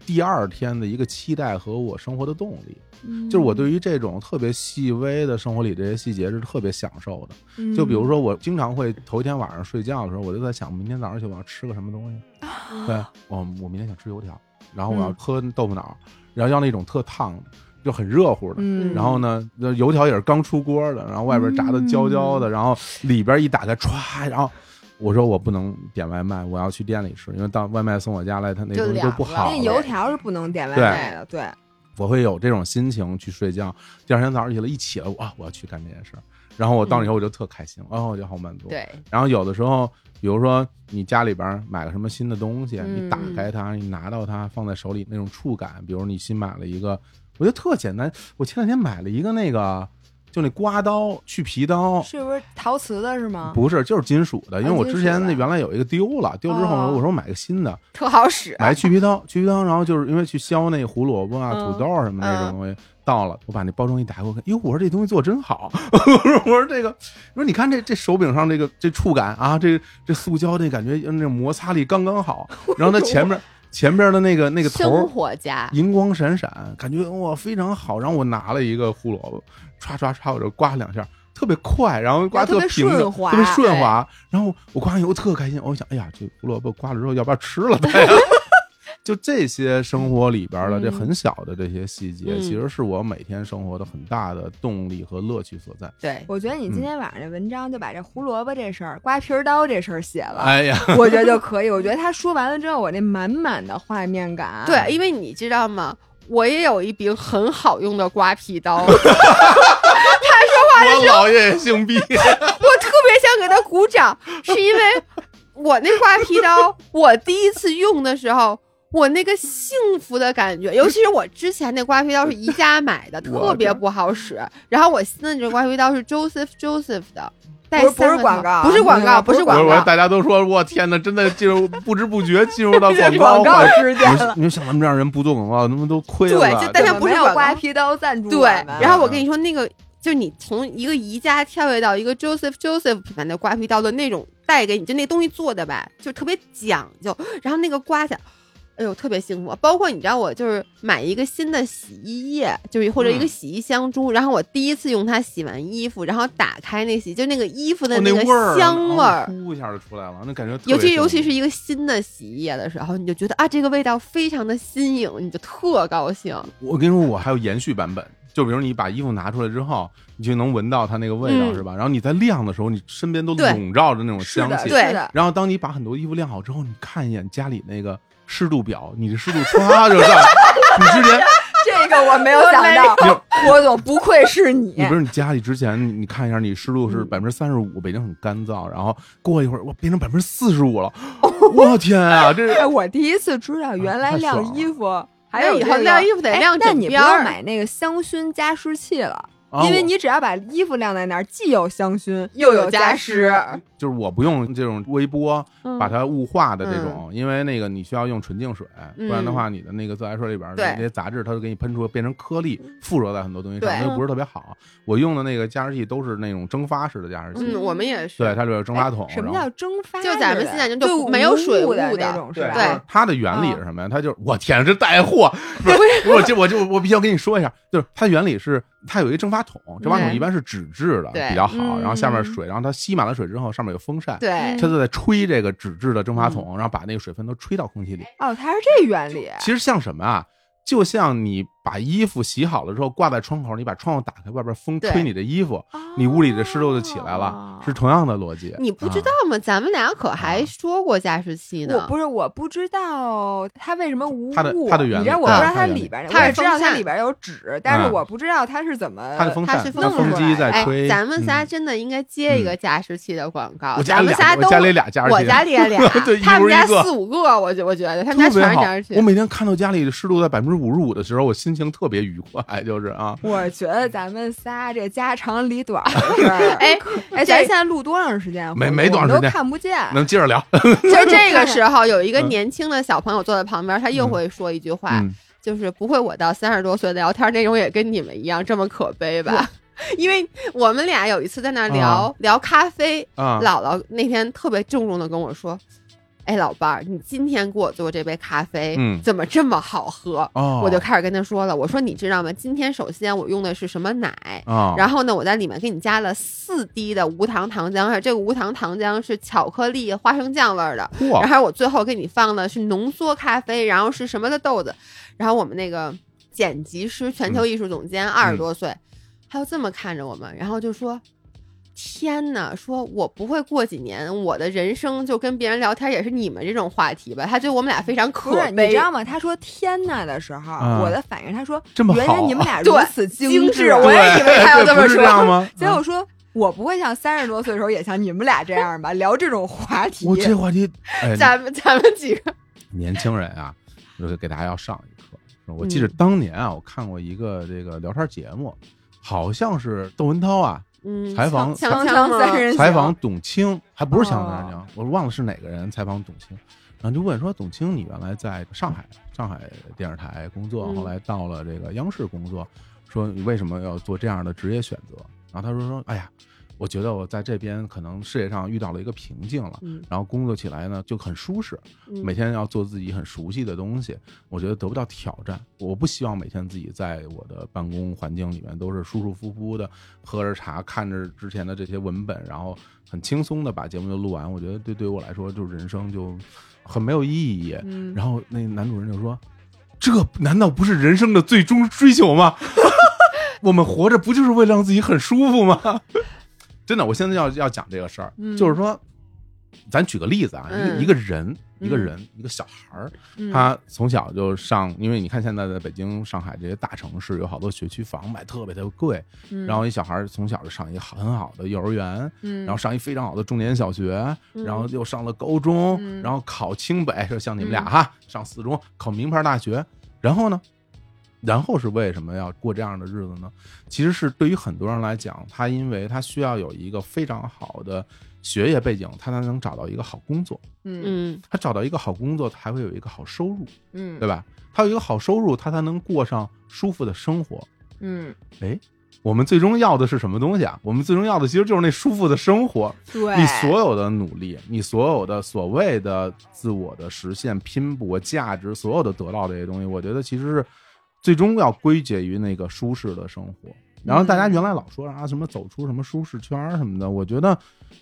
S3: 第二天的一个期待和我生活的动力。
S1: 嗯，
S3: 就是我对于这种特别细微的生活里这些细节是特别享受的。
S1: 嗯，
S3: 就比如说，我经常会头一天晚上睡觉的时候，我就在想，明天早上起我要吃个什么东西。对，我我明天想吃油条，然后我要
S1: 啊嗯
S3: 喝豆腐脑，然后要那种特烫的，就很热乎的。
S1: 嗯，嗯
S3: 然后呢，那油条也是刚出锅的，然后外边炸的焦焦的，然后里边一打开，歘，然后我说我不能点外卖，我要去店里吃，因为到外卖送我家来，它那
S2: 就
S3: 东西
S2: 凉
S3: 就不
S2: 了
S3: 好
S1: 那
S3: 了。
S1: 油条是不能点外卖的，对，
S3: 我会有这种心情去睡觉，第二天早上起来一起来，哇，我要去干这件事儿。然后我到那以后我就特开心，哦，我就好满足。
S2: 对，
S3: 然后有的时候，比如说你家里边买了什么新的东西，
S2: 嗯
S3: 你打开它，你拿到它放在手里那种触感，比如你新买了一个，我觉得特简单。我前两天买了一个那个，就那刮刀、去皮刀，
S1: 是不是陶瓷的是吗？
S3: 哦不是就是金属的，因为
S1: 啊
S3: 我
S1: 金
S3: 之
S1: 属
S3: 前
S1: 的
S3: 那原来有一个丢了，丢之后
S1: 哦
S3: 我说我买个新的，
S2: 特好使，
S3: 买去皮刀，去皮刀，然后就是因为去削那胡萝卜啊、
S1: 嗯
S3: 土豆啊什么那
S2: 嗯
S3: 种东西，到了我把那包装一打开，我看，哟，我说这东西做真好，我说我说这个，我说你看这这手柄上这个这触感啊，这这塑胶这感觉嗯那摩擦力刚刚好，然后它前面前边的那个那个头
S2: 生
S3: 儿
S2: 活家。
S3: 银光闪闪，感觉哇非常好，然后我拿了一个胡萝卜，唰唰唰我就刮两下。特别快，然后刮
S1: 然后特别
S3: 平的，
S1: 顺滑哎
S3: 特别顺滑。然后我刮完以后特开心，我想，哎呀，这胡萝卜刮了之后要不要吃了 它呀？就这些生活里边的这
S2: 嗯
S3: 很小的这些细节，
S2: 嗯
S3: 其实是我每天生活的很大的动力和乐趣所在。
S2: 对，
S1: 我觉得你
S3: 嗯
S1: 今天晚上这文章就把这胡萝卜这事儿、刮皮儿刀这事儿写了，
S3: 哎呀，
S1: 我觉得就可以。我觉得他说完了之后，我那满满的画面感，
S2: 对，，因为你知道吗？我也有一柄很好用的刮皮刀，我
S3: 我姥爷也 姓毕，
S2: 特别想给他鼓掌，是因为我那刮皮刀，我第一次用的时候，我那个幸福的感觉，尤其是我之前那刮皮刀是宜家买的，
S3: 我
S2: 特别不好使，然后我新的这刮皮刀是 Joseph Joseph 的，带
S1: 不是
S2: 三
S1: 不是
S2: 个
S1: 广
S2: 头
S1: 告
S2: 不是广告，
S1: 不是
S2: 是
S1: 广
S2: 广
S3: 我我
S2: 告，
S3: 大家都说，我天哪，真的进入不知不觉进 入到广
S1: 广
S3: 告
S1: 告
S3: 环
S1: 时间了。
S3: 你说像咱们这样人不做广告，他们都亏了
S2: 对
S3: 吧。
S2: 就但它
S1: 怎么
S2: 不是
S1: 没有
S2: 广告
S1: 刮皮刀赞助我
S2: 对
S1: 们，
S2: 然后我
S3: 嗯
S2: 跟你说，那个就是你从一个宜家跳跃到一个 Joseph Joseph 品牌的刮皮刀的那种带给你，就那东西做的吧，就特别讲究，然后那个刮起来。哎呦，特别幸福！包括你知道，我就是买一个新的洗衣液，就是或者
S3: 嗯
S2: 一个洗衣香珠，然后我第一次用它洗完衣服，然后打开那洗，就那个衣服的
S3: 哦
S2: 个
S3: 味儿啊，
S2: 香味儿，
S3: 呼一下就出来了，那感觉特别
S2: 尤其
S3: 幸福
S2: 尤其是一个新的洗衣液的时候，你就觉得啊，这个味道非常的新颖，你就特高兴。
S3: 我跟你说，我还有延续版本，就比如你把衣服拿出来之后，你就能闻到它那个味道，
S2: 嗯
S3: 是吧？然后你在晾的时候，你身边都
S2: 对
S3: 笼罩着那种
S1: 是
S3: 香
S1: 的，
S3: 气。
S2: 对
S1: 是的，
S3: 然后当你把很多衣服晾好之后，你看一眼家里那个湿度表，你的湿度唰就上来了。你 之前
S1: 这个我没 有想到，郭总不愧是你
S3: 你，不是你家里之前，你你看一下，你湿
S2: 嗯
S3: 度是百分之三十五，北京很干燥，然后过一会儿我变成百分之四十 五了，我天啊，这
S1: 哎，我第一次知道原来
S3: 啊太爽了
S1: 晾衣服还
S2: 那
S1: 有
S2: 以后
S1: 这个
S2: 晾衣服得
S1: 哎
S2: 晾
S1: 但
S2: 整
S1: 你不
S2: 边
S1: 要
S2: 儿
S1: 买那个香薰加湿器了，
S3: 啊
S1: 因为
S3: 我
S1: 你只要把衣服晾在那儿，既有香薰又有加湿。
S3: 就是我不用这种微波，
S2: 嗯
S3: 把它雾化的这种，因为那个你需要用纯净水，不然的话你的那个自来水里边儿
S2: 对
S3: 那些杂质，它就给你喷出变成颗粒，附着在很多东西上，
S2: 对
S3: 那又不是特别好。我用的那个加湿器都是那种蒸发式的加湿器，
S2: 嗯，我们也是。
S3: 对，它里边有蒸发桶
S1: 哎，什么
S3: 然后
S1: 叫蒸发式
S2: 就
S1: 的？
S2: 咱们现在就
S1: 对
S2: 就没有水
S1: 无
S2: 雾
S1: 的
S2: 的
S1: 那种，是
S3: 对
S1: 吧？
S2: 对
S3: 它的原理是什么呀？它就是我天，这带货，不是，我就我就我必须要跟你说一下，就是它原理是它有一个蒸发桶，蒸发桶
S2: 对
S3: 一般是纸质的
S2: 对
S3: 比较好，
S1: 嗯
S3: 然后下面是水，然后它吸满了水之后，上面有风扇，
S2: 对，
S3: 它就在吹这个纸质的蒸发
S2: 嗯
S3: 桶，然后把那个水分都吹到空气里。
S1: 哦，它是这原
S2: 哎
S1: 理。
S3: 其实像什么啊？就像你把衣服洗好了之后挂在窗口，你把窗户打开，外边风
S2: 对
S3: 吹你的衣服，你屋里的湿度就起来了
S1: 哦，
S3: 是同样的逻辑。
S2: 你不知道吗？咱们俩可
S3: 啊
S2: 还说过加湿器呢。
S1: 我不是我不知道它为什么无
S3: 它的
S1: 雾，
S3: 它的原
S1: 你知道
S3: 理
S1: 我不知
S3: 啊
S1: 道
S3: 它的原
S1: 里
S3: 理
S1: 边儿，
S2: 它
S1: 我
S2: 是
S1: 也知道
S2: 风
S1: 它
S2: 扇
S1: 里边儿有纸，但是
S3: 嗯
S1: 我不知道它是怎么
S3: 啊，它的风
S2: 它
S3: 扇，
S2: 是
S3: 它
S1: 风
S3: 风机
S1: 出来
S3: 在
S2: 哎
S3: 吹。，
S2: 咱们仨
S3: 嗯，
S2: 真的应该接一个加湿器的广告。
S3: 我家
S2: 咱
S3: 里
S2: 们仨
S3: 俩，
S2: 都
S3: 我，家里俩加湿器，
S2: 我家里也俩
S3: 对，，
S2: 他
S3: 一屋
S2: 们
S3: 一
S2: 家
S3: 个
S2: 四五个，我觉我觉得他们家
S3: 特别
S2: 全是
S3: 好
S2: 加湿。
S3: 我
S2: 器。
S3: 每天看到家里的湿度在百分之五十五的时候，我心情特别愉快，就是啊，
S1: 我觉得咱们仨这家长 里短的事儿，
S2: 哎
S1: 哎，
S2: 这
S1: 咱现在录多长时间啊？
S3: 没
S1: 我
S3: 没多长时间
S1: 我都看不见。
S3: 能接着聊。
S2: 就这个时候，有一 个年轻的小朋友坐在旁边，他又会说一句话，
S3: 嗯，
S2: 就是不会我到三十多岁聊天内容也跟你们一样这么可悲吧？ 因为我们俩有一次在那儿聊、聊咖啡，
S3: 啊，
S2: 姥姥那天特别郑重的跟我说：“哎，老伴儿，你今天给我做这杯咖啡，
S3: 嗯
S2: 怎么这么好喝？”
S3: 哦，
S2: 我就开始跟他说了，我说：“你知道吗？今天首先我用的是什么奶？
S3: 啊，
S2: 然后呢，我在里面给你加了四滴的无糖糖浆，而且这个无糖糖浆是巧克力花生酱味儿的。
S3: 嚯
S2: 然后我最后给你放的是浓缩咖啡，然后是什么的豆子，然后我们那个剪辑师、全
S3: 嗯
S2: 球艺术总监二十多岁，他就这么看着我们，然后就说：“天哪，说我不会过几年我的人生就跟别人聊天也是你们这种话题吧？”他觉得我们俩非常可
S1: 不是，你
S2: 悲
S1: 知。道吗？他说“天呐”的时候，
S3: 啊
S1: 我的反应，他说
S3: 这么：“
S1: 原来
S3: 好
S1: 你 们俩
S2: 啊
S1: 如
S2: 对
S1: 此
S2: 精
S1: 致。”
S2: 致啊
S1: 我
S2: 我
S1: 也
S2: 也以为他要这么
S3: 不是这
S2: 说
S3: 样吗？
S1: 结果说，我不会像三十多岁的时候也像你们俩这样吧，聊这种话题。
S3: 我这话题，哎，
S2: 咱们咱们几个，
S3: 年轻人啊，就是给大家要上一课。我记得当年啊，我看过一个这个聊天节目，好像是窦文涛啊
S2: 嗯，
S3: 采 访
S2: 锵
S1: 锵
S2: 锵
S1: 锵三人行
S3: 采访董卿，还不是香三
S1: 哦
S3: 人行，我忘了是哪个人采访董卿，然后就问说董卿，你原来在上海上海电视台工作，
S2: 嗯
S3: 后来到了这个央视工作，说你为什么要做这样的职业选择？然后他说说，哎呀，我觉得我在这边可能事业上遇到了一个瓶颈了。
S2: 嗯，
S3: 然后工作起来呢就很舒适，
S2: 嗯
S3: 每天要做自己很熟悉的东西，我觉得得不到挑战。我不希望每天自己在我的办公环境里面都是舒舒服服的喝着茶，看着之前的这些文本，然后很轻松的把节目就录完。我觉得对对我来说，就是人生就很没有意义。
S1: 嗯，
S3: 然后那男主人就说：“这难道不是人生的最终追求吗？ 我们活着不就是为了让自己很舒服吗？” 真的，我现在要要讲这个事儿，
S1: 嗯
S3: 就是说，咱举个例子啊，一个
S2: 嗯
S3: 一个人，
S1: 嗯
S3: 一个人，一个小孩儿，
S1: 嗯
S3: 他从小就上，因为你看现在在北京、上海这些大城市，有好多学区房买特别特别贵，
S1: 嗯
S3: 然后一小孩儿从小就上一个很好的幼儿园，
S1: 嗯
S3: 然后上一非常好的重点小学，然后又上了高中，
S1: 嗯
S3: 然后考清北，就像你们俩哈，上四中考名牌大学，然后呢，然后是为什么要过这样的日子呢？其实是对于很多人来讲，他因为他需要有一个非常好的学业背景，他才能找到一个好工作，
S1: 嗯
S2: 嗯
S3: 他找到一个好工作，才会有一个好收入，
S1: 嗯
S3: 对吧？他有一个好收入，他才能过上舒服的生活。
S1: 嗯
S3: 哎，我们最终要的是什么东西啊？我们最终要的其实就是那舒服的生活。
S1: 对，
S3: 你所有的努力，你所有的所谓的自我的实现、拼搏、价值，所有的得到这些东西，我觉得其实是最终要归结于那个舒适的生活。然后大家原来老说啊什么走出什么舒适圈儿什么的，我觉得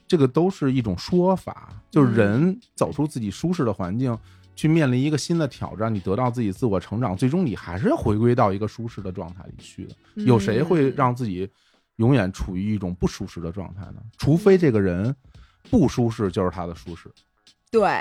S3: 这个都是一种说法，就是人走出自己舒适的环境。去面临一个新的挑战，你得到自己自我成长，最终你还是要回归到一个舒适的状态里去的。有谁会让自己永远处于一种不舒适的状态呢？除非这个人不舒适就是他的舒适。
S1: 对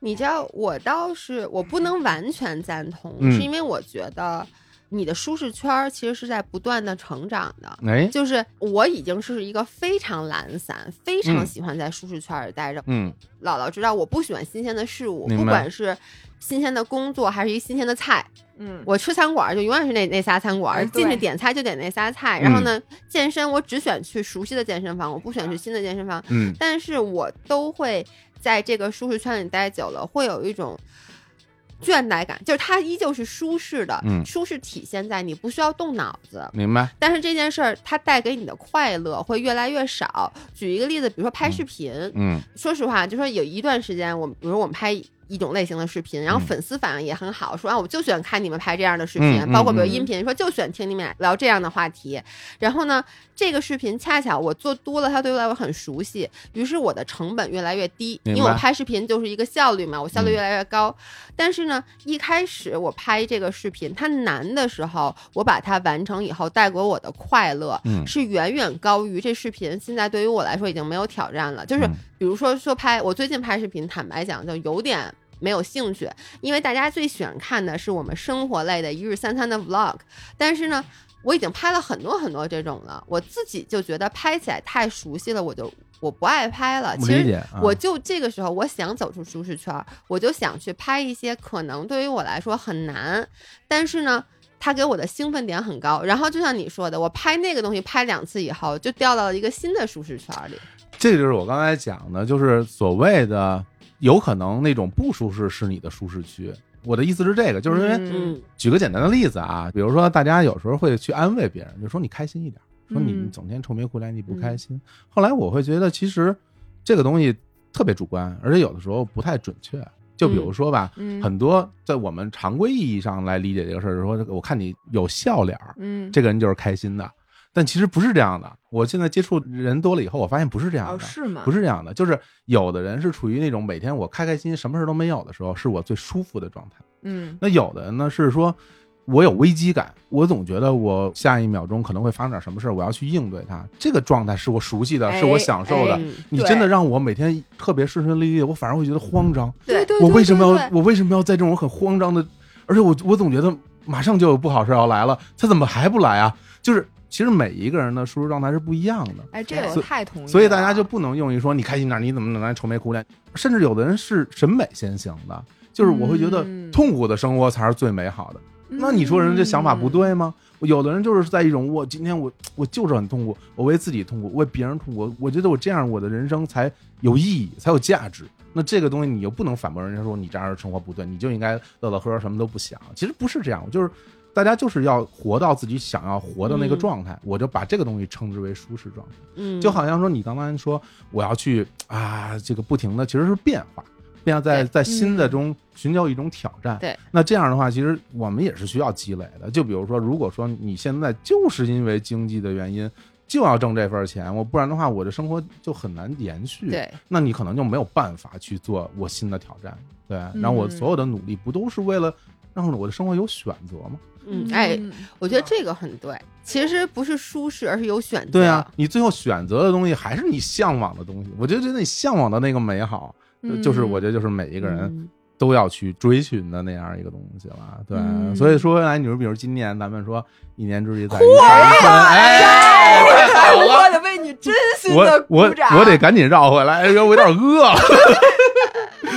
S2: 你知道，我倒是我不能完全赞同，
S3: 嗯
S2: 是因为我觉得你的舒适圈儿其实是在不断的成长的。
S3: 哎，
S2: 就是我已经是一个非常懒散，非常
S3: 嗯
S2: 喜欢在舒适圈儿里待着。
S3: 嗯
S2: 姥姥知道我不喜欢新鲜的事物，
S3: 明
S2: 不
S3: 白
S2: 管是新鲜的工作还是一新鲜的菜，
S1: 嗯
S2: 我吃餐馆儿就永远是那那仨餐馆儿，
S1: 哎对
S2: 进去点菜就点那仨菜。然后
S3: 嗯
S2: 呢，健身我只选去熟悉的健身房，我不选
S1: 啊
S2: 去新的健身房。
S3: 嗯，
S2: 但是我都会在这个舒适圈里待久了，会有一种倦怠感，就是它依旧是舒适的，
S3: 嗯
S2: 舒适体现在你不需要动脑子。
S3: 明白。
S2: 但是这件事儿，它带给你的快乐会越来越少。举一个例子，比如说拍视频，
S3: 嗯
S2: 说实话，就说有一段时间，我们比如我们拍一种类型的视频，然后
S3: 嗯
S2: 粉丝反应也很好，说啊，我就喜欢看你们拍这样的视频，
S3: 嗯嗯
S2: 包括比如
S3: 嗯
S2: 音频，说就喜欢听你们俩聊这样的话题。然后呢，这个视频恰巧我做多了，它对我来说很熟悉，于是我的成本越来越低，因
S3: 明
S2: 为
S3: 白
S2: 我拍视频就是一个效率嘛，我效率
S3: 嗯
S2: 越来越高。但是呢，一开始我拍这个视频，它难的时候，我把它完成以后带给我的快乐，
S3: 嗯
S2: 是远远高于这视频现在对于我来说已经没有挑战了。就是
S3: 嗯
S2: 比如说说拍，我最近拍视频，坦白讲就有点。没有兴趣，因为大家最喜欢看的是我们生活类的一日三餐的 vlog，但是呢，我已经拍了很多很多这种了，我自己就觉得拍起来太熟悉了，我就我不爱拍了。
S3: 我
S2: 其
S3: 理
S2: 实
S3: 解啊
S2: 我就这个时候，我想走出舒适圈儿，我就想去拍一些可能对于我来说很难，但是呢，它给我的兴奋点很高。然后就像你说的，我拍那个东西拍两次以后，就掉到了一个新的舒适圈儿里。
S3: 这就是我刚才讲的，就是所谓的有可能那种不舒适是你的舒适区。我的意思是这个，就是因为、
S1: 嗯
S3: 举个简单的例子啊，比如说大家有时候会去安慰别人，就说你开心一点，说你
S1: 嗯
S3: 整天愁眉苦脸，你不开心。后来我会觉得，其实这个东西特别主观，而且有的时候不太准确。就比如说吧，
S1: 嗯
S3: 很多在我们常规意义上来理解这个事儿，就是说我看你有笑脸儿，
S1: 嗯
S3: 这个人就是开心的。但其实不是这样的。我现在接触人多了以后，我发现不是这样的，
S1: 哦是吗？
S3: 不是这样的。就是有的人是处于那种每天我开开心心，什么事都没有的时候，是我最舒服的状态。
S1: 嗯
S3: 那有的人呢是说，我有危机感，我总觉得我下一秒钟可能会发生点什么事儿，我要去应对它。这个状态是我熟悉的，
S1: 哎
S3: 是我享受的。
S1: 哎
S2: 嗯
S3: 你真的让我每天特别顺顺利利，我反而会觉得慌张。
S1: 对
S2: 对
S1: 对，
S3: 我为什么
S1: 对
S3: 要我为什么要在这种很慌张的，而且我我总觉得马上就有不好事要来了，他怎么还不来啊？就是其实每一个人的舒适状态是不一样的，
S1: 哎，这个我
S3: 所以
S1: 太同意了，
S3: 所以大家就不能用于说你开心点，你怎么能来愁眉苦脸？甚至有的人是审美先行的，就是我会觉得
S1: 嗯
S3: 痛苦的生活才是最美好的。那你说人家想法不对吗？有的人就是在一种我今天我我就是很痛苦，我为自己痛苦，为别人痛苦，我觉得我这样我的人生才有意义，才有价值。那这个东西你又不能反驳人家说你这样的生活不对，你就应该乐乐呵呵什么都不想。其实不是这样，就是大家就是要活到自己想要活的那个
S2: 嗯
S3: 状态，我就把这个东西称之为舒适状态。
S2: 嗯，
S3: 就好像说你刚刚说我要去啊，这个不停的其实是变化，变化在
S2: 对嗯
S3: 在新的
S1: 嗯
S3: 中寻求一种挑战。
S2: 对，
S3: 那这样的话，其实我们也是需要积累的。就比如说，如果说你现在就是因为经济的原因。就要挣这份钱，我不然的话，我的生活就很难延续。，
S2: 对，
S3: 那你可能就没有办法去做我新的挑战。对，然后我
S1: 嗯
S3: 所有的努力不都是为了让我的生活有选择吗？
S2: 嗯，哎，我觉得这个很对。其实不是舒适，而是有选择。
S3: 对啊，，你最后选择的东西还是你向往的东西。我就觉得你向往的那个美好，呃
S1: 嗯
S3: 就是我觉得就是每一
S2: 一
S3: 个人都要去追寻的那样一个东西了。对，
S1: 嗯
S3: 所以说来，你说比如今年咱们说一年之计在于晨，哎，太好了。
S1: 我得为你真心的
S3: 我
S1: 鼓
S3: 我
S1: 掌。
S3: 我得赶紧绕回来，因为我有点饿了。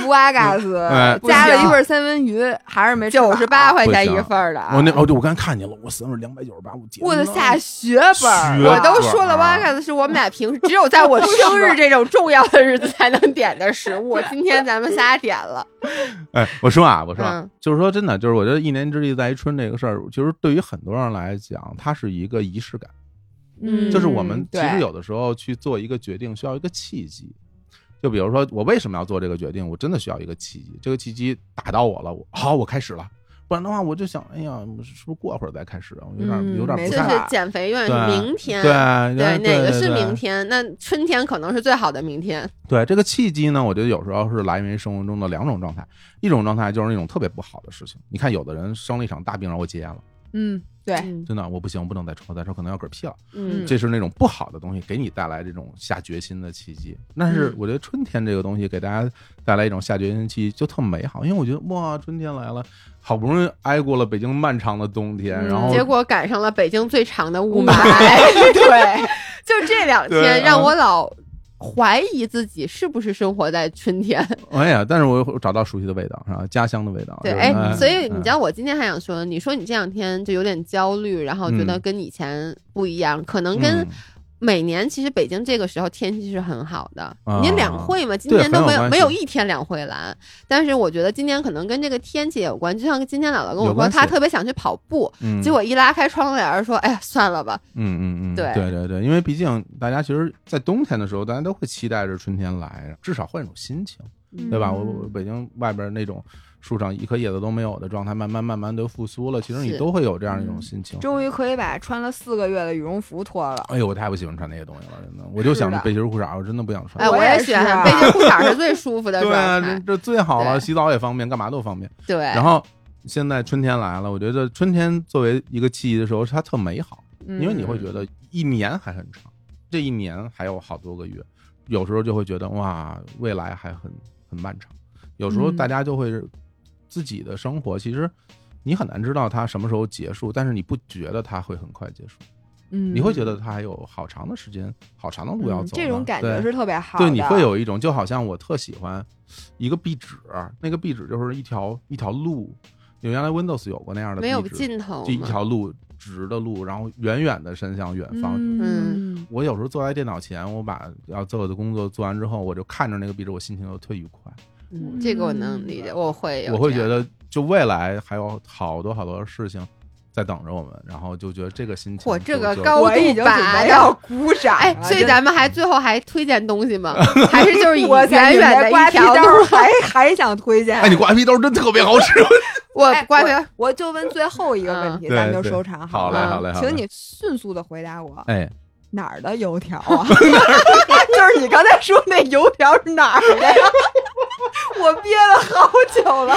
S1: 布阿嘎斯
S3: 哎
S1: 加了一份三文鱼，还是没吃饱
S2: 九十八块钱一份儿的啊，
S3: 我那哦，对，我刚才看见了，我三十两百九十八，我哎天哪！
S1: 我的下血本儿，
S3: 血
S2: 我
S3: 本
S2: 都说了，
S3: 啊
S2: 瓦卡斯是我买平时只有在我生日这种重要的日子才能点的食物。今天咱们仨点了，
S3: 哎，我说啊，我说啊、
S2: 嗯
S3: 就是说真的，就是我觉得一年之计在于春这个事儿，其实对于很多人来讲，它是一个仪式感。
S1: 嗯，
S3: 就是我们其
S1: 对
S3: 实有的时候去做一个决定，需要一个契机。就比如说，我为什么要做这个决定？我真的需要一个契机，这个契机打到我了，我好，我开始了。不然的话，我就想，哎呀，是不是过会儿再开始啊？我有点
S1: 嗯
S3: 有点
S1: 没
S3: 不
S2: 就
S1: 错
S3: 太
S2: 是减肥愿是
S3: 对
S2: 明天，
S3: 对
S2: 对，哪个是
S3: 对
S2: 明天？那春天可能是最好的明天。
S3: 对这个契机呢，我觉得有时候是来源于生活中的两种状态，一种状态就是那种特别不好的事情。你看，有的人生了一场大病，然后我戒烟了，
S1: 嗯，对，
S2: 嗯
S3: 真的，我不行，我不能再抽，再抽可能要嗝屁了。
S2: 嗯，
S3: 这是那种不好的东西给你带来这种下决心的契机。但是
S1: 嗯
S3: 我觉得春天这个东西给大家带来一种下决心的契机就特美好，因为我觉得哇，春天来了，好不容易挨过了北京漫长的冬天，然后
S2: 嗯结果赶上了北京最长的雾霾，
S1: 对，
S2: 就这两
S3: 对
S2: 天
S3: 嗯
S2: 让我老怀疑自己是不是生活在春天。
S3: 哎呀，但是我又找到熟悉的味道，是吧？家乡的味道。
S2: 对，
S3: 就是
S2: 哎，所以你
S3: 嗯
S2: 知道我今天还想说，你说你这两天就有点焦虑，然后觉得
S3: 嗯
S2: 跟以前不一样，可能
S3: 嗯
S2: 跟每年其实北京这个时候天气是很好的，
S3: 啊
S2: 你两会嘛，今
S3: 对
S2: 年都
S3: 很
S2: 没有
S3: 有关
S2: 没
S3: 系
S2: 有一天两会蓝，但是我觉得今年可能跟这个天气也有关，就像今天姥姥跟我
S3: 有
S2: 说，
S3: 关系
S2: 她特别想去跑步，
S3: 嗯
S2: 结果一拉开窗帘儿说，哎呀，算了吧，
S3: 嗯嗯嗯，
S2: 对
S3: 对对对，因为毕竟大家其实，在冬天的时候，大家都会期待着春天来，至少换一种心情。对吧？我
S2: 嗯
S3: 我北京外边那种树上一颗叶子都没有的状态，慢慢慢慢的复苏了，其实你
S2: 是嗯
S3: 都会有这样一种心情。
S1: 终于可以把穿了四个月的羽绒服脱了。
S3: 哎呦，我太不喜欢穿那些东西了，真的，我就是想
S1: 的
S3: 着背心儿裤衩儿，我真的不想穿。
S2: 啊哎，
S1: 我
S2: 也
S1: 也
S2: 喜
S1: 是啊
S2: 欢，背着裤衩儿是最舒服的
S3: 对啊，
S2: 状
S3: 这
S2: 态，
S3: 这最好了，
S2: 对
S3: 洗澡也方便，干嘛都方便。
S2: 对，
S3: 然后现在春天来了，我觉得春天作为一个记忆的时候，它特美好，因为你
S1: 嗯
S3: 会觉得一年还很长，这一年还有好多个月，有时候就会觉得哇，未来还很很漫长。有时候
S1: 嗯
S3: 大家就会自己的生活，其实你很难知道它什么时候结束，但是你不觉得它会很快结束，
S1: 嗯，
S3: 你会觉得它还有好长的时间、好长的路要
S1: 嗯
S3: 走呢。
S1: 这种感觉
S3: 对
S1: 是特别好的。
S3: 对，你会有一种就好像我特喜欢一个壁纸，那个壁纸就是一条一条路，有原来 Windows 有过那样的
S2: 没有
S3: 壁纸，
S2: 尽头
S3: 就一
S2: 嘛，
S3: 条路直的路，然后远远的伸向远方。
S1: 嗯，
S3: 我有时候坐在电脑前，我把要做的工作做完之后，我就看着那个壁纸，我心情就特愉快。
S2: 嗯这个我能理解，我会有
S3: 我会
S2: 这样
S3: 觉得，就未来还有好多好多事情在等着我们，然后就觉得这个心情
S2: 嚯
S3: 就，
S2: 这个
S3: 就
S2: 高
S1: 我
S2: 度
S1: 已经准
S2: 拔的
S1: 备要鼓掌了。
S2: 哎，所以
S1: 真的
S2: 咱们还最后还推荐东西吗？还是 就是以
S1: 我
S2: 远远的
S1: 刮
S2: 一
S1: 皮
S2: 条
S1: 刀儿
S2: 路？
S1: 还还想推荐。
S3: 哎，你刮皮刀真特别好使。
S2: 我
S1: 哎
S2: 刮皮，
S1: 我就问最后一个问题，
S3: 嗯
S1: 咱们
S3: 对
S1: 就
S3: 对
S1: 收场
S3: 好嘞，
S1: 了。
S2: 了
S3: 好嘞，好嘞。
S1: 请你迅速的回答 我
S3: 哎，
S1: 哪儿的油条啊？ 就是你刚才说那油条是哪儿的呀？ 我憋了好久了，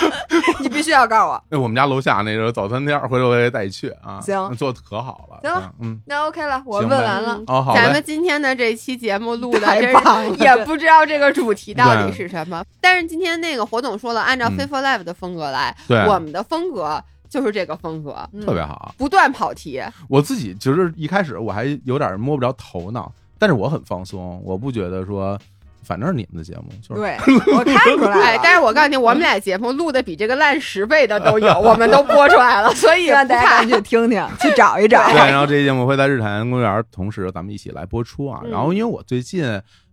S1: 你必须要告诉我。
S3: 那我们家楼下那个早餐店儿，回头我也带你去啊。
S1: 行
S3: 做的可好了。
S1: 行了
S3: 嗯，
S1: 那 OK 了，我
S3: 行
S1: 问完了
S2: 嗯。
S3: 哦，好嘞
S2: 咱们今天的这期节目录的
S1: 太
S2: 真
S1: 棒了
S2: 是也不知道这个主题到底
S3: 对
S2: 是什么。但是今天那个火总说了，按照
S3: 嗯
S2: f i f o Live 的风格来，
S3: 对
S2: 我们的风格就是这个风格，
S1: 嗯
S3: 特别好。
S2: 不断跑题。
S3: 我自己其实一开始我还有点摸不着头脑，但是我很放松，我不觉得说反正是你们的节目就是
S1: 对，我看出来
S2: 哎，
S1: 了，
S2: 但是我告诉你，我们俩节目录的比这个烂十倍的都有，我们都播出来了， 所以
S1: 让
S2: 不
S1: 大家
S2: 怕
S1: 赶紧去听听，去找一找。
S3: 对，然后这期节目会在日坛公园同时咱们一起来播出啊。
S2: 嗯
S3: 然后因为我最近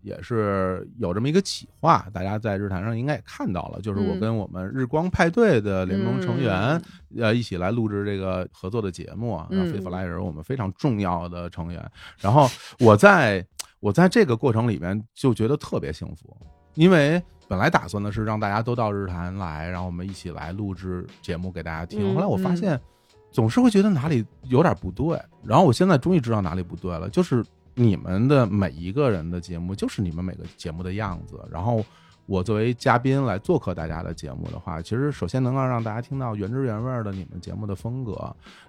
S3: 也是有这么一个企划，大家在日坛上应该也看到了，就是我
S1: 嗯
S3: 跟我们日光派对的联盟成员呃一起来录制这个合作的节目啊。那
S1: 嗯
S3: f i f l y 也是我们非常重要的成员。然后我在我在这个过程里面就觉得特别幸福，因为。本来打算的是让大家都到日坛来，然后我们一起来录制节目给大家听。
S2: 嗯
S3: 后来我发
S1: 嗯
S3: 现总是会觉得哪里有点不对。然后我现在终于知道哪里不对了，就是你们的每一个人的节目，就是你们每个节目的样子。然后我作为嘉宾来做客大家的节目的话，其实首先能够让大家听到原汁原味儿的你们节目的风格。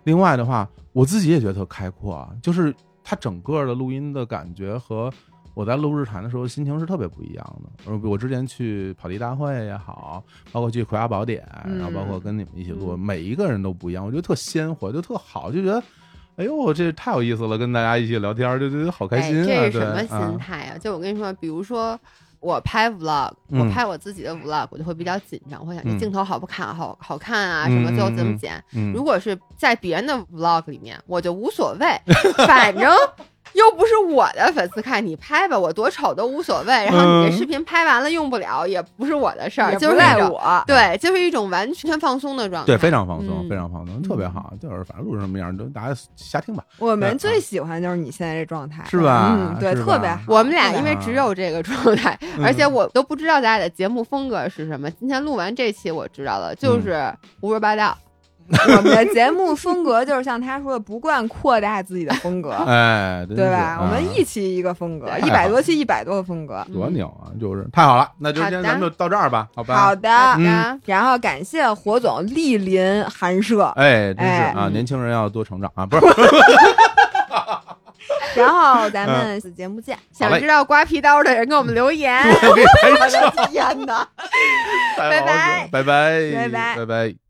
S3: 另外的话，我自己也觉得特开阔，啊，就是它整个的录音的感觉和。我在录日谈的时候，心情是特别不一样
S1: 嗯
S3: 的。而我之前去跑题大会也好，包括去葵花宝典，然后包
S1: 嗯
S3: 括跟你们一起录，
S2: 嗯
S3: 每一个人都不一样，我觉得特鲜活，就特好，就觉得，哎呦，这太有意思了，跟大家一起聊天儿，就觉得好开心啊！
S2: 哎、这是
S3: 对
S2: 什么心
S3: 啊
S2: 态啊？就我跟你说，比如说我拍 vlog，、
S3: 嗯
S2: 我拍我自己的 vlog，我就会比较紧张，我会想
S3: 嗯
S2: 这镜头好不看，好好看啊，
S3: 嗯
S2: 什么最后怎么剪。
S3: 嗯，
S2: 如果是在别人的 vlog 里面，我就无所谓，反正。又不是我的粉丝看你拍吧，我多丑都无所谓。然后你
S3: 嗯
S2: 这视频拍完了用不了，也不是我的事儿，
S1: 也
S2: 就
S1: 不
S2: 是
S1: 赖
S2: 那种。
S1: 我，
S2: 对，就是一种完全放松的状态。
S3: 对，非常放松，
S1: 嗯
S3: 非常放松，特别好。就是反正录成什么样，就大家瞎听吧。
S1: 我们最喜欢就是你现在这状态，
S3: 嗯是吧
S1: 嗯，对，
S3: 是吧
S1: 特别好。
S2: 我们俩
S1: 特别
S2: 因
S1: 好
S2: 为只有这个状态，
S3: 啊嗯
S2: 而且我都不知道大家的节目风格是什么。今天录完这期我知道了，
S3: 嗯
S2: 就是胡说八道。
S1: 我们的节目风格就是像他说的，不惯扩大自己的风格，
S3: 哎，
S1: 嗯
S3: 真
S1: 对
S3: 是
S1: 吧？
S3: 啊
S1: 我们一期一个风格，
S2: 太
S3: 好
S1: 一百多期一百多个风格。
S3: 多牛啊！就是太好了，那就今
S2: 嗯好
S3: 天
S2: 的
S3: 咱们就到这儿吧，好吧？
S1: 好的，
S2: 好的
S3: 嗯，
S1: 然后感谢火总莅临寒舍，
S3: 哎，真是啊，
S2: 哎
S3: 年轻人要多成长啊！不是，
S1: 然后咱们节目见。
S3: 嗯好嘞
S2: 想知道刮皮刀的人给我们留 言。
S3: 我给拍
S2: 我的天哪！
S3: 太好了
S2: 拜拜
S3: 拜拜，
S1: 拜拜
S3: 拜拜。